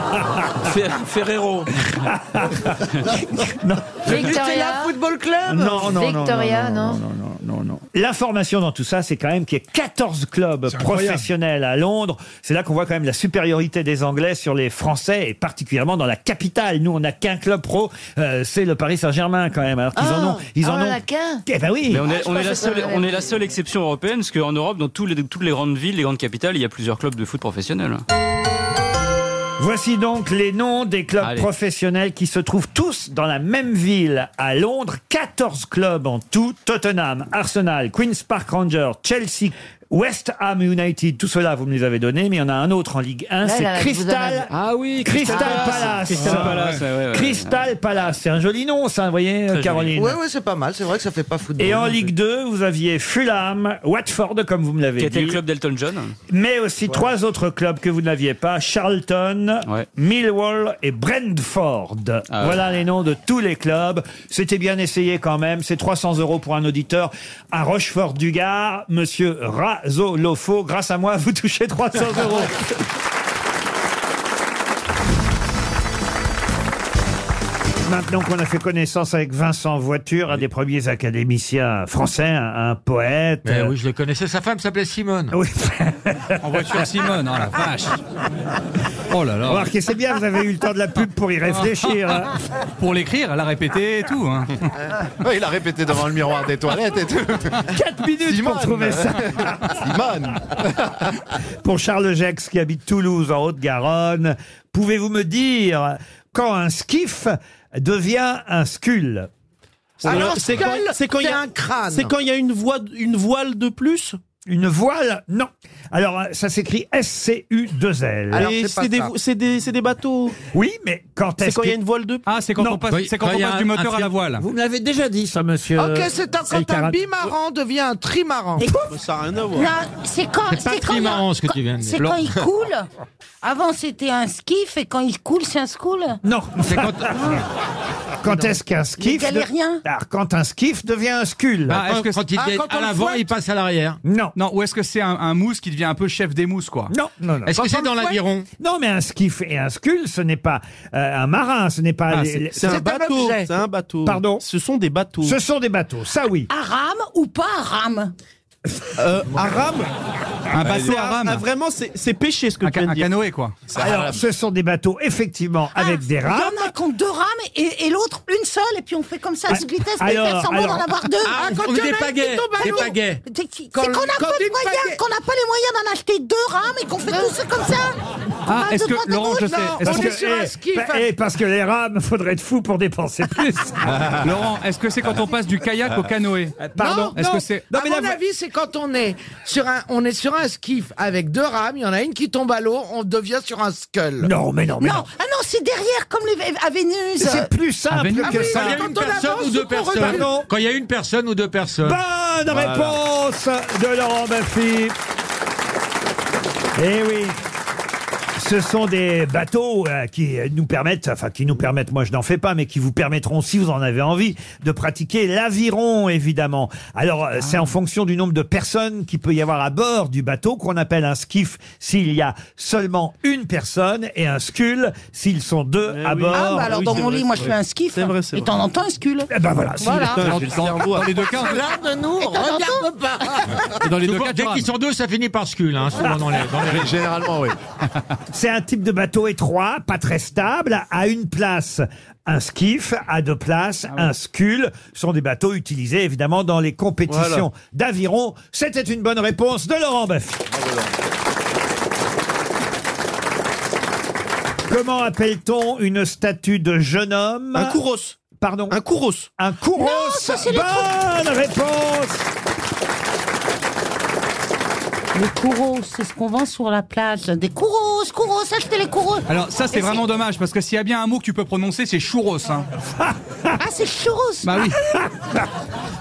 [SPEAKER 20] Ferrero.
[SPEAKER 6] Victoria Football Club.
[SPEAKER 1] Non, non, non,
[SPEAKER 6] Victoria, non.
[SPEAKER 1] L'information dans tout ça, c'est quand même qu'il y a 14 clubs
[SPEAKER 20] incroyable.
[SPEAKER 1] professionnels à Londres. C'est là qu'on voit quand même la supériorité des Anglais sur les Français, et particulièrement dans la capitale. Nous, on n'a qu'un club pro, euh, c'est le Paris Saint-Germain quand même. Alors qu'ils en ont... Ils en
[SPEAKER 27] ah, on en
[SPEAKER 1] ont...
[SPEAKER 27] a qu'un.
[SPEAKER 1] Eh ben oui
[SPEAKER 20] Mais
[SPEAKER 10] Ah,
[SPEAKER 20] on est, on
[SPEAKER 27] pensais
[SPEAKER 20] est la
[SPEAKER 27] qu'on
[SPEAKER 20] seule,
[SPEAKER 27] avait
[SPEAKER 20] on est la seule exception européenne, parce qu'en Europe, dans tous les- toutes les grandes villes, les grandes capitales, il y a plusieurs clubs de foot professionnels.
[SPEAKER 1] Voici donc les noms des clubs professionnels qui se trouvent tous dans la même ville à Londres. 14 clubs en tout. Tottenham, Arsenal, Queen's Park Rangers, Chelsea, West Ham United. Tout cela, vous me les avez donnés, mais il y en a un autre en Ligue
[SPEAKER 2] Ah,
[SPEAKER 1] 1.
[SPEAKER 20] Là,
[SPEAKER 1] C'est
[SPEAKER 20] là, vous en
[SPEAKER 1] Crystal.
[SPEAKER 20] avez- Ah oui,
[SPEAKER 1] Crystal
[SPEAKER 20] Crystal Palace.
[SPEAKER 1] Palace.
[SPEAKER 20] Crystal Palace, ouais, ouais, ouais.
[SPEAKER 1] Ah, Crystal Palace. C'est un joli nom, ça, vous voyez, Caroline.
[SPEAKER 28] Oui, oui, c'est pas mal. C'est vrai que ça fait pas football.
[SPEAKER 1] Et en Ligue 2, vous aviez Fulham, Watford, comme vous me l'avez
[SPEAKER 20] Qui
[SPEAKER 1] dit.
[SPEAKER 20] était le club d'Elton John.
[SPEAKER 1] Mais aussi trois autres clubs que vous n'aviez pas Charlton, Millwall et Brentford. Voilà les noms de tous les clubs. C'était bien essayé quand même. C'est 300 euros pour un auditeur à Rochefort-du-Gard. Monsieur Razolofo, grâce à moi, vous touchez 300 euros. Maintenant qu'on a fait connaissance avec Vincent Voiture, un des premiers académiciens français, un, un poète.
[SPEAKER 4] Mais oui, je le connaissais. Sa femme s'appelait Simone.
[SPEAKER 1] Oui.
[SPEAKER 4] En voiture Simone,
[SPEAKER 1] hein,
[SPEAKER 4] oh la vache. Oh là là.
[SPEAKER 1] Remarquez, c'est bien, vous avez eu le temps de la pub pour y réfléchir. hein.
[SPEAKER 4] Pour l'écrire, elle a répété et tout. hein.
[SPEAKER 29] Ouais, il a répété devant
[SPEAKER 2] Ah,
[SPEAKER 29] le miroir des toilettes et tout.
[SPEAKER 1] 4 minutes pour trouver ça.
[SPEAKER 29] Simone.
[SPEAKER 1] Pour Charles Gex qui habite Toulouse en Haute-Garonne, pouvez-vous me dire quand un skiff devient un scul
[SPEAKER 17] Alors, c'est quand, c'est quand il y a C'est quand il y a une voie, une voile de plus.
[SPEAKER 1] Une voile Non. Alors ça s'écrit SCU2L.
[SPEAKER 17] Alors, c'est des, vo- c'est des, c'est des bateaux.
[SPEAKER 1] Oui, mais quand
[SPEAKER 17] C'est
[SPEAKER 1] est-ce
[SPEAKER 17] quand il y a
[SPEAKER 1] que-
[SPEAKER 17] une voile de plus.
[SPEAKER 4] Ah, c'est quand
[SPEAKER 1] Non.
[SPEAKER 4] on passe, c'est quand on passe du moteur à la voile.
[SPEAKER 1] Vous me l'avez déjà dit ça, monsieur.
[SPEAKER 17] Ok, c'est un-
[SPEAKER 1] Saïd
[SPEAKER 17] quand un
[SPEAKER 1] Karat.
[SPEAKER 17] bimaran
[SPEAKER 28] devient un trimaran.
[SPEAKER 17] Ça n'a rien à
[SPEAKER 11] Non, c'est quand. Ah,
[SPEAKER 17] C'est pas
[SPEAKER 11] c'est quand
[SPEAKER 17] trimaran,
[SPEAKER 11] il y a-
[SPEAKER 17] ce que tu
[SPEAKER 11] quand-
[SPEAKER 17] viens de
[SPEAKER 11] C'est
[SPEAKER 17] dire.
[SPEAKER 11] quand il coule. Avant, c'était un skiff, et quand il coule, c'est un school.
[SPEAKER 1] Non. Quand est-ce qu'un skiff
[SPEAKER 11] Ah. Les galériens.
[SPEAKER 1] Alors, quand un skiff devient un scul.
[SPEAKER 4] Ah, est-ce que quand il vient à l'avant, il passe à l'arrière
[SPEAKER 1] Non.
[SPEAKER 4] Non, ou est-ce que c'est un, un mousse qui devient un peu chef des mousses, quoi
[SPEAKER 1] Non, non, non.
[SPEAKER 4] Est-ce que
[SPEAKER 1] Quand on
[SPEAKER 4] c'est
[SPEAKER 1] le
[SPEAKER 4] dans
[SPEAKER 1] fouette-
[SPEAKER 4] l'aviron
[SPEAKER 1] Non, mais un skiff et un scul, ce n'est pas euh, un marin, ce n'est pas.
[SPEAKER 17] Ah,
[SPEAKER 1] les-
[SPEAKER 17] c'est-
[SPEAKER 1] les-
[SPEAKER 17] c'est un bateau,
[SPEAKER 1] objet.
[SPEAKER 17] c'est un bateau.
[SPEAKER 1] Pardon.
[SPEAKER 17] Ce sont des bateaux.
[SPEAKER 1] Ce sont des bateaux, ça oui.
[SPEAKER 11] À rame ou pas à rame
[SPEAKER 17] Euh, à rame.
[SPEAKER 4] Un bateau
[SPEAKER 17] C'est
[SPEAKER 4] à rame.
[SPEAKER 17] Ah, vraiment, c'est c'est pêché ce que tu viens de
[SPEAKER 4] Un
[SPEAKER 17] dire.
[SPEAKER 4] canoë, quoi.
[SPEAKER 1] Alors, ce sont des bateaux, effectivement, avec des
[SPEAKER 11] Il y en
[SPEAKER 1] rames.
[SPEAKER 11] a qui ont deux rames et, et l'autre une seule, et puis on fait comme ça à toute vitesse, mais
[SPEAKER 1] alors,
[SPEAKER 11] faire semblant
[SPEAKER 1] alors.
[SPEAKER 11] d'en avoir deux.
[SPEAKER 1] Ah, Ah, quand on est
[SPEAKER 11] il y en a
[SPEAKER 1] des
[SPEAKER 11] un qui
[SPEAKER 1] pagaies,
[SPEAKER 11] tombe à
[SPEAKER 1] des
[SPEAKER 11] l'eau.
[SPEAKER 1] pagaies.
[SPEAKER 11] C'est qui-
[SPEAKER 1] Quand-
[SPEAKER 11] c'est qu'on n'a
[SPEAKER 1] quand
[SPEAKER 11] pas, de
[SPEAKER 1] une
[SPEAKER 11] moyens,
[SPEAKER 1] pagaie-
[SPEAKER 11] qu'on n'a pas les moyens d'en acheter deux rames et qu'on fait tout ça comme ça.
[SPEAKER 4] Ah,
[SPEAKER 11] On va
[SPEAKER 4] est-ce
[SPEAKER 11] de
[SPEAKER 4] que-
[SPEAKER 11] droite à
[SPEAKER 4] Laurent,
[SPEAKER 11] gauche.
[SPEAKER 4] je sais,
[SPEAKER 11] Non,
[SPEAKER 4] est-ce
[SPEAKER 11] on
[SPEAKER 4] que-
[SPEAKER 11] est sur un
[SPEAKER 1] Eh,
[SPEAKER 11] skiff.
[SPEAKER 1] bah, eh, parce que les rames, faudrait être fou pour dépenser plus.
[SPEAKER 4] Laurent, est-ce que c'est quand on passe du kayak au canoë
[SPEAKER 1] Pardon
[SPEAKER 4] Est-ce
[SPEAKER 2] non.
[SPEAKER 4] que c'est
[SPEAKER 1] Ah,
[SPEAKER 2] à mon avis, c'est quand on est sur un, on est sur un skiff avec deux rames, il y en a une qui tombe à l'eau, on devient sur un skull.
[SPEAKER 1] Non, mais non, mais non.
[SPEAKER 11] Ah non, c'est derrière, comme les, à Vénus.
[SPEAKER 1] C'est plus simple
[SPEAKER 4] ben,
[SPEAKER 11] Ah
[SPEAKER 1] que
[SPEAKER 11] oui,
[SPEAKER 1] ça.
[SPEAKER 11] quand on avance, on recule.
[SPEAKER 4] Quand il y a une personne ou deux personnes.
[SPEAKER 1] Bonne réponse de Laurent Baffy. Eh oui. Ce sont des bateaux euh, qui nous permettent, enfin qui nous permettent, moi je n'en fais pas, mais qui vous permettront, si vous en avez envie, de pratiquer l'aviron, évidemment. Alors euh, c'est en fonction du nombre de personnes qui peut y avoir à bord du bateau qu'on appelle un skiff s'il y a seulement une personne et un scull s'ils sont deux à bord.
[SPEAKER 11] Ah, bah alors dans mon lit, moi je fais un skiff. Et t'en entends un scule.
[SPEAKER 1] Eh ben voilà, si-
[SPEAKER 4] Dans- dans les deux cas, on-
[SPEAKER 11] de nous, regarde pas.
[SPEAKER 4] Et dans les deux cas, dès qu'ils sont deux, ça finit par scul. Hein, souvent dans les, dans les... Généralement, oui.
[SPEAKER 1] C'est un type de bateau étroit, pas très stable, à une place un skiff, à deux places un scull. Ce sont des bateaux utilisés évidemment dans les compétitions d'aviron. C'était une bonne réponse de Laurent Baffy. Comment appelle-t-on une statue de jeune homme Un
[SPEAKER 17] kouros.
[SPEAKER 1] Pardon Un kouros. Un kouros.
[SPEAKER 17] ça, c'est les
[SPEAKER 1] Bonne réponse
[SPEAKER 11] Les couros, c'est ce qu'on vend sur la plage. Des couros, couros, achetez les couros.
[SPEAKER 30] Alors ça c'est
[SPEAKER 11] Et
[SPEAKER 30] vraiment dommage parce que s'il y a bien un mot que tu peux prononcer c'est churros. hein.
[SPEAKER 11] Ah, c'est churros.
[SPEAKER 30] Bah oui.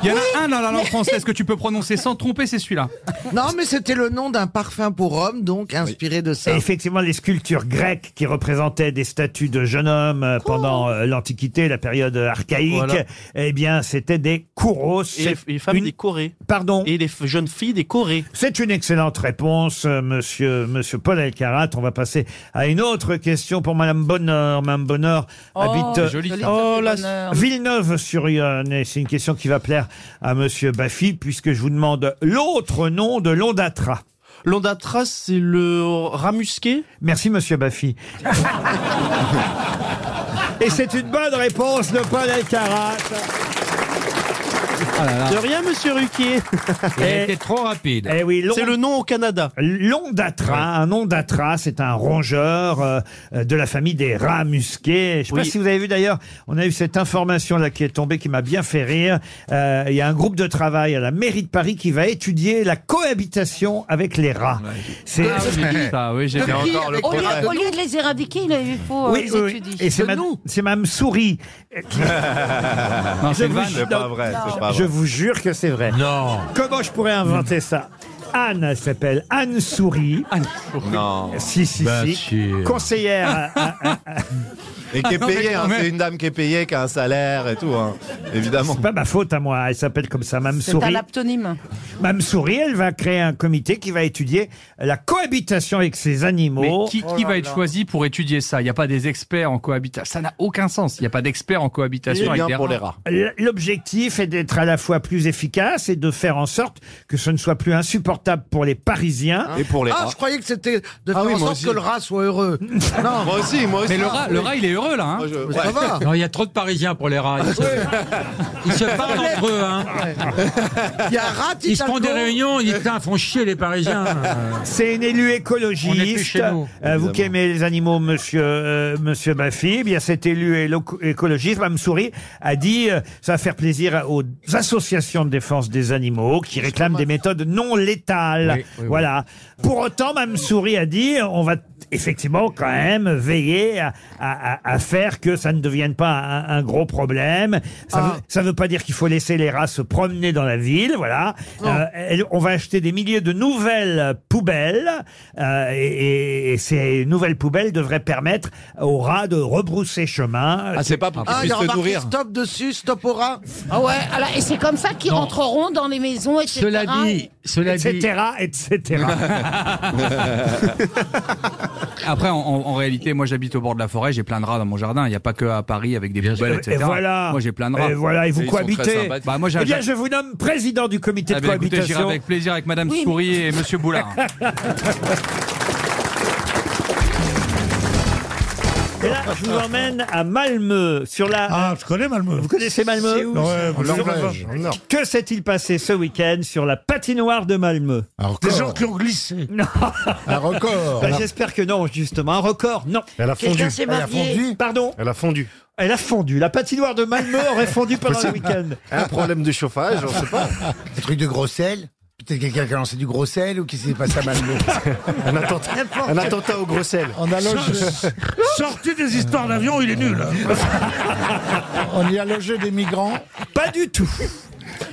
[SPEAKER 30] Il y en a
[SPEAKER 11] Oui,
[SPEAKER 30] un dans la langue
[SPEAKER 11] mais-
[SPEAKER 30] française que tu peux prononcer sans te tromper, c'est celui-là.
[SPEAKER 2] Non, mais c'était le nom d'un parfum pour homme, donc inspiré de ça.
[SPEAKER 1] Et effectivement, les sculptures grecques qui représentaient des statues de jeunes hommes euh, pendant euh, l'Antiquité, la période euh, archaïque,
[SPEAKER 4] Voilà.
[SPEAKER 1] eh bien, c'était des kouros.
[SPEAKER 4] Et les, les femmes des Corées.
[SPEAKER 1] Pardon
[SPEAKER 4] Et les f- jeunes filles des Corées.
[SPEAKER 1] C'est une excellente réponse, euh, monsieur, monsieur Paul Elkarat. On va passer à une autre question pour madame Bonheur. Madame Bonheur
[SPEAKER 4] Oh,
[SPEAKER 1] habite euh,
[SPEAKER 4] joli.
[SPEAKER 1] oh, la-
[SPEAKER 4] Bonheur.
[SPEAKER 1] Villeneuve-sur-Yonne. Et c'est une question qui va plaire à monsieur Baffy puisque je vous demande l'autre nom de l'ondatra.
[SPEAKER 4] L'ondatra, c'est le ramusqué
[SPEAKER 1] Merci, monsieur Baffy. Et c'est une bonne réponse de Paul Elkarat.
[SPEAKER 4] Ah De rien, monsieur Ruquier.
[SPEAKER 1] Il était
[SPEAKER 4] trop rapide.
[SPEAKER 1] Eh oui,
[SPEAKER 4] C'est le nom
[SPEAKER 1] au Canada. L'ondatra, un ondatra, c'est un rongeur euh, euh, de la famille des rats musqués. Je ne sais pas
[SPEAKER 4] Oui.
[SPEAKER 1] si vous avez vu d'ailleurs, on a eu cette information là qui est tombée qui m'a bien fait rire. Euh, Il y a un groupe de travail à la mairie de Paris qui va étudier la cohabitation avec les rats. C'est
[SPEAKER 17] Ah oui, j'ai vu ça, oui, j'ai vu. Encore le
[SPEAKER 11] au, lieu,
[SPEAKER 1] progrès.
[SPEAKER 11] au lieu de les éradiquer, il il faut euh,
[SPEAKER 1] Oui,
[SPEAKER 11] les
[SPEAKER 1] oui, oui.
[SPEAKER 11] étudier.
[SPEAKER 1] Et c'est madame, c'est madame Souris.
[SPEAKER 31] Non,
[SPEAKER 1] Je
[SPEAKER 31] c'est une
[SPEAKER 1] vous-
[SPEAKER 31] vanne. C'est pas
[SPEAKER 1] non,
[SPEAKER 31] vrai, c'est pas
[SPEAKER 1] Je
[SPEAKER 31] vrai.
[SPEAKER 1] vous jure que c'est vrai. Non. Comment je pourrais inventer ça Anne, elle s'appelle Anne Souris. Anne Souris.
[SPEAKER 31] Non. Bah,
[SPEAKER 1] Si, si,
[SPEAKER 2] Bah,
[SPEAKER 31] Bien
[SPEAKER 1] si.
[SPEAKER 2] euh,
[SPEAKER 31] sûr.
[SPEAKER 1] Conseillère. Ah, à- à-
[SPEAKER 31] Et qui est
[SPEAKER 1] Ah, Non, mais
[SPEAKER 31] payée,
[SPEAKER 1] quand
[SPEAKER 31] hein,
[SPEAKER 1] même.
[SPEAKER 31] c'est une dame qui est payée, qui a un salaire et tout, hein, évidemment.
[SPEAKER 1] C'est pas ma faute à moi. Elle s'appelle comme ça, Mme
[SPEAKER 11] C'est un
[SPEAKER 1] Souris.
[SPEAKER 11] aptonyme.
[SPEAKER 1] Mme Souris, elle va créer un comité qui va étudier la cohabitation avec ces
[SPEAKER 4] Mais
[SPEAKER 1] animaux.
[SPEAKER 11] Oh
[SPEAKER 4] qui, qui va être choisi pour étudier ça Il n'y a pas des experts en cohabitation. Ça n'a aucun sens. Il n'y a pas d'experts en cohabitation avec des
[SPEAKER 1] L- L'objectif est d'être à la fois plus efficace et de faire en sorte que ce ne soit plus insupportable pour les Parisiens.
[SPEAKER 31] Et pour
[SPEAKER 2] Ah, je croyais que c'était de faire
[SPEAKER 1] oui, moi
[SPEAKER 2] en sorte
[SPEAKER 1] aussi.
[SPEAKER 2] que le rat soit heureux. Non.
[SPEAKER 31] Moi aussi, moi aussi.
[SPEAKER 2] Mais le rat- le rat, il est heureux, là, hein.
[SPEAKER 31] Moi, je-
[SPEAKER 2] Mais ça va.
[SPEAKER 30] Non, il y a trop de Parisiens pour les rats. Ils se,
[SPEAKER 2] ils se parlent entre
[SPEAKER 30] eux.
[SPEAKER 2] Il y a un rat,
[SPEAKER 30] Ils se font des
[SPEAKER 2] réunions,
[SPEAKER 30] ils font chier les Parisiens.
[SPEAKER 1] C'est une élue écologiste.
[SPEAKER 30] On n'est plus chez nous.
[SPEAKER 1] Euh, vous
[SPEAKER 30] Évidemment.
[SPEAKER 1] qui aimez les animaux, monsieur, euh, monsieur Baffy, eh bien cette élue élo- écologiste, Mme Souris, a dit euh, ça va faire plaisir aux associations de défense des animaux qui réclament des méthodes non létales.
[SPEAKER 4] Oui, oui, oui.
[SPEAKER 1] voilà. Pour autant, Mme Souris a dit on va effectivement quand même veiller à, à- à- à faire que ça ne devienne pas un, un gros problème. Ça
[SPEAKER 30] Ah.
[SPEAKER 1] veut- ça veut pas dire qu'il faut laisser les rats se promener dans la ville, voilà. Euh, elle- on va acheter des milliers de nouvelles poubelles euh, et, et- et ces nouvelles poubelles devraient permettre aux rats de rebrousser chemin.
[SPEAKER 31] Ah, c'est pas pour qu'ils
[SPEAKER 2] Ah, il y a remarqué stop dessus, stop au rat.
[SPEAKER 11] Ah ouais, alors, et c'est comme ça qu'ils
[SPEAKER 2] Non.
[SPEAKER 11] rentreront dans les maisons, etc.
[SPEAKER 2] Cela dit-
[SPEAKER 1] cela dit- Etc., etc.
[SPEAKER 4] Après, en, en- en réalité, moi j'habite au bord de la forêt, j'ai plein de rats dans mon jardin. Il n'y a pas que à Paris avec des poubelles,
[SPEAKER 1] Et
[SPEAKER 4] etc.
[SPEAKER 1] voilà.
[SPEAKER 4] Moi j'ai plein de rats.
[SPEAKER 1] Et voilà, et vous cohabitez.
[SPEAKER 4] Bah, moi, j'ai-
[SPEAKER 1] eh bien, je vous nomme président du comité
[SPEAKER 4] Ah
[SPEAKER 1] de
[SPEAKER 4] ben, écoutez,
[SPEAKER 1] cohabitation.
[SPEAKER 4] j'irai avec plaisir avec Madame
[SPEAKER 1] Oui,
[SPEAKER 4] Souris
[SPEAKER 1] mais-
[SPEAKER 4] et Monsieur Boulard.
[SPEAKER 1] Et là, je vous emmène à Malmeux, sur la. Ah, je connais Malmeux. Vous connaissez Malmeux
[SPEAKER 6] C'est où, ça Ouais, en
[SPEAKER 1] Sur-
[SPEAKER 6] Norvège, en Nord.
[SPEAKER 1] Que s'est-il passé ce week-end sur la patinoire de Malmeux
[SPEAKER 6] Des gens qui ont glissé.
[SPEAKER 1] Non.
[SPEAKER 6] Un record.
[SPEAKER 1] Bah, J'espère que non, justement. Un record, non.
[SPEAKER 6] Elle a fondu. Quelqu'un s'est Elle a marié. fondu.
[SPEAKER 1] Pardon
[SPEAKER 6] Elle a fondu.
[SPEAKER 1] Elle a fondu. La patinoire de Malmeux aurait fondu pendant le
[SPEAKER 5] Possible.
[SPEAKER 1] week-end.
[SPEAKER 5] Un problème de chauffage, on sait pas. Un truc de gros sel Peut-être quelqu'un qui a lancé du gros sel ou qui s'est passé à Malmö. un, attentat, un attentat au gros sel.
[SPEAKER 6] On a logé- Sorti des histoires d'avion, il est nul.
[SPEAKER 5] On y a logé des migrants
[SPEAKER 1] Pas du tout.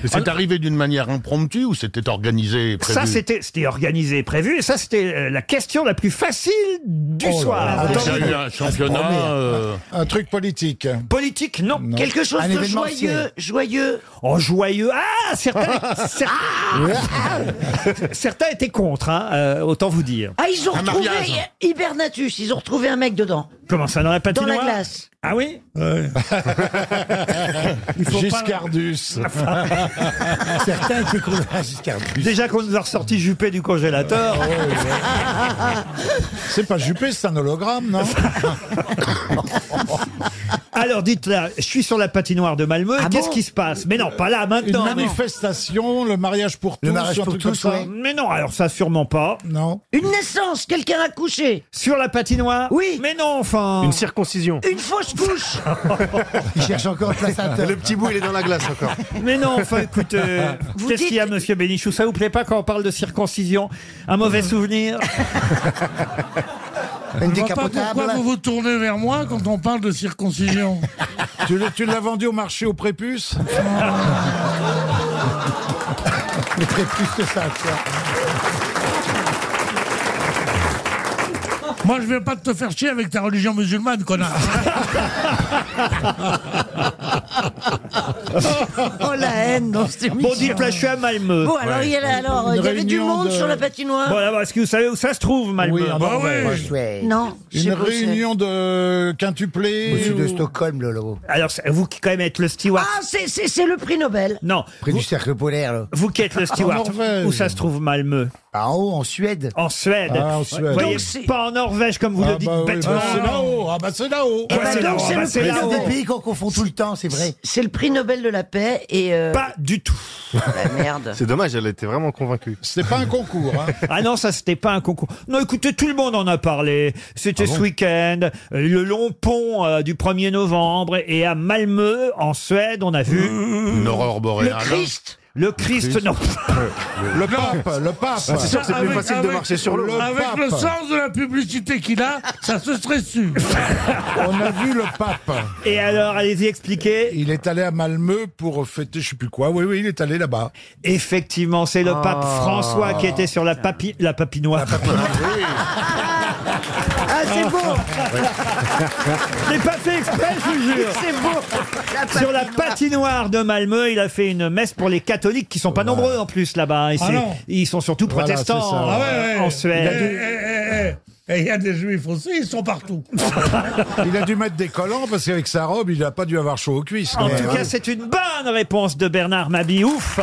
[SPEAKER 32] C'est arrivé d'une manière impromptue ou c'était organisé et prévu
[SPEAKER 1] Ça, c'était c'était organisé et prévu. Et ça, c'était euh, la question la plus facile
[SPEAKER 6] Oh
[SPEAKER 1] du soir.
[SPEAKER 32] là. Attendez. Il y a eu
[SPEAKER 4] Ah,
[SPEAKER 32] un championnat, euh,
[SPEAKER 1] Un truc politique. Politique, non.
[SPEAKER 5] Quelque chose Un de événementiel. joyeux,
[SPEAKER 1] joyeux. En Oh, joyeux. Ah Certains, cer- certains étaient contre, hein, euh, autant vous dire.
[SPEAKER 33] Ah, ils ont
[SPEAKER 1] Un
[SPEAKER 33] retrouvé
[SPEAKER 1] mariage. hein.
[SPEAKER 33] Hibernatus, ils ont retrouvé un mec dedans.
[SPEAKER 1] Comment ça, dans la
[SPEAKER 33] Dans
[SPEAKER 1] patinoire
[SPEAKER 33] la glace.
[SPEAKER 1] Ah oui
[SPEAKER 5] Giscardus. Certains qui croient
[SPEAKER 1] Ah,
[SPEAKER 5] à Giscardus.
[SPEAKER 1] Déjà qu'on nous a Oh, ressorti Juppé du congélateur.
[SPEAKER 5] C'est pas Juppé, c'est un hologramme, non
[SPEAKER 1] Alors dites là, je suis sur la patinoire de Malmö,
[SPEAKER 4] Ah
[SPEAKER 1] qu'est-ce
[SPEAKER 4] bon
[SPEAKER 1] qui se passe Mais non, pas là, maintenant.
[SPEAKER 4] Une
[SPEAKER 1] non.
[SPEAKER 4] manifestation, le mariage pour tous,
[SPEAKER 1] Le mariage
[SPEAKER 4] un
[SPEAKER 1] pour
[SPEAKER 4] truc
[SPEAKER 1] tous,
[SPEAKER 4] comme ça.
[SPEAKER 1] ouais. Mais non, alors ça sûrement pas.
[SPEAKER 4] Non.
[SPEAKER 2] Une naissance, quelqu'un a couché.
[SPEAKER 1] Sur la patinoire
[SPEAKER 2] Oui.
[SPEAKER 1] Mais non, enfin. Une
[SPEAKER 2] circoncision. Une fausse couche.
[SPEAKER 4] Il cherche encore le placenta.
[SPEAKER 34] Le petit bout, il est dans la glace encore.
[SPEAKER 1] Mais non, enfin, écoutez,
[SPEAKER 34] Vous
[SPEAKER 1] qu'est-ce
[SPEAKER 34] dites-
[SPEAKER 1] qu'il y a, monsieur Bénichou Ça vous plaît pas quand on parle de circoncision Un mauvais souvenir
[SPEAKER 6] Je vois pas pourquoi vous vous tournez vers moi quand on parle de circoncision.
[SPEAKER 4] tu l'as- tu l'as vendu au marché au prépuce Mais très plus que ça, toi.
[SPEAKER 6] Moi, je vais pas te faire chier avec ta religion musulmane, connard.
[SPEAKER 2] Oh la haine dans cette émission.
[SPEAKER 1] Bon, dites là, je suis à Malmö.
[SPEAKER 2] Bon, alors, il y a là, alors, il y avait du monde sur la patinoire.
[SPEAKER 1] Bon, là, est-ce que vous savez où ça se trouve, Malmö
[SPEAKER 4] Oui, en
[SPEAKER 1] Bah
[SPEAKER 4] Norvège.
[SPEAKER 1] ouais.
[SPEAKER 2] Non. je
[SPEAKER 4] Une
[SPEAKER 2] sais pas où c'est.
[SPEAKER 4] réunion de quintuplés.
[SPEAKER 1] Au sud de
[SPEAKER 4] Stockholm, Lolo.
[SPEAKER 1] Alors, c'est- vous qui quand même êtes le steward.
[SPEAKER 2] Ah, c'est- c'est c'est le prix Nobel.
[SPEAKER 1] Non.
[SPEAKER 4] Près du cercle polaire, là.
[SPEAKER 1] Vous qui êtes le
[SPEAKER 4] Ah, En
[SPEAKER 1] steward,
[SPEAKER 4] Norvège.
[SPEAKER 1] où ça se trouve Malmö
[SPEAKER 4] En haut, Ah, oh, en Suède.
[SPEAKER 1] En Suède.
[SPEAKER 4] Ah, en
[SPEAKER 1] Vous
[SPEAKER 4] Suède.
[SPEAKER 1] voyez,
[SPEAKER 4] Donc c'est-
[SPEAKER 1] pas en Norvège comme vous
[SPEAKER 4] Ah
[SPEAKER 1] le dites
[SPEAKER 4] bah oui,
[SPEAKER 1] bêtement.
[SPEAKER 4] bah c'est là-haut, ah bah c'est
[SPEAKER 2] Eh
[SPEAKER 4] là-haut.
[SPEAKER 1] Ah bah
[SPEAKER 2] ben
[SPEAKER 1] c'est là-haut, ah bah c'est
[SPEAKER 4] là-haut.
[SPEAKER 1] là-haut.
[SPEAKER 4] des pays qu'on confond tout le temps, c'est vrai.
[SPEAKER 2] C'est le prix Nobel de la paix et. euh,
[SPEAKER 1] Pas du tout.
[SPEAKER 2] La merde.
[SPEAKER 34] C'est dommage, elle était vraiment convaincue.
[SPEAKER 4] C'était pas un concours. Hein.
[SPEAKER 1] Ah non, ça c'était pas un concours. Non, écoutez, tout le monde en a parlé. C'était
[SPEAKER 4] Ah
[SPEAKER 1] ce week-end, euh, le long pont euh, du 1er novembre, et à Malmö, en Suède, on a vu...
[SPEAKER 34] Mmh.
[SPEAKER 35] Une aurore boréale.
[SPEAKER 1] Le Christ Le Christ, non.
[SPEAKER 4] Le pape, le pape.
[SPEAKER 34] Ah, c'est sûr que c'est plus
[SPEAKER 6] Ah, Avec-
[SPEAKER 34] facile de
[SPEAKER 6] avec-
[SPEAKER 34] marcher sur l'eau.
[SPEAKER 6] Avec le sens de la publicité qu'il a, ça se serait su.
[SPEAKER 4] On a vu le pape.
[SPEAKER 1] Et alors, allez-y, expliquez.
[SPEAKER 4] Il est allé à Malmö pour fêter je sais plus quoi. Oui, oui, il est allé là-bas.
[SPEAKER 1] Effectivement, c'est le pape
[SPEAKER 4] Ah.
[SPEAKER 1] François qui était sur la, papi... la papinoire.
[SPEAKER 2] Ah, c'est beau.
[SPEAKER 1] J'ai pas fait exprès, je vous jure.
[SPEAKER 2] C'est beau.
[SPEAKER 1] Sur la patinoire de Malmö, il a fait une messe pour les catholiques qui sont pas nombreux en plus là-bas. Et
[SPEAKER 6] Ah
[SPEAKER 1] c'est-
[SPEAKER 6] non.
[SPEAKER 1] ils sont surtout
[SPEAKER 4] Voilà,
[SPEAKER 1] protestants
[SPEAKER 4] c'est ça.
[SPEAKER 1] euh,
[SPEAKER 6] Ah ouais, ouais.
[SPEAKER 1] en Suède.
[SPEAKER 6] Eh, eh, eh, eh. Et il y a des juifs aussi, ils sont partout.
[SPEAKER 4] Il a dû mettre des collants parce qu'avec sa robe, il a pas dû avoir chaud aux cuisses.
[SPEAKER 1] En
[SPEAKER 4] Mais,
[SPEAKER 1] tout
[SPEAKER 4] hein.
[SPEAKER 1] cas, c'est une bonne réponse de Bernard Mabi. Ouf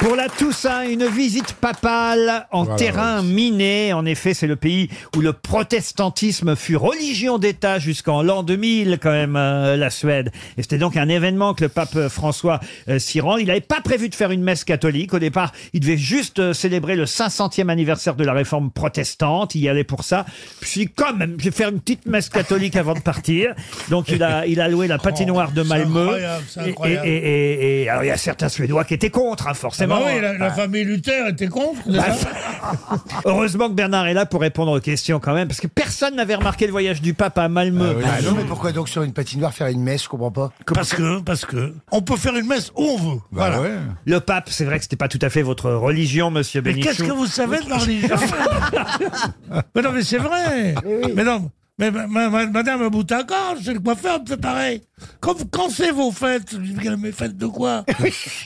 [SPEAKER 1] pour la Toussaint, une visite papale en
[SPEAKER 4] Voilà,
[SPEAKER 1] terrain miné. En effet, c'est le pays où le protestantisme fut religion d'État jusqu'en l'an 2000, quand même, euh, la Suède. Et c'était donc un événement que le pape François euh, s'y rend. Il n'avait pas prévu de faire une messe catholique. Au départ, il devait juste euh, célébrer le 500e anniversaire de la réforme protestante. Il y allait pour ça. Puis il dit, quand même, je vais faire une petite messe catholique avant de partir. Donc il a, il a loué la patinoire de
[SPEAKER 6] Oh, c'est
[SPEAKER 1] Malmö.
[SPEAKER 6] incroyable, c'est
[SPEAKER 1] Et-
[SPEAKER 6] incroyable.
[SPEAKER 1] Et, et- et- alors, il y a certains Suédois qui étaient contre, hein,
[SPEAKER 6] Ah
[SPEAKER 1] forcément.
[SPEAKER 6] bah oui, la, la
[SPEAKER 1] Ah.
[SPEAKER 6] famille Luther était contre. c'est ça
[SPEAKER 1] Heureusement que Bernard est là pour répondre aux questions quand même, parce que personne n'avait remarqué le voyage du pape à Malmö. Bah,
[SPEAKER 5] Ah
[SPEAKER 4] Bah
[SPEAKER 5] non, mais pourquoi donc sur une patinoire faire une messe Je comprends pas. Bah,
[SPEAKER 6] Parce que, parce que, on peut faire une messe où on veut. voilà.
[SPEAKER 1] Le pape, c'est vrai que c'était pas tout à fait votre religion, monsieur
[SPEAKER 6] Mais
[SPEAKER 1] Bénichou.
[SPEAKER 6] qu'est-ce que vous savez de la religion Mais non, mais c'est vrai. Mais non. Mais ma- ma- ma- madame Boutaka, chez le coiffeur, c'est pareil. Quand, vous- quand c'est vos fêtes Je dis, mais fêtes de quoi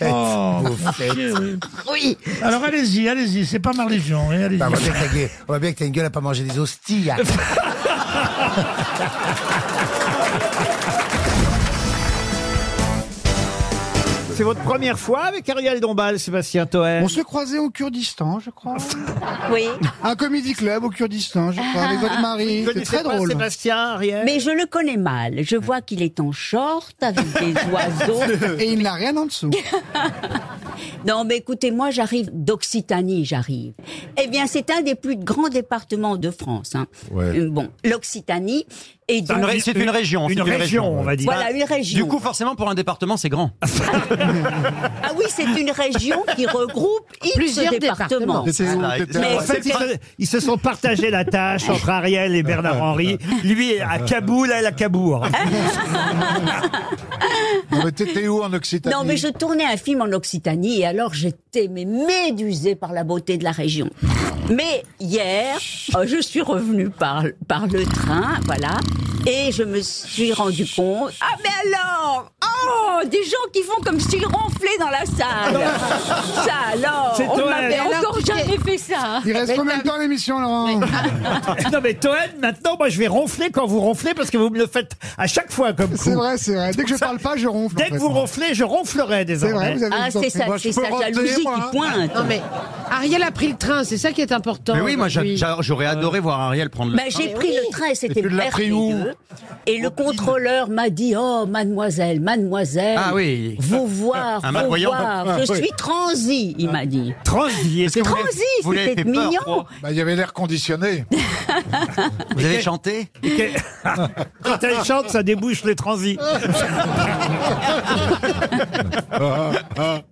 [SPEAKER 6] Oh,
[SPEAKER 5] Vos fêtes.
[SPEAKER 6] chier, oui.
[SPEAKER 2] Oui.
[SPEAKER 6] Alors allez-y, allez-y, c'est pas ma religion. hein, allez-y.
[SPEAKER 5] Bah, on, voit bien que t'as- on voit bien que t'as une gueule à pas manger des hosties. hein.
[SPEAKER 1] C'est votre première fois avec Ariel Dombal, Sébastien Toen.
[SPEAKER 11] On se croisait au Kurdistan, je crois.
[SPEAKER 3] Oui.
[SPEAKER 11] Un comédie club au Kurdistan, Hein, je crois, avec votre mari.
[SPEAKER 3] Vous
[SPEAKER 11] C'est
[SPEAKER 3] connaissez
[SPEAKER 11] très
[SPEAKER 3] pas
[SPEAKER 11] drôle.
[SPEAKER 1] Sébastien, Ariel
[SPEAKER 3] Mais je le connais mal. Je vois qu'il est en short avec des oiseaux.
[SPEAKER 11] Et il n'a rien en dessous.
[SPEAKER 3] Non, mais écoutez, moi j'arrive d'Occitanie, j'arrive. Eh bien, c'est un des plus grands départements de France. hein.
[SPEAKER 1] Ouais.
[SPEAKER 3] Euh, Bon, l'Occitanie. et
[SPEAKER 17] C'est une,
[SPEAKER 3] donc-
[SPEAKER 17] ré- c'est une région. c'est
[SPEAKER 1] Une région, on va dire.
[SPEAKER 3] Voilà, une région.
[SPEAKER 17] Du coup, forcément, pour un département, c'est grand.
[SPEAKER 3] Ah oui, c'est une région qui regroupe X
[SPEAKER 36] Plusieurs départements.
[SPEAKER 3] départements. Ah,
[SPEAKER 1] Mais c'est-
[SPEAKER 3] Mais
[SPEAKER 1] en fait, ils se, ils se sont partagés la tâche entre Ariel et Bernard Henry. Lui est à Kaboul, elle à Kabour.
[SPEAKER 4] Non, mais t'étais où en Occitanie
[SPEAKER 3] Non, mais je tournais un film en Occitanie et alors j'étais mais médusée par la beauté de la région. Mais hier, euh, je suis revenue par, par le train, voilà, et je me suis rendu compte. Ah, mais alors Oh, non Des gens qui font comme s'ils ronflaient dans la
[SPEAKER 14] Ah
[SPEAKER 3] salle. ça alors,
[SPEAKER 1] C'est
[SPEAKER 3] on
[SPEAKER 1] toi,
[SPEAKER 3] m'avait
[SPEAKER 1] elle.
[SPEAKER 3] encore jamais fait ça.
[SPEAKER 24] Il reste combien de temps l'émission, Laurent
[SPEAKER 1] non mais Toen, maintenant, moi je vais ronfler quand vous ronflez parce que vous me le faites à chaque fois comme coup.
[SPEAKER 24] C'est vrai, c'est vrai. Dès que je
[SPEAKER 1] Ça-
[SPEAKER 24] parle pas, je ronfle.
[SPEAKER 1] Dès que vous ronflez, je ronflerai désormais.
[SPEAKER 24] vrai, vous avez
[SPEAKER 3] Ah, c'est ça, c'est sa jalousie qui
[SPEAKER 24] hein.
[SPEAKER 3] pointe.
[SPEAKER 8] Non mais Ariel a pris le train, c'est ça qui est important.
[SPEAKER 14] Mais oui, moi j'a-
[SPEAKER 8] aujourd'hui.
[SPEAKER 14] j'a- j'aurais adoré voir Ariel prendre le
[SPEAKER 3] Bah, j'ai pris le train et c'était
[SPEAKER 14] tu l'as pris où
[SPEAKER 3] merveilleux. Et le contrôleur m'a dit Oh, mademoiselle, mademoiselle,
[SPEAKER 14] Ah oui.
[SPEAKER 3] vous voir,
[SPEAKER 14] Un
[SPEAKER 3] vous
[SPEAKER 14] malvoyant.
[SPEAKER 3] voir. Je
[SPEAKER 14] Ah, oui.
[SPEAKER 3] suis transi, il m'a dit.
[SPEAKER 1] Transi,
[SPEAKER 3] est-ce que vous l'avez- Transi, vous l'avez c'était fait peur, mignon. quoi
[SPEAKER 24] Bah, Il y avait l'air conditionné.
[SPEAKER 14] Vous avez chanté
[SPEAKER 1] Quand elle chante, ça débouche les transis.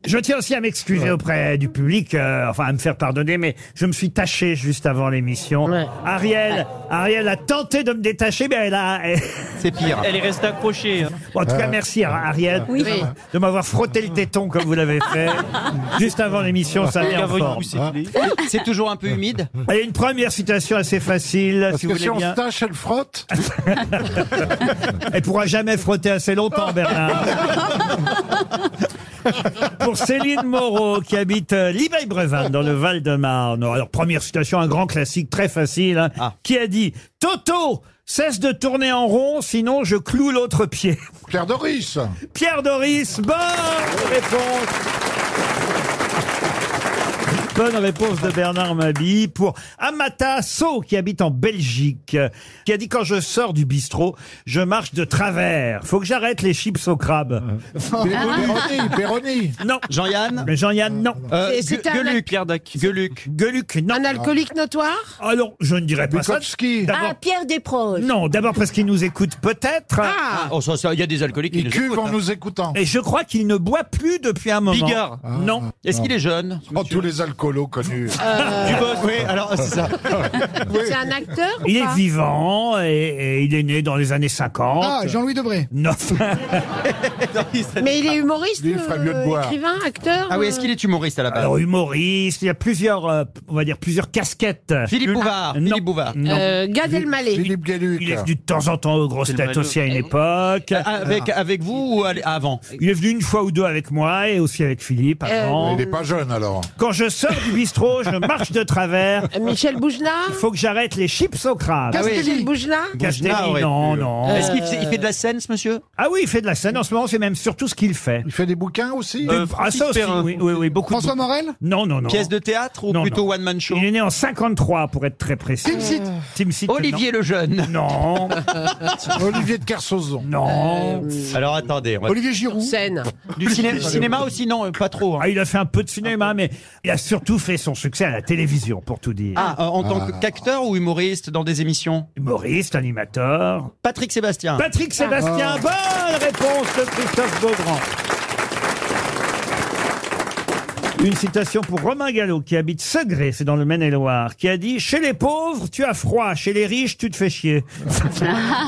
[SPEAKER 1] je tiens aussi à m'excuser auprès du public, euh, enfin à me faire pardonner, mais je me suis taché juste avant l'émission. Ariel, Ariel a tenté de me détacher, mais elle a.
[SPEAKER 14] C'est pire.
[SPEAKER 1] Elle est restée accrochée. en tout cas, merci à Ariel
[SPEAKER 3] Oui.
[SPEAKER 1] de m'avoir- de m'avoir frotté le téton comme vous l'avez fait juste avant l'émission. Ça vient en forme.
[SPEAKER 14] C'est toujours un peu humide.
[SPEAKER 1] Allez, une première citation assez facile,
[SPEAKER 24] Parce
[SPEAKER 1] si vous
[SPEAKER 24] que
[SPEAKER 1] voulez
[SPEAKER 24] si on
[SPEAKER 1] bien.
[SPEAKER 24] se tâche, elle frotte.
[SPEAKER 1] Elle pourra jamais frotter assez longtemps, Bernard. Pour Céline Moreau, qui habite Libaille-Brevin, dans le Val-de-Marne. Alors, première citation, un grand classique très facile, hein, qui a dit « Toto, cesse de tourner en rond, sinon je cloue l'autre pied. » Pierre Doris Pierre Doris, bonne réponse Bonne réponse de Bernard Mabille pour Amata So, qui habite en Belgique, euh, qui a dit Quand je sors du bistrot, je marche de travers. Faut que j'arrête les chips au crabe. Ah.
[SPEAKER 24] Péroni, Péroni.
[SPEAKER 1] Non. Jean-Yann Mais Jean-Yann, non.
[SPEAKER 14] Euh,
[SPEAKER 8] C'est- c'est Gue- un- Gueluc.
[SPEAKER 1] Gueluc. Gueluc, non.
[SPEAKER 8] Un alcoolique notoire
[SPEAKER 1] Alors, je ne dirais pas ça. D'abord-
[SPEAKER 3] Ah, Pierre Desproges.
[SPEAKER 1] Non, d'abord parce qu'il nous écoute peut-être.
[SPEAKER 8] Ah.
[SPEAKER 14] Oh, ça, ça, il y a des alcooliques qui nous écoutent, hein.
[SPEAKER 24] écoutant.
[SPEAKER 1] Et je crois qu'il ne boit plus depuis un moment.
[SPEAKER 14] Bigard.
[SPEAKER 1] Ah, Non.
[SPEAKER 14] Est-ce qu'il est jeune
[SPEAKER 24] Oh, tous les alcoolos connus.
[SPEAKER 14] Du boss. Oui, alors c'est ça.
[SPEAKER 8] Oh, C'est un acteur ou
[SPEAKER 1] Il
[SPEAKER 8] pas
[SPEAKER 1] est vivant et, et il est né dans les années 50.
[SPEAKER 24] Ah, Jean-Louis Debré.
[SPEAKER 1] Non.
[SPEAKER 8] Euh, Mais il est humoriste,
[SPEAKER 1] Lui, il ferait mieux de
[SPEAKER 8] euh,
[SPEAKER 1] boire.
[SPEAKER 8] écrivain, acteur
[SPEAKER 14] Ah oui, est-ce qu'il est humoriste à la base
[SPEAKER 1] Alors humoriste, il y a plusieurs, euh, on va dire plusieurs casquettes.
[SPEAKER 14] Philippe Bouvard.
[SPEAKER 1] Non.
[SPEAKER 14] Philippe Bouvard.
[SPEAKER 1] Non.
[SPEAKER 8] Euh, Gad Elmaleh.
[SPEAKER 24] Philippe Gueluc.
[SPEAKER 1] Il est venu de temps en temps aux grosses
[SPEAKER 14] Philippe
[SPEAKER 1] têtes
[SPEAKER 14] Malou.
[SPEAKER 1] aussi à une époque.
[SPEAKER 14] Ah, Avec,
[SPEAKER 24] Ah.
[SPEAKER 14] avec vous ou à- avant
[SPEAKER 1] Il est venu une fois ou deux avec moi et aussi avec Philippe
[SPEAKER 8] Euh,
[SPEAKER 1] avant.
[SPEAKER 24] Il n'est pas jeune alors.
[SPEAKER 1] Quand je sors du bistrot, je marche de travers.
[SPEAKER 8] Euh, Michel Bougenard
[SPEAKER 1] Il faut que j'arrête les chips au crabe.
[SPEAKER 14] Ah
[SPEAKER 8] Castelli. Michel Bougenard
[SPEAKER 1] Castelli,
[SPEAKER 14] Bougenard aurait
[SPEAKER 1] non,
[SPEAKER 14] pu.
[SPEAKER 1] non.
[SPEAKER 14] Est-ce qu'il fait, il fait de la scène, ce monsieur
[SPEAKER 1] Ah oui, il fait de la scène en ce moment, c'est même surtout ce qu'il fait.
[SPEAKER 24] Il fait des bouquins aussi
[SPEAKER 1] Des- ah, ça aussi, oui, oui, oui, beaucoup. de-
[SPEAKER 24] François Morel
[SPEAKER 1] Non, non, non.
[SPEAKER 14] Euh, Pièce de théâtre ou
[SPEAKER 1] Non,
[SPEAKER 14] plutôt
[SPEAKER 1] non.
[SPEAKER 14] one-man show
[SPEAKER 1] Il est né en 53, pour être très précis.
[SPEAKER 24] Tim Sit.
[SPEAKER 1] Tim Sit,
[SPEAKER 14] Olivier le
[SPEAKER 1] non. Oh.
[SPEAKER 14] jeune.
[SPEAKER 1] Non.
[SPEAKER 24] Olivier de Kersauzon.
[SPEAKER 8] Euh,
[SPEAKER 1] Non.
[SPEAKER 14] Alors attendez. on va-
[SPEAKER 24] Olivier Giroud.
[SPEAKER 8] Scène.
[SPEAKER 14] Du ciné- cinéma aussi Non, euh, pas trop. hein.
[SPEAKER 1] Ah, il a fait un peu de cinéma, mais il a surtout fait son succès à la télévision, pour tout dire.
[SPEAKER 14] Ah, euh, en tant que- qu'acteur ou humoriste dans des émissions
[SPEAKER 1] Humoriste, animateur.
[SPEAKER 14] Patrick Sébastien.
[SPEAKER 1] ah. Patrick Sébastien, bonne réponse de Christophe Beaugrand. Une citation pour Romain Gallo, qui habite Segré, c'est dans le Maine-et-Loire, qui a dit « Chez les pauvres, tu as froid. Chez les riches, tu te fais chier.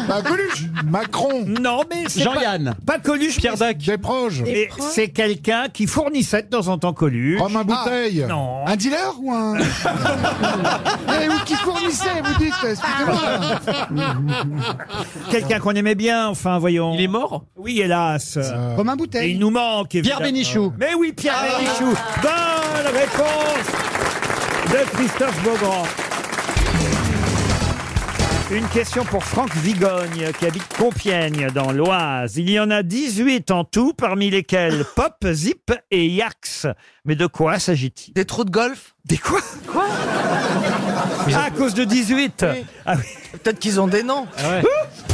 [SPEAKER 24] Bah, Coluche. Macron. »
[SPEAKER 1] Non, mais c'est pas,
[SPEAKER 14] Jean-Yann.
[SPEAKER 1] pas Coluche. Pierre Dac.
[SPEAKER 24] Des proches.
[SPEAKER 1] Mais c'est quelqu'un qui fournissait de temps en temps Coluche. Ah,
[SPEAKER 24] Romain Bouteille.
[SPEAKER 1] Non.
[SPEAKER 24] Un dealer ou un. Eh, ou qui fournissait, vous dites, excusez-moi.
[SPEAKER 1] Quelqu'un qu'on aimait bien, enfin, voyons. Il est mort Oui, hélas.
[SPEAKER 14] Ah.
[SPEAKER 24] Romain
[SPEAKER 1] Et
[SPEAKER 24] Bouteille.
[SPEAKER 1] il nous manque, évidemment.
[SPEAKER 14] Pierre Bénichou. Ah.
[SPEAKER 1] Mais oui, Pierre Bénichou. Bonne réponse de Christophe Beaugrand. Une question pour Franck Vigogne, qui habite Compiègne, dans l'Oise. Il y en a 18 en tout, parmi lesquels Pop, Zip et Yax. Mais de quoi s'agit-il
[SPEAKER 2] Des trous de golf
[SPEAKER 1] Des quoi Ah, À cause de 18 Ah oui. Ah
[SPEAKER 2] Peut-être qu'ils ont des noms.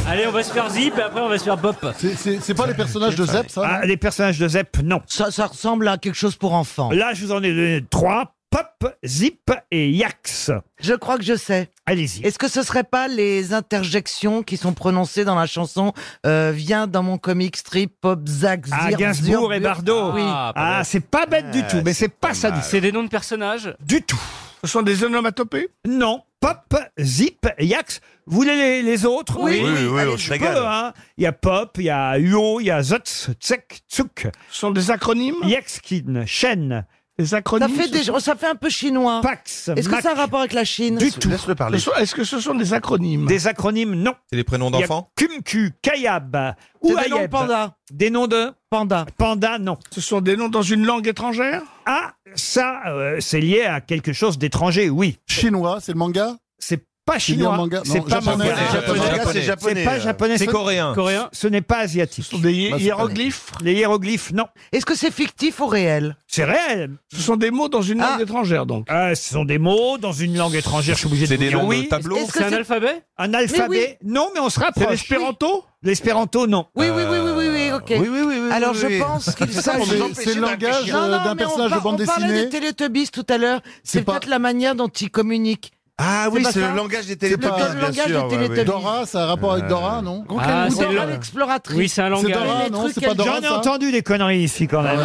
[SPEAKER 20] Allez, on va se faire zip et après on va se faire bop.
[SPEAKER 15] C'est pas les personnages de Zep, ça
[SPEAKER 1] Ah, les personnages de Zep, non.
[SPEAKER 2] Ça, ça ressemble à quelque chose pour enfants.
[SPEAKER 1] Là, je vous en ai donné trois. Pop, Zip et Yax.
[SPEAKER 2] Je crois que je sais.
[SPEAKER 1] Allez-y.
[SPEAKER 2] Est-ce que ce serait pas les interjections qui sont prononcées dans la chanson euh, Viens dans mon comic strip, pop, zack, zir,
[SPEAKER 1] Ah, Gainsbourg
[SPEAKER 2] zur,
[SPEAKER 1] et
[SPEAKER 2] bur
[SPEAKER 1] Bardot.
[SPEAKER 2] Oui.
[SPEAKER 1] Ah, c'est pas bête du tout, mais c'est pas ça du
[SPEAKER 20] C'est des noms de personnages.
[SPEAKER 1] Du tout.
[SPEAKER 23] Ce sont des onomatopées
[SPEAKER 1] Non. Pop, Zip, Yax. Vous voulez les, les autres
[SPEAKER 23] Oui, oui, oui, on
[SPEAKER 1] je
[SPEAKER 23] se
[SPEAKER 1] peux,
[SPEAKER 23] régale.
[SPEAKER 1] hein. Il y a Pop, il y a Uo, il y a Zotz, Tsek, Tsuk,
[SPEAKER 23] Ce sont des acronymes
[SPEAKER 1] Yaxkin, Shen,
[SPEAKER 2] Ça fait, des- ça fait un peu chinois.
[SPEAKER 1] Pax.
[SPEAKER 2] Est-ce que
[SPEAKER 1] Mac.
[SPEAKER 2] ça a un rapport avec la Chine
[SPEAKER 1] Du tout.
[SPEAKER 2] Ce sont-
[SPEAKER 1] Est-ce que ce sont des acronymes Des acronymes, non.
[SPEAKER 4] C'est les prénoms d'enfants
[SPEAKER 1] Kumku, Kayab,
[SPEAKER 4] C'est
[SPEAKER 1] ou
[SPEAKER 4] des noms de pandas.
[SPEAKER 1] Des noms de Panda. Panda, non. Ce sont des noms dans une langue étrangère Ah, ça, euh, c'est lié à quelque chose d'étranger, oui. Chinois, c'est le manga C'est pas
[SPEAKER 15] C'est lié au
[SPEAKER 1] chinois.
[SPEAKER 15] manga
[SPEAKER 1] C'est
[SPEAKER 15] Non,
[SPEAKER 1] pas
[SPEAKER 15] japonais.
[SPEAKER 1] manga.
[SPEAKER 15] C'est japonais.
[SPEAKER 1] C'est
[SPEAKER 15] Japonais.
[SPEAKER 1] C'est pas japonais.
[SPEAKER 15] C'est coréen.
[SPEAKER 1] Coréen. Ce n'est pas asiatique. Ce sont des
[SPEAKER 15] Bah, c'est hiéroglyphes
[SPEAKER 1] Les hiéroglyphes, non.
[SPEAKER 2] Est-ce que c'est fictif ou réel
[SPEAKER 1] C'est réel. Ce sont des mots dans une langue étrangère, donc. ce sont des mots dans une langue étrangère. Je suis obligé de
[SPEAKER 4] C'est
[SPEAKER 1] vous
[SPEAKER 4] des
[SPEAKER 1] dire
[SPEAKER 4] noms de
[SPEAKER 1] oui.
[SPEAKER 4] tableaux Est-ce que C'est un c'est- alphabet
[SPEAKER 1] Un alphabet.
[SPEAKER 2] Mais oui.
[SPEAKER 1] Non, mais on se rapproche.
[SPEAKER 2] C'est l'espéranto
[SPEAKER 1] L'espéranto, non.
[SPEAKER 2] Oui, oui, oui, oui, oui, oui, ok.
[SPEAKER 1] oui, oui, oui, oui,
[SPEAKER 2] Alors
[SPEAKER 1] oui,
[SPEAKER 2] je
[SPEAKER 1] oui.
[SPEAKER 2] pense qu'il
[SPEAKER 1] Ça,
[SPEAKER 2] s'agit.
[SPEAKER 1] pour nous empêcher C'est le langage,
[SPEAKER 2] d'empêcher.
[SPEAKER 1] euh,
[SPEAKER 2] Non, non,
[SPEAKER 1] d'un
[SPEAKER 2] mais on
[SPEAKER 1] personnage de
[SPEAKER 2] par-
[SPEAKER 1] bande
[SPEAKER 2] On parlait
[SPEAKER 1] dessinée.
[SPEAKER 2] des Teletubbies tout à l'heure. C'est peut-être la manière dont ils communiquent.
[SPEAKER 4] Ah oui,
[SPEAKER 2] pas
[SPEAKER 4] c'est le
[SPEAKER 2] ça
[SPEAKER 4] langage des
[SPEAKER 2] C'est le-
[SPEAKER 4] Teletubbies,
[SPEAKER 2] Le
[SPEAKER 4] bien
[SPEAKER 2] langage
[SPEAKER 4] sûr,
[SPEAKER 2] des
[SPEAKER 4] ouais, ouais.
[SPEAKER 2] Teletubbies.
[SPEAKER 4] Dora, ça a un
[SPEAKER 20] Euh,
[SPEAKER 4] rapport
[SPEAKER 1] Euh,
[SPEAKER 4] avec Dora, non
[SPEAKER 2] Gros
[SPEAKER 4] Ah,
[SPEAKER 2] calme,
[SPEAKER 4] c'est
[SPEAKER 2] Dora
[SPEAKER 4] le-
[SPEAKER 2] l'exploratrice.
[SPEAKER 4] Oui, c'est un langage.
[SPEAKER 2] Les trucs qu'elle-
[SPEAKER 1] J'en ai entendu des conneries ici quand même.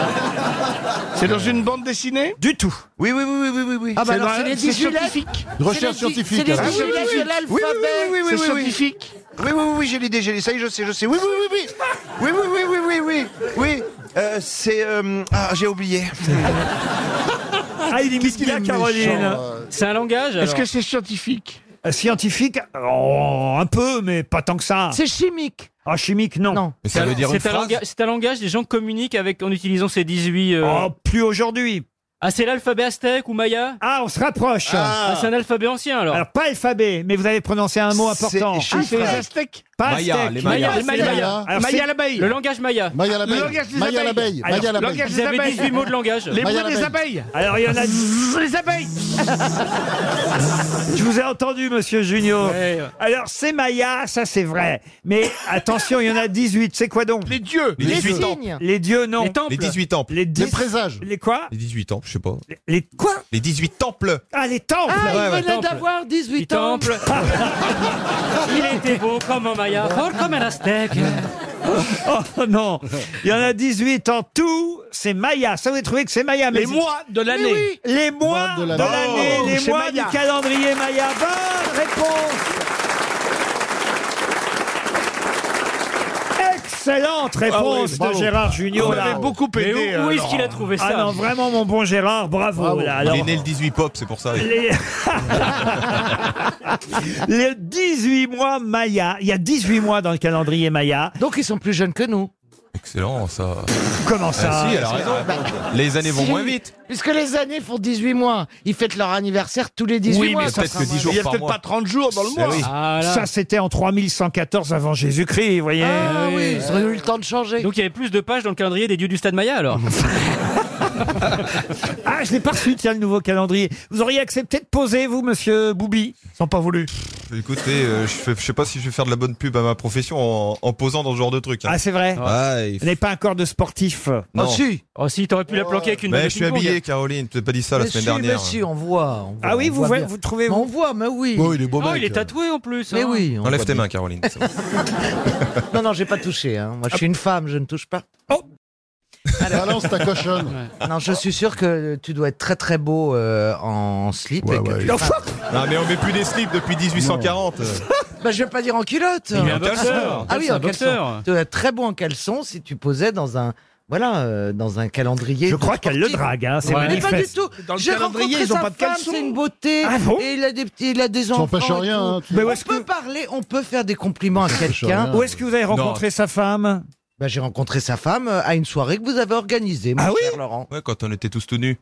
[SPEAKER 20] C'est dans une bande dessinée
[SPEAKER 1] Du tout.
[SPEAKER 20] Oui, oui, oui, oui, oui, oui.
[SPEAKER 2] Ah bah
[SPEAKER 20] C'est
[SPEAKER 2] alors
[SPEAKER 20] dans-
[SPEAKER 2] c'est les
[SPEAKER 20] c'est
[SPEAKER 2] 18 lettres.
[SPEAKER 20] scientifique.
[SPEAKER 2] C'est
[SPEAKER 20] Recherche
[SPEAKER 2] les dix-
[SPEAKER 20] scientifique,
[SPEAKER 2] C'est les
[SPEAKER 20] alors.
[SPEAKER 2] 18
[SPEAKER 20] Ah oui,
[SPEAKER 2] lettres
[SPEAKER 20] oui, oui,
[SPEAKER 2] de
[SPEAKER 20] oui. Oui,
[SPEAKER 2] l'alphabet.
[SPEAKER 20] oui, oui, oui,
[SPEAKER 2] C'est
[SPEAKER 20] oui, oui.
[SPEAKER 2] scientifique.
[SPEAKER 20] Oui, oui, oui, oui, j'ai l'idée, j'ai l'idée. Ça y est, je sais, je sais. Oui, oui, oui, oui. Oui, oui, oui, oui, oui, oui. Oui, euh, c'est. euh, Ah, j'ai oublié.
[SPEAKER 1] Ah, il imite bien Caroline.
[SPEAKER 4] C'est un langage
[SPEAKER 1] alors
[SPEAKER 20] c'est scientifique
[SPEAKER 1] Euh, Scientifique, oh, un peu, mais pas tant que ça.
[SPEAKER 2] C'est chimique.
[SPEAKER 1] Ah, chimique, non. Non.
[SPEAKER 4] Mais ça veut dire une
[SPEAKER 11] C'est un,
[SPEAKER 4] phrase
[SPEAKER 11] langage, c'est un langage, les gens communiquent avec, en utilisant ces 18...
[SPEAKER 1] Oh, plus aujourd'hui.
[SPEAKER 11] Ah, c'est l'alphabet aztèque ou maya
[SPEAKER 1] Ah, on se rapproche.
[SPEAKER 11] Ah, c'est un alphabet ancien, alors.
[SPEAKER 1] Alors, pas alphabet, mais vous avez prononcé un mot important.
[SPEAKER 11] Ah, c'est les Aztèques
[SPEAKER 1] Pas
[SPEAKER 4] Maya,
[SPEAKER 1] aztèque.
[SPEAKER 4] les Mayas.
[SPEAKER 11] Maya, les Mayas.
[SPEAKER 1] Maya. Alors,
[SPEAKER 11] Maya
[SPEAKER 1] c'est-
[SPEAKER 11] l'abeille. Le langage maya.
[SPEAKER 4] Maya
[SPEAKER 20] l'abeille. Le langage des Maya abeilles. l'abeille.
[SPEAKER 1] Alors,
[SPEAKER 20] Maya l'abeille.
[SPEAKER 11] Vous avez 18 mots de langage.
[SPEAKER 20] Les bruits des abeilles.
[SPEAKER 1] Alors, il y en a-
[SPEAKER 20] Zzzz, Les abeilles.
[SPEAKER 1] Je vous ai entendu, monsieur Junio.
[SPEAKER 20] Ouais.
[SPEAKER 1] Alors, c'est Maya, ça c'est vrai. Mais attention, il y en a 18. C'est quoi donc Les dieux.
[SPEAKER 4] Les 18 signes.
[SPEAKER 1] Les dieux, non.
[SPEAKER 4] Les temples. Les 18 temples.
[SPEAKER 1] Les, dix-
[SPEAKER 4] Les présages.
[SPEAKER 1] Les quoi
[SPEAKER 4] Les 18 ans, je sais pas.
[SPEAKER 1] Les quoi
[SPEAKER 4] Les 18 temples.
[SPEAKER 1] Ah, les temples.
[SPEAKER 2] Ah,
[SPEAKER 4] Ouais, ouais,
[SPEAKER 2] il venait
[SPEAKER 4] temple. Ah,
[SPEAKER 2] d'avoir 18 ans.
[SPEAKER 11] Temple. Il était beau comme un maya, fort comme un aztèque.
[SPEAKER 1] Oh non Il y en a 18 en tout, c'est Maya. Ça, vous avez trouvé que c'est Maya. mais
[SPEAKER 20] Les
[SPEAKER 1] c'est-
[SPEAKER 20] mois de l'année.
[SPEAKER 1] Mais oui, Les mois de l'année,
[SPEAKER 20] Oh,
[SPEAKER 1] les
[SPEAKER 20] c'est
[SPEAKER 1] mois
[SPEAKER 20] Maya.
[SPEAKER 1] du calendrier Maya. Bonne réponse Excellente réponse
[SPEAKER 20] oui, bravo.
[SPEAKER 1] de Gérard Junior.
[SPEAKER 20] On l'avait beaucoup aidé, Mais où- où euh, est-ce qu'il a Laurent. trouvé ça
[SPEAKER 1] Ah non, vraiment, mon bon Gérard, bravo. là. Alors,
[SPEAKER 4] Il est né le 18 pop, c'est pour ça.
[SPEAKER 1] les... les 18 mois Maya. Il y a 18 mois dans le calendrier Maya.
[SPEAKER 2] Donc ils sont plus jeunes que nous.
[SPEAKER 4] Excellent, ça.
[SPEAKER 1] Comment ça Bah,
[SPEAKER 4] Ah, si, elle a raison. Les années vont
[SPEAKER 2] Si,
[SPEAKER 4] moins vite.
[SPEAKER 2] Puisque les années font 18 mois. Ils fêtent leur anniversaire tous les 18
[SPEAKER 4] Oui,
[SPEAKER 2] mois.
[SPEAKER 4] mais
[SPEAKER 2] ça
[SPEAKER 4] peut-être
[SPEAKER 2] sera
[SPEAKER 4] que
[SPEAKER 2] moins
[SPEAKER 4] 10 jours
[SPEAKER 2] bien.
[SPEAKER 4] par mois. Eh oui.
[SPEAKER 11] Ah, là.
[SPEAKER 1] Ça, c'était en 3114 avant Jésus-Christ, vous voyez. Euh,
[SPEAKER 2] Ah oui, ils auraient eu le temps de changer.
[SPEAKER 11] Donc il y avait plus de pages dans le calendrier des dieux du stade Maya alors.
[SPEAKER 1] Ah, je l'ai pas reçu, tiens, le nouveau calendrier. Vous auriez accepté de poser, vous, monsieur Boubi Sans pas voulu.
[SPEAKER 4] Écoutez, euh, je, fais- je sais pas si je vais faire de la bonne pub à ma profession en, en posant dans ce genre de truc. hein.
[SPEAKER 1] Ah, c'est vrai
[SPEAKER 4] Ah, il
[SPEAKER 1] Vous n'avez pas un corps de sportif
[SPEAKER 4] Non.
[SPEAKER 11] Oh si, t'aurais pu la planquer avec une balle
[SPEAKER 4] Mais
[SPEAKER 11] de
[SPEAKER 4] je suis
[SPEAKER 11] ping-pong.
[SPEAKER 4] habillé, Caroline. Tu n'as pas dit ça la
[SPEAKER 2] Mais
[SPEAKER 4] semaine
[SPEAKER 2] si,
[SPEAKER 4] dernière.
[SPEAKER 2] mais si, on voit. on
[SPEAKER 1] Ah
[SPEAKER 2] voit,
[SPEAKER 1] oui,
[SPEAKER 2] on
[SPEAKER 1] vous
[SPEAKER 2] voit
[SPEAKER 1] voyez-
[SPEAKER 2] bien.
[SPEAKER 1] vous trouvez-
[SPEAKER 2] Mais On voit, mais oui. Ah,
[SPEAKER 4] Oh, il est beau
[SPEAKER 11] Oh,
[SPEAKER 4] mec,
[SPEAKER 11] il est tatoué en plus.
[SPEAKER 2] Mais
[SPEAKER 11] hein.
[SPEAKER 2] oui. on
[SPEAKER 4] Enlève
[SPEAKER 2] voit
[SPEAKER 4] tes
[SPEAKER 2] bien.
[SPEAKER 4] mains, Caroline. c'est bon.
[SPEAKER 2] Non, non, j'ai pas touché. hein. Moi, je suis une femme, je ne touche pas.
[SPEAKER 4] Oh.
[SPEAKER 15] Balance ta cochonne.
[SPEAKER 2] Non, je suis sûr que tu dois être très très beau euh, en slip. et que tu-
[SPEAKER 4] non, mais on met plus des slips depuis 1840.
[SPEAKER 2] Bah, je vais pas dire en culotte.
[SPEAKER 4] Il est un boxeur.
[SPEAKER 2] Ah oui,
[SPEAKER 4] C'est un
[SPEAKER 2] en caleçon.
[SPEAKER 4] boxeur.
[SPEAKER 2] Tu dois être très beau en caleçon si tu posais dans un voilà euh, dans un calendrier.
[SPEAKER 1] Je
[SPEAKER 2] de
[SPEAKER 1] crois qu'elle le
[SPEAKER 2] sportif.
[SPEAKER 1] drague, hein, c'est
[SPEAKER 2] Mais pas du
[SPEAKER 1] manifeste.
[SPEAKER 2] tout.
[SPEAKER 1] Dans le
[SPEAKER 2] J'ai
[SPEAKER 1] calendrier,
[SPEAKER 2] rencontré
[SPEAKER 1] ils ont
[SPEAKER 2] sa
[SPEAKER 1] pas de
[SPEAKER 2] femme,
[SPEAKER 1] caleçon.
[SPEAKER 2] C'est une beauté.
[SPEAKER 1] Ah bon
[SPEAKER 2] et il a des petits, il a des
[SPEAKER 1] Ça
[SPEAKER 2] enfants.
[SPEAKER 1] empêche
[SPEAKER 2] et
[SPEAKER 1] rien,
[SPEAKER 2] tout.
[SPEAKER 1] hein, tu- Mais où
[SPEAKER 2] on
[SPEAKER 1] est-ce
[SPEAKER 2] peut parler, on peut faire des compliments à quelqu'un.
[SPEAKER 1] Où est-ce que vous avez rencontré sa femme
[SPEAKER 2] Bah, j'ai rencontré sa femme euh, à une soirée que vous avez organisée, mon
[SPEAKER 1] Ah oui
[SPEAKER 2] cher Laurent.
[SPEAKER 4] Ouais, quand on était tous tout nus.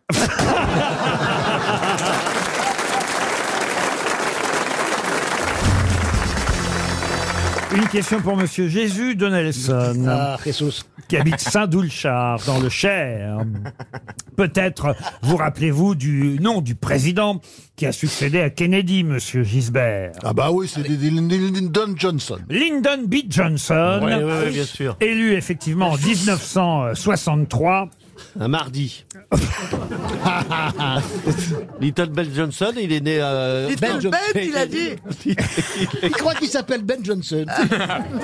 [SPEAKER 1] Une question pour monsieur Jésus de Nelson.
[SPEAKER 15] Ah,
[SPEAKER 1] Qui habite Saint-Doulchard, dans le Cher. Peut-être vous rappelez-vous du nom du président qui a succédé à Kennedy, monsieur Gisbert.
[SPEAKER 15] Ah bah oui, c'est des- des- des- Lyndon Johnson.
[SPEAKER 1] Lyndon B. Johnson,
[SPEAKER 15] Ouais, ouais, ouais, bien sûr.
[SPEAKER 1] élu effectivement en 1963.
[SPEAKER 20] Un mardi. Little Bell Johnson, il est né à.
[SPEAKER 1] Little
[SPEAKER 2] Ben
[SPEAKER 1] Bell, il a dit.
[SPEAKER 20] Il croit qu'il s'appelle Ben Johnson.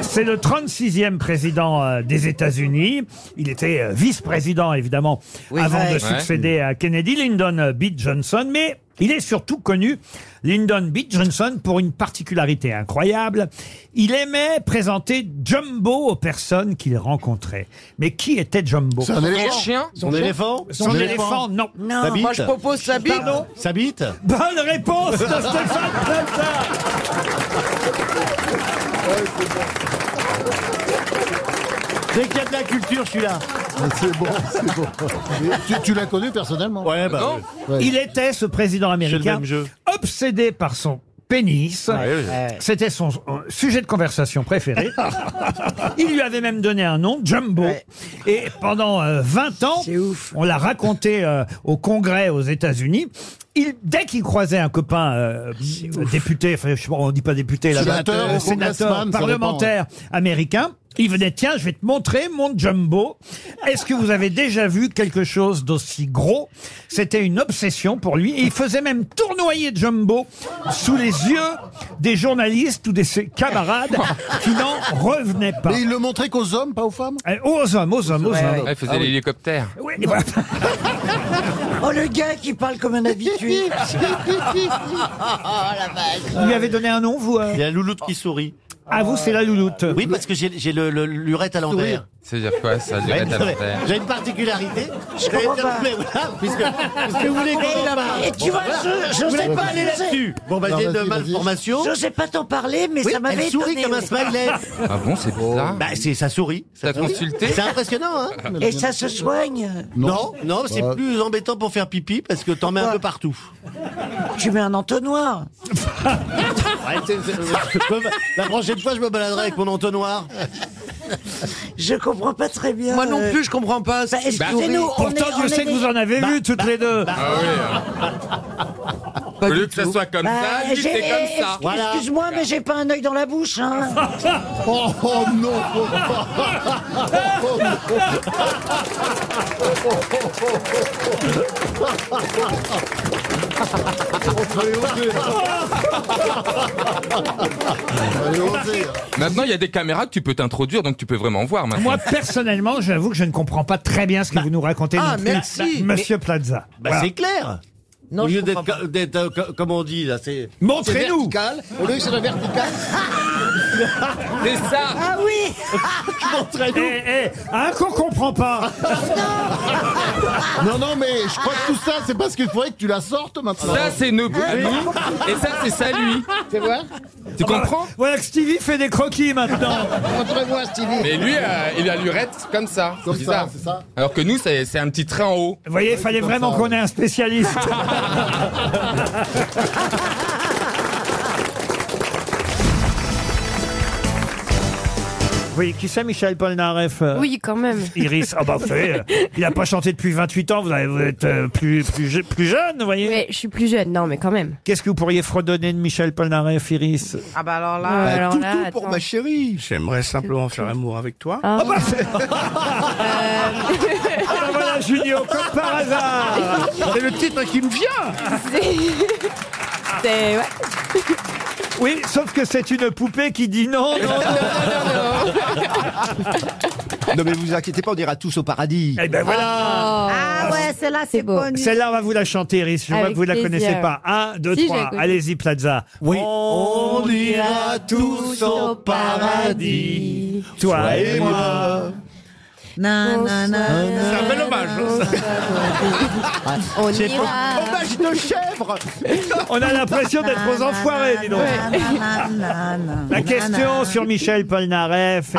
[SPEAKER 1] C'est le 36e président euh, des États-Unis. Il était euh, vice-président, évidemment,
[SPEAKER 20] Oui,
[SPEAKER 1] avant
[SPEAKER 20] ouais.
[SPEAKER 1] de
[SPEAKER 20] Ouais.
[SPEAKER 1] succéder à Kennedy, Lyndon B. Johnson. Mais Il est surtout connu, Lyndon B. Johnson, pour une particularité incroyable. Il aimait présenter Jumbo aux personnes qu'il rencontrait. Mais qui était Jumbo
[SPEAKER 37] C'est un éléphant. Un chien Son éléphant
[SPEAKER 1] Son,
[SPEAKER 37] Son
[SPEAKER 1] éléphant,
[SPEAKER 37] éléphant.
[SPEAKER 1] non.
[SPEAKER 37] Non. Sa bite Moi, je propose sa bite.
[SPEAKER 1] Pardon
[SPEAKER 37] Sa bite
[SPEAKER 1] Bonne réponse de Stéphane Plaza.
[SPEAKER 37] Dès qu'il y a de la culture, je suis là. C'est bon, c'est bon. tu tu l'as connu personnellement Ouais,
[SPEAKER 4] bah
[SPEAKER 1] Non. Il était, ce président
[SPEAKER 37] C'est le
[SPEAKER 1] américain,
[SPEAKER 37] même jeu.
[SPEAKER 1] obsédé par son pénis.
[SPEAKER 37] Ah oui. Ouais.
[SPEAKER 1] C'était son euh, sujet de conversation préféré. Il lui avait même donné un nom, Jumbo. Et pendant euh, 20 ans, on l'a raconté euh, au Congrès aux États-Unis. Il, dès qu'il croisait un copain euh, député, enfin, je sais pas, on dit pas député, là,
[SPEAKER 37] Sénateur
[SPEAKER 1] euh,
[SPEAKER 37] ou
[SPEAKER 1] sénateur,
[SPEAKER 37] congressman, ça hein.
[SPEAKER 1] parlementaire américain, il venait, tiens, je vais te montrer mon jumbo. Est-ce que vous avez déjà vu quelque chose d'aussi gros C'était une obsession pour lui. Et il faisait même tournoyer jumbo sous les yeux des journalistes ou de ses camarades qui n'en revenaient pas.
[SPEAKER 37] Mais il le montrait qu'aux hommes, pas aux femmes
[SPEAKER 1] Euh, Aux hommes, aux hommes, Ah aux
[SPEAKER 37] Ouais, Ah,
[SPEAKER 1] hommes.
[SPEAKER 37] ouais.
[SPEAKER 38] faisait l'hélicoptère.
[SPEAKER 2] Oh, le gars qui parle comme un habitué. oh, la
[SPEAKER 1] Vous lui
[SPEAKER 2] vache.
[SPEAKER 1] avez donné un nom, vous euh
[SPEAKER 4] Il y a Louloute qui sourit.
[SPEAKER 1] Ah, vous, c'est la louloute.
[SPEAKER 4] Oui, parce que j'ai j'ai le, le- l'urette à l'envers.
[SPEAKER 14] C'est-à-dire quoi, ça,
[SPEAKER 4] J'ai
[SPEAKER 14] dirait
[SPEAKER 4] une- J'ai une particularité. Je comprends vais- pas. mais voilà, puisque, puisque vous voulez qu'on en parle.
[SPEAKER 2] Et tu vois, je- je
[SPEAKER 4] Vous
[SPEAKER 2] sais
[SPEAKER 4] voulez
[SPEAKER 2] pas
[SPEAKER 4] aller
[SPEAKER 2] les-
[SPEAKER 4] là-dessus. Bon, bah, Non, j'ai vas-y, une vas-y. malformation.
[SPEAKER 2] Je sais pas t'en parler, mais
[SPEAKER 4] Oui,
[SPEAKER 2] ça m'avait
[SPEAKER 4] Elle sourit
[SPEAKER 2] étonné,
[SPEAKER 4] comme un
[SPEAKER 2] oui.
[SPEAKER 4] smiley.
[SPEAKER 14] Ah bon, c'est bizarre.
[SPEAKER 4] Bah, c'est ça sourit. ça
[SPEAKER 14] T'as
[SPEAKER 4] sourit.
[SPEAKER 14] consulté
[SPEAKER 4] C'est impressionnant, hein
[SPEAKER 2] Et ça se soigne.
[SPEAKER 4] Non, non, c'est
[SPEAKER 2] Bah.
[SPEAKER 4] plus embêtant pour faire pipi parce que t'en mets un peu partout.
[SPEAKER 2] Tu mets un entonnoir.
[SPEAKER 4] Ouais, c'est- c'est- je peux- La prochaine fois, je me baladerai avec mon entonnoir.
[SPEAKER 2] Je comprends pas très bien. euh, bah,
[SPEAKER 39] Moi non plus, je
[SPEAKER 4] comprends pas.
[SPEAKER 2] excusez-nous, on
[SPEAKER 1] Pourtant,
[SPEAKER 2] est- on
[SPEAKER 1] je
[SPEAKER 2] est
[SPEAKER 1] sais que
[SPEAKER 2] des-
[SPEAKER 1] vous en avez
[SPEAKER 4] Bah,
[SPEAKER 1] vu toutes les deux.
[SPEAKER 14] Ah hein. Au lieu que ça soit comme
[SPEAKER 2] Bah,
[SPEAKER 14] ça, lui,
[SPEAKER 2] j'ai-
[SPEAKER 14] c'est
[SPEAKER 2] eh,
[SPEAKER 14] comme ça.
[SPEAKER 2] Excuse-moi, mais j'ai pas un œil dans la bouche. Hein.
[SPEAKER 37] oh, non
[SPEAKER 14] Maintenant, il y a des caméras que tu peux t'introduire, donc tu peux vraiment voir maintenant.
[SPEAKER 1] Moi, personnellement, j'avoue que je ne comprends pas très bien ce que vous nous racontez,
[SPEAKER 4] ah,
[SPEAKER 1] non plus,
[SPEAKER 4] merci.
[SPEAKER 1] monsieur Plaza.
[SPEAKER 4] Bah,
[SPEAKER 1] Voilà.
[SPEAKER 4] c'est clair.
[SPEAKER 1] Non,
[SPEAKER 4] au
[SPEAKER 1] je
[SPEAKER 4] lieu
[SPEAKER 1] comprends
[SPEAKER 4] d'être, co- d'être, euh, co- comme on dit, là, c'est.
[SPEAKER 1] Montrez-nous
[SPEAKER 4] Au lieu que c'est la verticale.
[SPEAKER 14] C'est ça
[SPEAKER 2] Ah oui
[SPEAKER 1] Eh, eh, hein, qu'on comprend pas
[SPEAKER 37] Non, non, mais je crois que tout ça, c'est parce qu'il faudrait que tu la sortes maintenant.
[SPEAKER 14] Ça, c'est nos goûts à nous, et ça, c'est ça, lui.
[SPEAKER 37] C'est vrai
[SPEAKER 14] Tu comprends
[SPEAKER 1] Voilà que Stevie fait des croquis maintenant
[SPEAKER 37] Montre-moi, Stevie.
[SPEAKER 14] Mais lui, euh, il a l'urette comme ça.
[SPEAKER 37] Comme
[SPEAKER 14] C'est bizarre.
[SPEAKER 37] ça, c'est ça.
[SPEAKER 14] Alors que nous, c'est c'est un petit train en haut.
[SPEAKER 1] Vous voyez, il fallait vraiment qu'on ait un spécialiste. Oui, qui c'est Michel Polnareff euh,
[SPEAKER 26] Oui, quand même.
[SPEAKER 1] Iris, ah bah vous savez, euh, il n'a pas chanté depuis 28 ans, vous, avez- vous êtes euh, plus, plus, je- plus jeune, vous voyez
[SPEAKER 26] Mais je suis plus jeune, non, mais quand même.
[SPEAKER 1] Qu'est-ce que vous pourriez fredonner de Michel Polnareff, Iris
[SPEAKER 26] Ah bah alors là, alors là,
[SPEAKER 11] Oh,
[SPEAKER 26] attends.
[SPEAKER 40] chérie. J'aimerais simplement faire l'amour avec toi.
[SPEAKER 26] Ah.
[SPEAKER 1] Ah voilà, Junio, comme par hasard
[SPEAKER 40] C'est le titre qui me vient.
[SPEAKER 26] C'est- ouais.
[SPEAKER 1] Oui, sauf que c'est une poupée qui dit non, non, non,
[SPEAKER 41] Non, mais vous inquiétez pas, on ira tous au paradis.
[SPEAKER 1] Eh ben voilà
[SPEAKER 11] Ah ouais, celle-là, c'est beau.
[SPEAKER 1] Celle-là, on va vous la chanter, Iris. Je vois
[SPEAKER 11] Avec
[SPEAKER 1] que vous la
[SPEAKER 11] plaisir.
[SPEAKER 1] connaissez pas. Un, deux,
[SPEAKER 11] Si, je la
[SPEAKER 1] trois.
[SPEAKER 11] connais.
[SPEAKER 1] Allez-y, Plaza. Oui.
[SPEAKER 11] On
[SPEAKER 37] ira tous au
[SPEAKER 11] paradis.
[SPEAKER 1] Toi et moi.
[SPEAKER 11] Na, na, na,
[SPEAKER 40] C'est
[SPEAKER 11] na,
[SPEAKER 40] un bel
[SPEAKER 11] na,
[SPEAKER 40] hommage.
[SPEAKER 1] hein,
[SPEAKER 11] na,
[SPEAKER 40] ça.
[SPEAKER 11] On
[SPEAKER 40] C'est
[SPEAKER 11] ira.
[SPEAKER 40] pas- Hommage de chèvre.
[SPEAKER 1] On a l'impression d'être
[SPEAKER 11] Ah,
[SPEAKER 1] aux enfoirés, dis donc. La question sur Michel Polnareff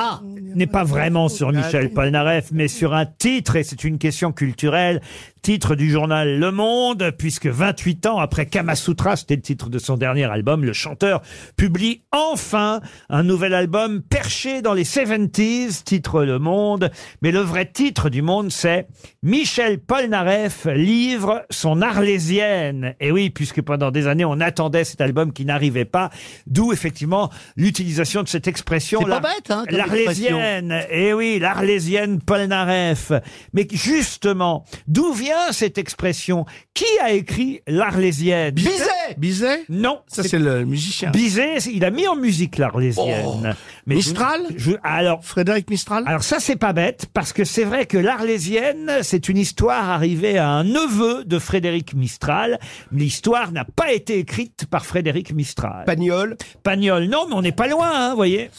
[SPEAKER 1] n'est pas vraiment sur Michel Polnareff, mais sur un titre, et c'est une question culturelle, titre du journal Le Monde, puisque 28 ans après Kamasutra, c'était le titre de son dernier album, le chanteur publie enfin un nouvel album perché dans les 70s, titre Le Monde, mais le vrai titre du Monde, c'est Michel Polnareff livre son Arlésienne. Et oui, puisque pendant des années, on attendait cet album qui n'arrivait pas, d'où effectivement l'utilisation de cette expression.
[SPEAKER 4] C'est pas
[SPEAKER 1] l'ar-
[SPEAKER 4] bête, hein, comme
[SPEAKER 1] Eh L'Arlésienne. Et oui, l'Arlésienne Polnareff. Mais justement, d'où vient bien cette expression. Qui a écrit l'Arlésienne Bizet Bizet Non. Ça, c'est le musicien. Bizet, c'est- il a mis en musique l'Arlésienne. Mistral Alors, Frédéric Mistral Alors, ça, c'est pas bête, parce que c'est vrai que l'Arlésienne, c'est une histoire arrivée à un neveu de Frédéric Mistral. L'histoire n'a pas été écrite par Frédéric Mistral. Pagnol Pagnol, non, mais on n'est pas loin, hein, vous voyez.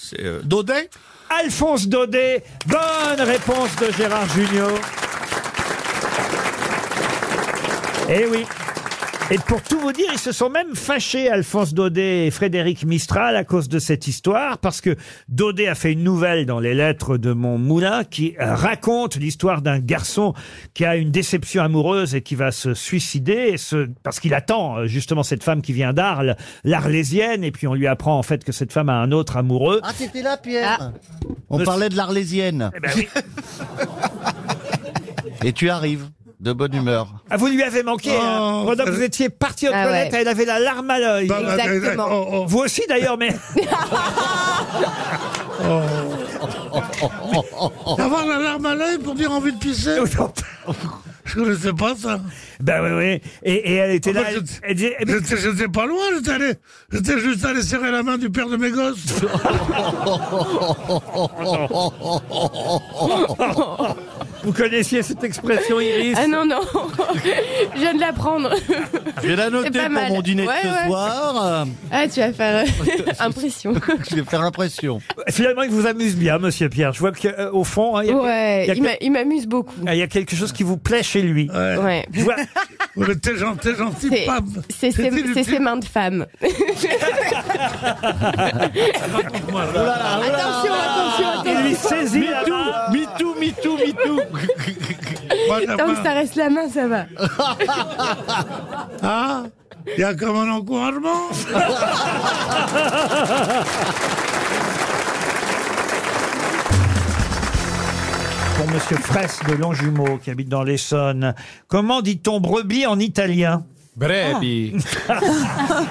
[SPEAKER 1] Daudet Alphonse Daudet. Bonne réponse de Gérard Junior. Eh oui. Et pour tout vous dire, ils se sont même fâchés, Alphonse Daudet et Frédéric Mistral, à cause de cette histoire, parce que Daudet a fait une nouvelle dans les lettres de mon moulin qui raconte l'histoire d'un garçon qui a une déception amoureuse et qui va se suicider, et se- parce qu'il attend euh, justement cette femme qui vient d'Arles, l'Arlésienne, et puis on lui apprend en fait que cette femme a un autre amoureux.
[SPEAKER 42] Ah, t'étais là, Pierre
[SPEAKER 1] On parlait de l'Arlésienne.
[SPEAKER 2] Et tu arrives, de bonne humeur.
[SPEAKER 1] Ah, vous lui avez manqué.
[SPEAKER 2] Oh.
[SPEAKER 1] hein. Pendant que vous étiez parti aux
[SPEAKER 2] Ah ouais.
[SPEAKER 1] toilettes, elle avait la larme à l'œil.
[SPEAKER 2] Bah, bah, Exactement. bah, oh, oh.
[SPEAKER 1] Vous aussi d'ailleurs, mais.
[SPEAKER 11] Oh.
[SPEAKER 4] Oh,
[SPEAKER 1] Oh.
[SPEAKER 2] Oh.
[SPEAKER 6] Avoir la larme à l'œil pour dire envie de pisser Je connaissais pas ça.
[SPEAKER 1] Ben oui, oui. Et, elle était
[SPEAKER 6] là. J'étais j'étais pas loin, j'étais allé- j'étais juste allé serrer la main du père de mes gosses.
[SPEAKER 25] Oh,
[SPEAKER 1] Vous connaissiez cette expression, Iris
[SPEAKER 11] Ah non, non. Je viens de l'apprendre.
[SPEAKER 2] Je vais la noter
[SPEAKER 11] C'est pas
[SPEAKER 2] pour
[SPEAKER 11] mal.
[SPEAKER 2] mon dîner de
[SPEAKER 11] Ouais,
[SPEAKER 2] ce
[SPEAKER 11] ouais.
[SPEAKER 2] soir. euh,
[SPEAKER 11] Ah, tu vas faire euh, impression.
[SPEAKER 2] Je vais faire impression.
[SPEAKER 1] Finalement, il vous amuse bien, monsieur Pierre. Je vois qu'au fond, hein, il y a-
[SPEAKER 11] Ouais,
[SPEAKER 1] il y a
[SPEAKER 11] il m'a- il m'amuse beaucoup.
[SPEAKER 1] Ah, il y a quelque chose qui vous plaît chez lui.
[SPEAKER 11] Ouais.
[SPEAKER 1] Je vois-
[SPEAKER 6] T'es gentil, gentil,
[SPEAKER 11] C'est-
[SPEAKER 6] pam.
[SPEAKER 11] C'est ses- c'est ses mains de femme.
[SPEAKER 25] Attention, attention, attention.
[SPEAKER 1] Il lui saisit la
[SPEAKER 25] main.
[SPEAKER 2] MeToo, MeToo, MeToo.
[SPEAKER 11] Tant que ça reste Ah, la main, ça va.
[SPEAKER 6] Ah, il y a comme un encouragement.
[SPEAKER 1] Pour monsieur Fraisse de Longjumeau, qui habite dans l'Essonne, comment dit-on brebis en italien
[SPEAKER 4] Brebis.
[SPEAKER 1] Ah.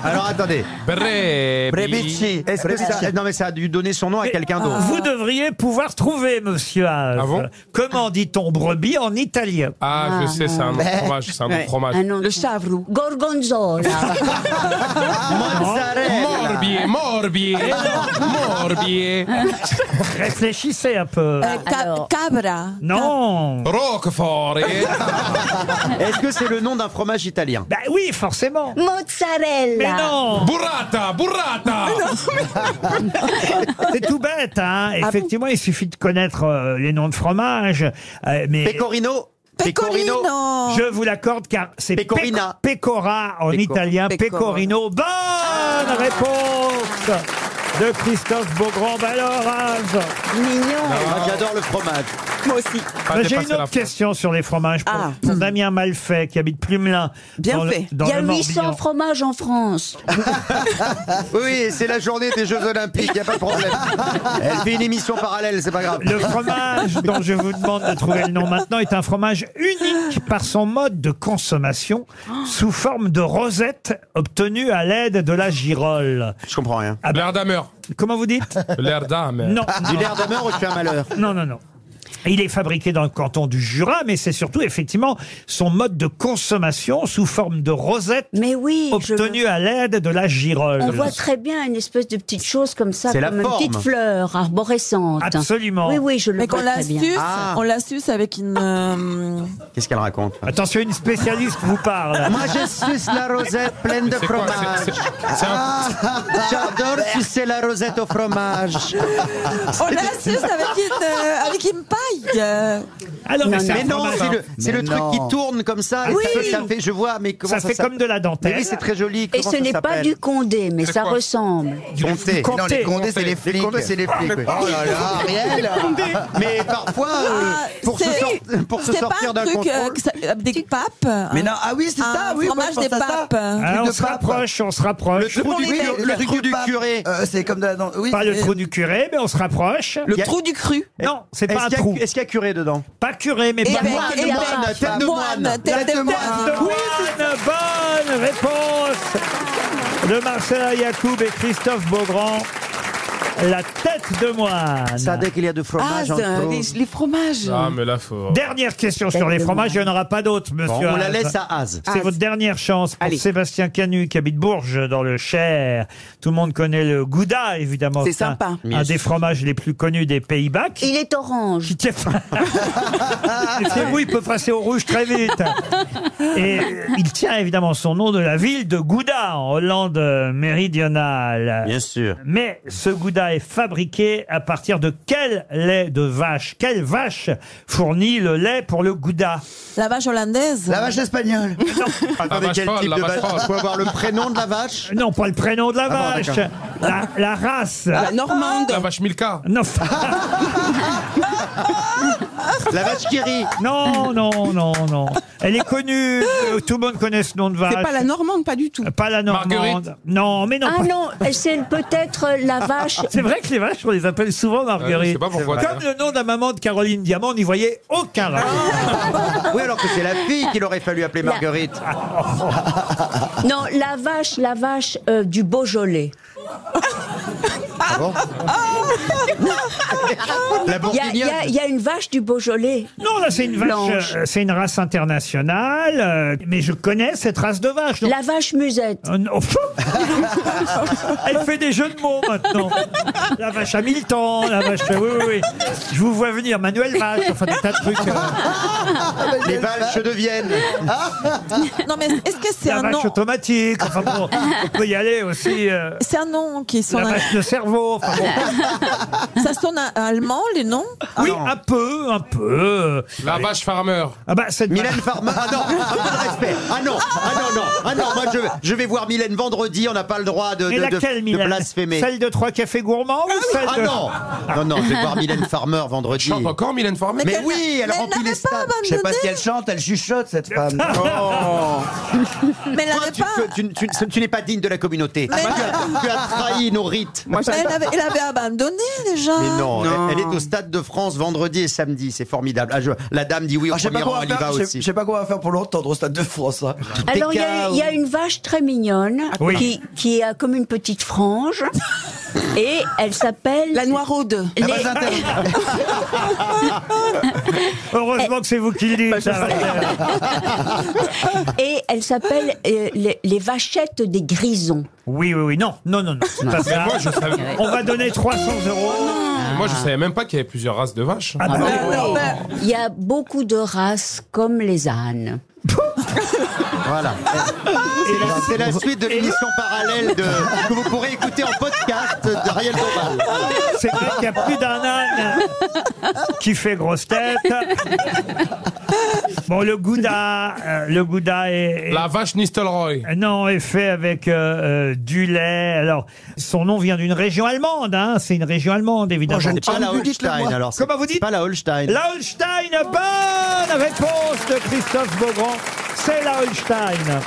[SPEAKER 1] Alors attendez.
[SPEAKER 4] Brebis.
[SPEAKER 1] Brebici.
[SPEAKER 4] Est-ce que ça-
[SPEAKER 1] non mais ça a dû donner son nom à quelqu'un d'autre. Vous devriez pouvoir trouver, monsieur Haas. Comment dit-on brebis en italien
[SPEAKER 4] Ah, je sais, c'est un bon fromage, c'est un bon fromage.
[SPEAKER 3] le chavroux. Gorgonzola.
[SPEAKER 4] Morbier, morbier, morbier.
[SPEAKER 1] Réfléchissez un
[SPEAKER 3] Euh,
[SPEAKER 1] peu.
[SPEAKER 4] Euh,
[SPEAKER 25] cabra.
[SPEAKER 1] Non.
[SPEAKER 4] Roquefort.
[SPEAKER 2] Est-ce que c'est le nom d'un fromage italien
[SPEAKER 1] eh. Bah oui, forcément.
[SPEAKER 25] Mozzarella.
[SPEAKER 1] Mais non.
[SPEAKER 4] Burrata, burrata.
[SPEAKER 1] C'est tout bête,
[SPEAKER 3] Ah
[SPEAKER 1] hein. Effectivement, il suffit de connaître euh, les noms de fromages. euh, mais
[SPEAKER 2] Pecorino Pecorino
[SPEAKER 1] Je vous l'accorde car c'est
[SPEAKER 2] Pecorina.
[SPEAKER 1] pec- pecora en
[SPEAKER 2] Pecor-
[SPEAKER 1] italien.
[SPEAKER 2] Pecora.
[SPEAKER 1] Pecorino. Bonne Ah, réponse de Christophe Beaugrand. Bah alors, Haas.
[SPEAKER 2] Ah, J'adore le fromage. Moi aussi.
[SPEAKER 1] Bah, J'ai une autre question sur les fromages pour, pour Damien Malfait qui habite Plumelin.
[SPEAKER 3] Ah. Bien
[SPEAKER 1] dans le-
[SPEAKER 3] fait.
[SPEAKER 1] dans
[SPEAKER 3] Il y a
[SPEAKER 1] le Morbihan.
[SPEAKER 3] 800 fromages en France.
[SPEAKER 2] Oui, c'est la journée des Jeux Olympiques, y a pas de problème. Elle fait une émission parallèle, c'est pas grave.
[SPEAKER 1] Le fromage dont je vous demande de trouver le nom maintenant est un fromage unique par son mode de consommation sous forme de rosette obtenue à l'aide de la girole.
[SPEAKER 2] Je comprends rien.
[SPEAKER 4] L'air d'ameur.
[SPEAKER 1] Ah, bah. Comment vous dites
[SPEAKER 4] L'air d'âme.
[SPEAKER 1] Non.
[SPEAKER 2] Du
[SPEAKER 1] non.
[SPEAKER 2] l'air de mort, je fais un malheur.
[SPEAKER 1] Non, non, non. Il est fabriqué dans le canton du Jura, mais c'est surtout effectivement son mode de consommation sous forme de rosette obtenue à l'aide de la girole.
[SPEAKER 3] On voit très bien une espèce de petite chose comme ça,
[SPEAKER 1] C'est la
[SPEAKER 3] comme une
[SPEAKER 1] forme.
[SPEAKER 3] petite fleur arborescente.
[SPEAKER 1] Absolument.
[SPEAKER 3] Oui, oui, je le
[SPEAKER 25] Mais qu'on
[SPEAKER 3] vois très
[SPEAKER 25] la
[SPEAKER 3] bien.
[SPEAKER 25] suce,
[SPEAKER 2] Ah.
[SPEAKER 25] on la suce avec une. euh,
[SPEAKER 2] Qu'est-ce qu'elle raconte
[SPEAKER 1] Attention, une spécialiste vous parle.
[SPEAKER 2] Moi, je suce la rosette pleine de
[SPEAKER 1] C'est quoi,
[SPEAKER 2] fromage.
[SPEAKER 1] c'est- c'est- c'est un-
[SPEAKER 2] Ah, J'adore sucer la rosette au fromage.
[SPEAKER 25] on la suce avec une, euh, avec une paille. euh.
[SPEAKER 1] Alors,
[SPEAKER 2] mais,
[SPEAKER 1] mais c'est un
[SPEAKER 2] non,
[SPEAKER 1] fromage,
[SPEAKER 2] c'est
[SPEAKER 1] hein.
[SPEAKER 2] le, c'est le
[SPEAKER 1] Mais
[SPEAKER 2] truc
[SPEAKER 1] non.
[SPEAKER 2] qui tourne comme ça. et
[SPEAKER 1] Oui.
[SPEAKER 2] ça, ça fait, je vois, mais comment
[SPEAKER 1] Ça
[SPEAKER 2] ça
[SPEAKER 1] fait
[SPEAKER 2] s'appelle
[SPEAKER 1] comme de la dentelle.
[SPEAKER 2] Mais oui, c'est très joli.
[SPEAKER 3] Et ce n'est pas du condé, mais
[SPEAKER 2] C'est
[SPEAKER 3] ça
[SPEAKER 2] quoi
[SPEAKER 3] ressemble.
[SPEAKER 2] comté.
[SPEAKER 1] Non, les
[SPEAKER 2] condés,
[SPEAKER 1] c'est les flics.
[SPEAKER 2] Les condés, c'est les flics. oui.
[SPEAKER 1] Oh
[SPEAKER 25] là là, Ariel.
[SPEAKER 2] Mais parfois, euh,
[SPEAKER 25] Ah,
[SPEAKER 2] pour, se
[SPEAKER 25] c'est-
[SPEAKER 2] sort- pour se
[SPEAKER 25] c'est
[SPEAKER 2] sortir
[SPEAKER 25] pas un
[SPEAKER 2] d'un
[SPEAKER 25] truc, euh,
[SPEAKER 2] contrôle.
[SPEAKER 25] que ça- avec des papes.
[SPEAKER 2] Mais non, ah oui, c'est
[SPEAKER 25] Un
[SPEAKER 2] ça, oui, moi, je
[SPEAKER 25] fromage
[SPEAKER 2] pense
[SPEAKER 25] des
[SPEAKER 2] à ça.
[SPEAKER 25] papes.
[SPEAKER 1] Ah,
[SPEAKER 2] Truc
[SPEAKER 1] on
[SPEAKER 2] de
[SPEAKER 1] se
[SPEAKER 2] pape.
[SPEAKER 1] rapproche, on se rapproche.
[SPEAKER 2] Le trou du,
[SPEAKER 25] les
[SPEAKER 2] cu-
[SPEAKER 25] mecs,
[SPEAKER 2] le trou du Euh, curé.
[SPEAKER 42] C'est comme de la dent. Oui.
[SPEAKER 1] Pas le
[SPEAKER 42] mais-
[SPEAKER 1] trou du curé, mais on se rapproche.
[SPEAKER 25] Le trou du cru.
[SPEAKER 1] Non, c'est
[SPEAKER 2] Est-ce
[SPEAKER 1] pas un
[SPEAKER 2] qu'il y a-
[SPEAKER 1] trou.
[SPEAKER 2] Est-ce qu'il y a curé dedans
[SPEAKER 1] Pas curé, mais
[SPEAKER 25] Et
[SPEAKER 1] pas
[SPEAKER 25] ben,
[SPEAKER 1] moine.
[SPEAKER 25] et ben,
[SPEAKER 2] moine, tête de
[SPEAKER 25] moine,
[SPEAKER 2] moine.
[SPEAKER 25] tête de
[SPEAKER 2] Tête de
[SPEAKER 25] moine.
[SPEAKER 1] Moine, bonne réponse de Marcel Yacoub et Christophe Beaugrand. La tête de moine. Ça, dès qu'il y a de
[SPEAKER 4] Ah, c'est un- les, les fromages.
[SPEAKER 1] Ah, là, faut... Dernière question sur les fromages, il n'y en aura pas d'autres, monsieur.
[SPEAKER 4] Bon, on la
[SPEAKER 1] Haas.
[SPEAKER 4] laisse à Haas.
[SPEAKER 1] C'est
[SPEAKER 4] Haas.
[SPEAKER 1] votre dernière chance pour Sébastien Canu, qui habite Bourges, dans le Cher. Tout le monde connaît le Gouda, évidemment.
[SPEAKER 4] C'est
[SPEAKER 1] un-
[SPEAKER 4] sympa.
[SPEAKER 1] Un, des fromages les plus connus des Pays-Bas.
[SPEAKER 3] Il est orange.
[SPEAKER 1] C'est vous, il peut passer au rouge très vite. Et il tient évidemment son nom de la ville de Gouda, en Hollande euh, méridionale. Bien sûr. Mais ce Gouda est fabriqué à partir de quel lait de vache Quelle vache fournit le lait pour le Gouda
[SPEAKER 13] La vache hollandaise.
[SPEAKER 1] La
[SPEAKER 13] vache espagnole.
[SPEAKER 1] Attendez,
[SPEAKER 7] vache quel folle, type la de vache vache folle. On peut avoir le
[SPEAKER 1] prénom de la vache Euh, Non, pas le prénom de la
[SPEAKER 7] Ah bon,
[SPEAKER 1] vache.
[SPEAKER 7] d'accord.
[SPEAKER 1] la, la race.
[SPEAKER 7] La
[SPEAKER 1] normande.
[SPEAKER 7] La
[SPEAKER 1] vache Milka. Non. la vache qui rit. Non, non, non, non. Elle est connue. euh, Tout le monde connaît ce nom de vache.
[SPEAKER 4] C'est pas la normande, pas du tout.
[SPEAKER 1] Pas la normande.
[SPEAKER 4] Marguerite.
[SPEAKER 1] Non, mais non.
[SPEAKER 3] Ah
[SPEAKER 1] pas-
[SPEAKER 3] non, c'est peut-être euh, la vache.
[SPEAKER 1] Ah, C'est vrai que les vaches, on les appelle souvent
[SPEAKER 7] Ouais, je
[SPEAKER 1] Marguerite.
[SPEAKER 7] sais pas pourquoi,
[SPEAKER 1] Comme le nom de la maman de Caroline Diamant, on n'y voyait aucun rapport.
[SPEAKER 2] Oui, alors que c'est la fille qu'il aurait fallu appeler Marguerite.
[SPEAKER 3] Non, la vache, la vache euh, du Beaujolais.
[SPEAKER 2] La
[SPEAKER 3] Il y a- il y, a- il y a une vache du Beaujolais.
[SPEAKER 1] Non, là, c'est une vache.
[SPEAKER 3] Blanche.
[SPEAKER 1] euh, C'est une race internationale. euh, mais je connais cette race de vache. donc-
[SPEAKER 3] La vache musette.
[SPEAKER 1] Euh, non. Elle fait des jeux de mots maintenant. La vache à mille temps, la vache. Oui, oui, oui. Je vous vois venir, Manuel Vache, enfin des tas de trucs.
[SPEAKER 13] Ah, bah,
[SPEAKER 1] euh.
[SPEAKER 7] Les vaches de
[SPEAKER 1] Vienne.
[SPEAKER 13] non, mais est-ce que c'est
[SPEAKER 1] La
[SPEAKER 13] un nom
[SPEAKER 1] vache automatique. Enfin bon, on peut y aller aussi. euh,
[SPEAKER 13] C'est un nom qui
[SPEAKER 1] la
[SPEAKER 13] sonne.
[SPEAKER 1] vache de cerveau. Enfin bon.
[SPEAKER 13] Ça sonne à- à allemand, les noms
[SPEAKER 1] Oui, un peu, un peu.
[SPEAKER 14] La vache farmer.
[SPEAKER 1] Ah bah, cette
[SPEAKER 2] Mylène Farmer. Ah non, un peu de respect. Ah non, ah non, non. Ah non, moi je, je vais voir Mylène vendredi, on n'a pas le droit de, de,
[SPEAKER 1] Et
[SPEAKER 2] de-
[SPEAKER 1] laquelle,
[SPEAKER 2] de
[SPEAKER 1] Mylène
[SPEAKER 2] blasphémer.
[SPEAKER 1] Celle de trois cafés gourmands ou celle
[SPEAKER 2] Ah
[SPEAKER 1] de...
[SPEAKER 2] non Non, non, je vais voir Mylène Farmer vendredi.
[SPEAKER 1] Chante
[SPEAKER 14] encore Mylène Farmer
[SPEAKER 2] Mais oui, elle remplit les stades.
[SPEAKER 7] Je sais pas si elle chante, elle chuchote cette femme.
[SPEAKER 13] Mais elle
[SPEAKER 2] Oh. Toi, tu, tu- tu- tu- tu n'es pas digne de la communauté.
[SPEAKER 13] Mais
[SPEAKER 2] tu,
[SPEAKER 13] non.
[SPEAKER 2] as, tu as trahi nos rites.
[SPEAKER 13] Mais elle, avait, elle avait abandonné déjà.
[SPEAKER 2] Mais non, Elle, elle est au Stade de France vendredi et samedi, c'est formidable. Ah, je- la dame dit oui au
[SPEAKER 7] Ah, je sais
[SPEAKER 2] premier
[SPEAKER 7] pas quoi
[SPEAKER 2] rang,
[SPEAKER 7] on va
[SPEAKER 2] elle y
[SPEAKER 7] faire,
[SPEAKER 2] va
[SPEAKER 7] je sais-
[SPEAKER 2] aussi.
[SPEAKER 7] je sais pas quoi on va faire pour l'entendre au Stade de France. hein.
[SPEAKER 3] Alors, il y, a- il y a une vache très mignonne
[SPEAKER 1] Ah,
[SPEAKER 7] Oui.
[SPEAKER 3] qui, qui a comme une petite frange. Et elle s'appelle. La noiraude.
[SPEAKER 1] Heureusement que c'est vous qui le
[SPEAKER 2] Bah,
[SPEAKER 1] dites. Ariel.
[SPEAKER 3] et elle s'appelle euh, les, les vachettes des grisons.
[SPEAKER 1] Oui, oui, oui. Non, non, non, non. c'est pas ça.
[SPEAKER 14] moi, je savais-
[SPEAKER 1] On va donner 300 euros.
[SPEAKER 14] Moi, je savais même pas qu'il y avait plusieurs races de vaches.
[SPEAKER 1] Ah,
[SPEAKER 37] Ah,
[SPEAKER 1] bah,
[SPEAKER 3] Il y a beaucoup de races comme les ânes.
[SPEAKER 2] Voilà. C'est la- C'est la, suite de l'émission parallèle de- que vous pourrez écouter en podcast d'Ariel Dombal.
[SPEAKER 1] C'est vrai qu'il y a plus d'un âne qui fait grosse tête. Bon, le Gouda, euh, le Gouda est, est-
[SPEAKER 14] La vache Nistelrooy.
[SPEAKER 1] non, est fait avec euh, euh, du lait. Alors, son nom vient d'une région allemande. Hein. C'est une région allemande, évidemment.
[SPEAKER 2] C'est pas la Holstein, alors. c'est-
[SPEAKER 1] Comment vous
[SPEAKER 2] c'est
[SPEAKER 1] dites
[SPEAKER 2] Pas la Holstein.
[SPEAKER 1] La Holstein, bonne réponse de Christophe Beaugrand. C'est la Holstein.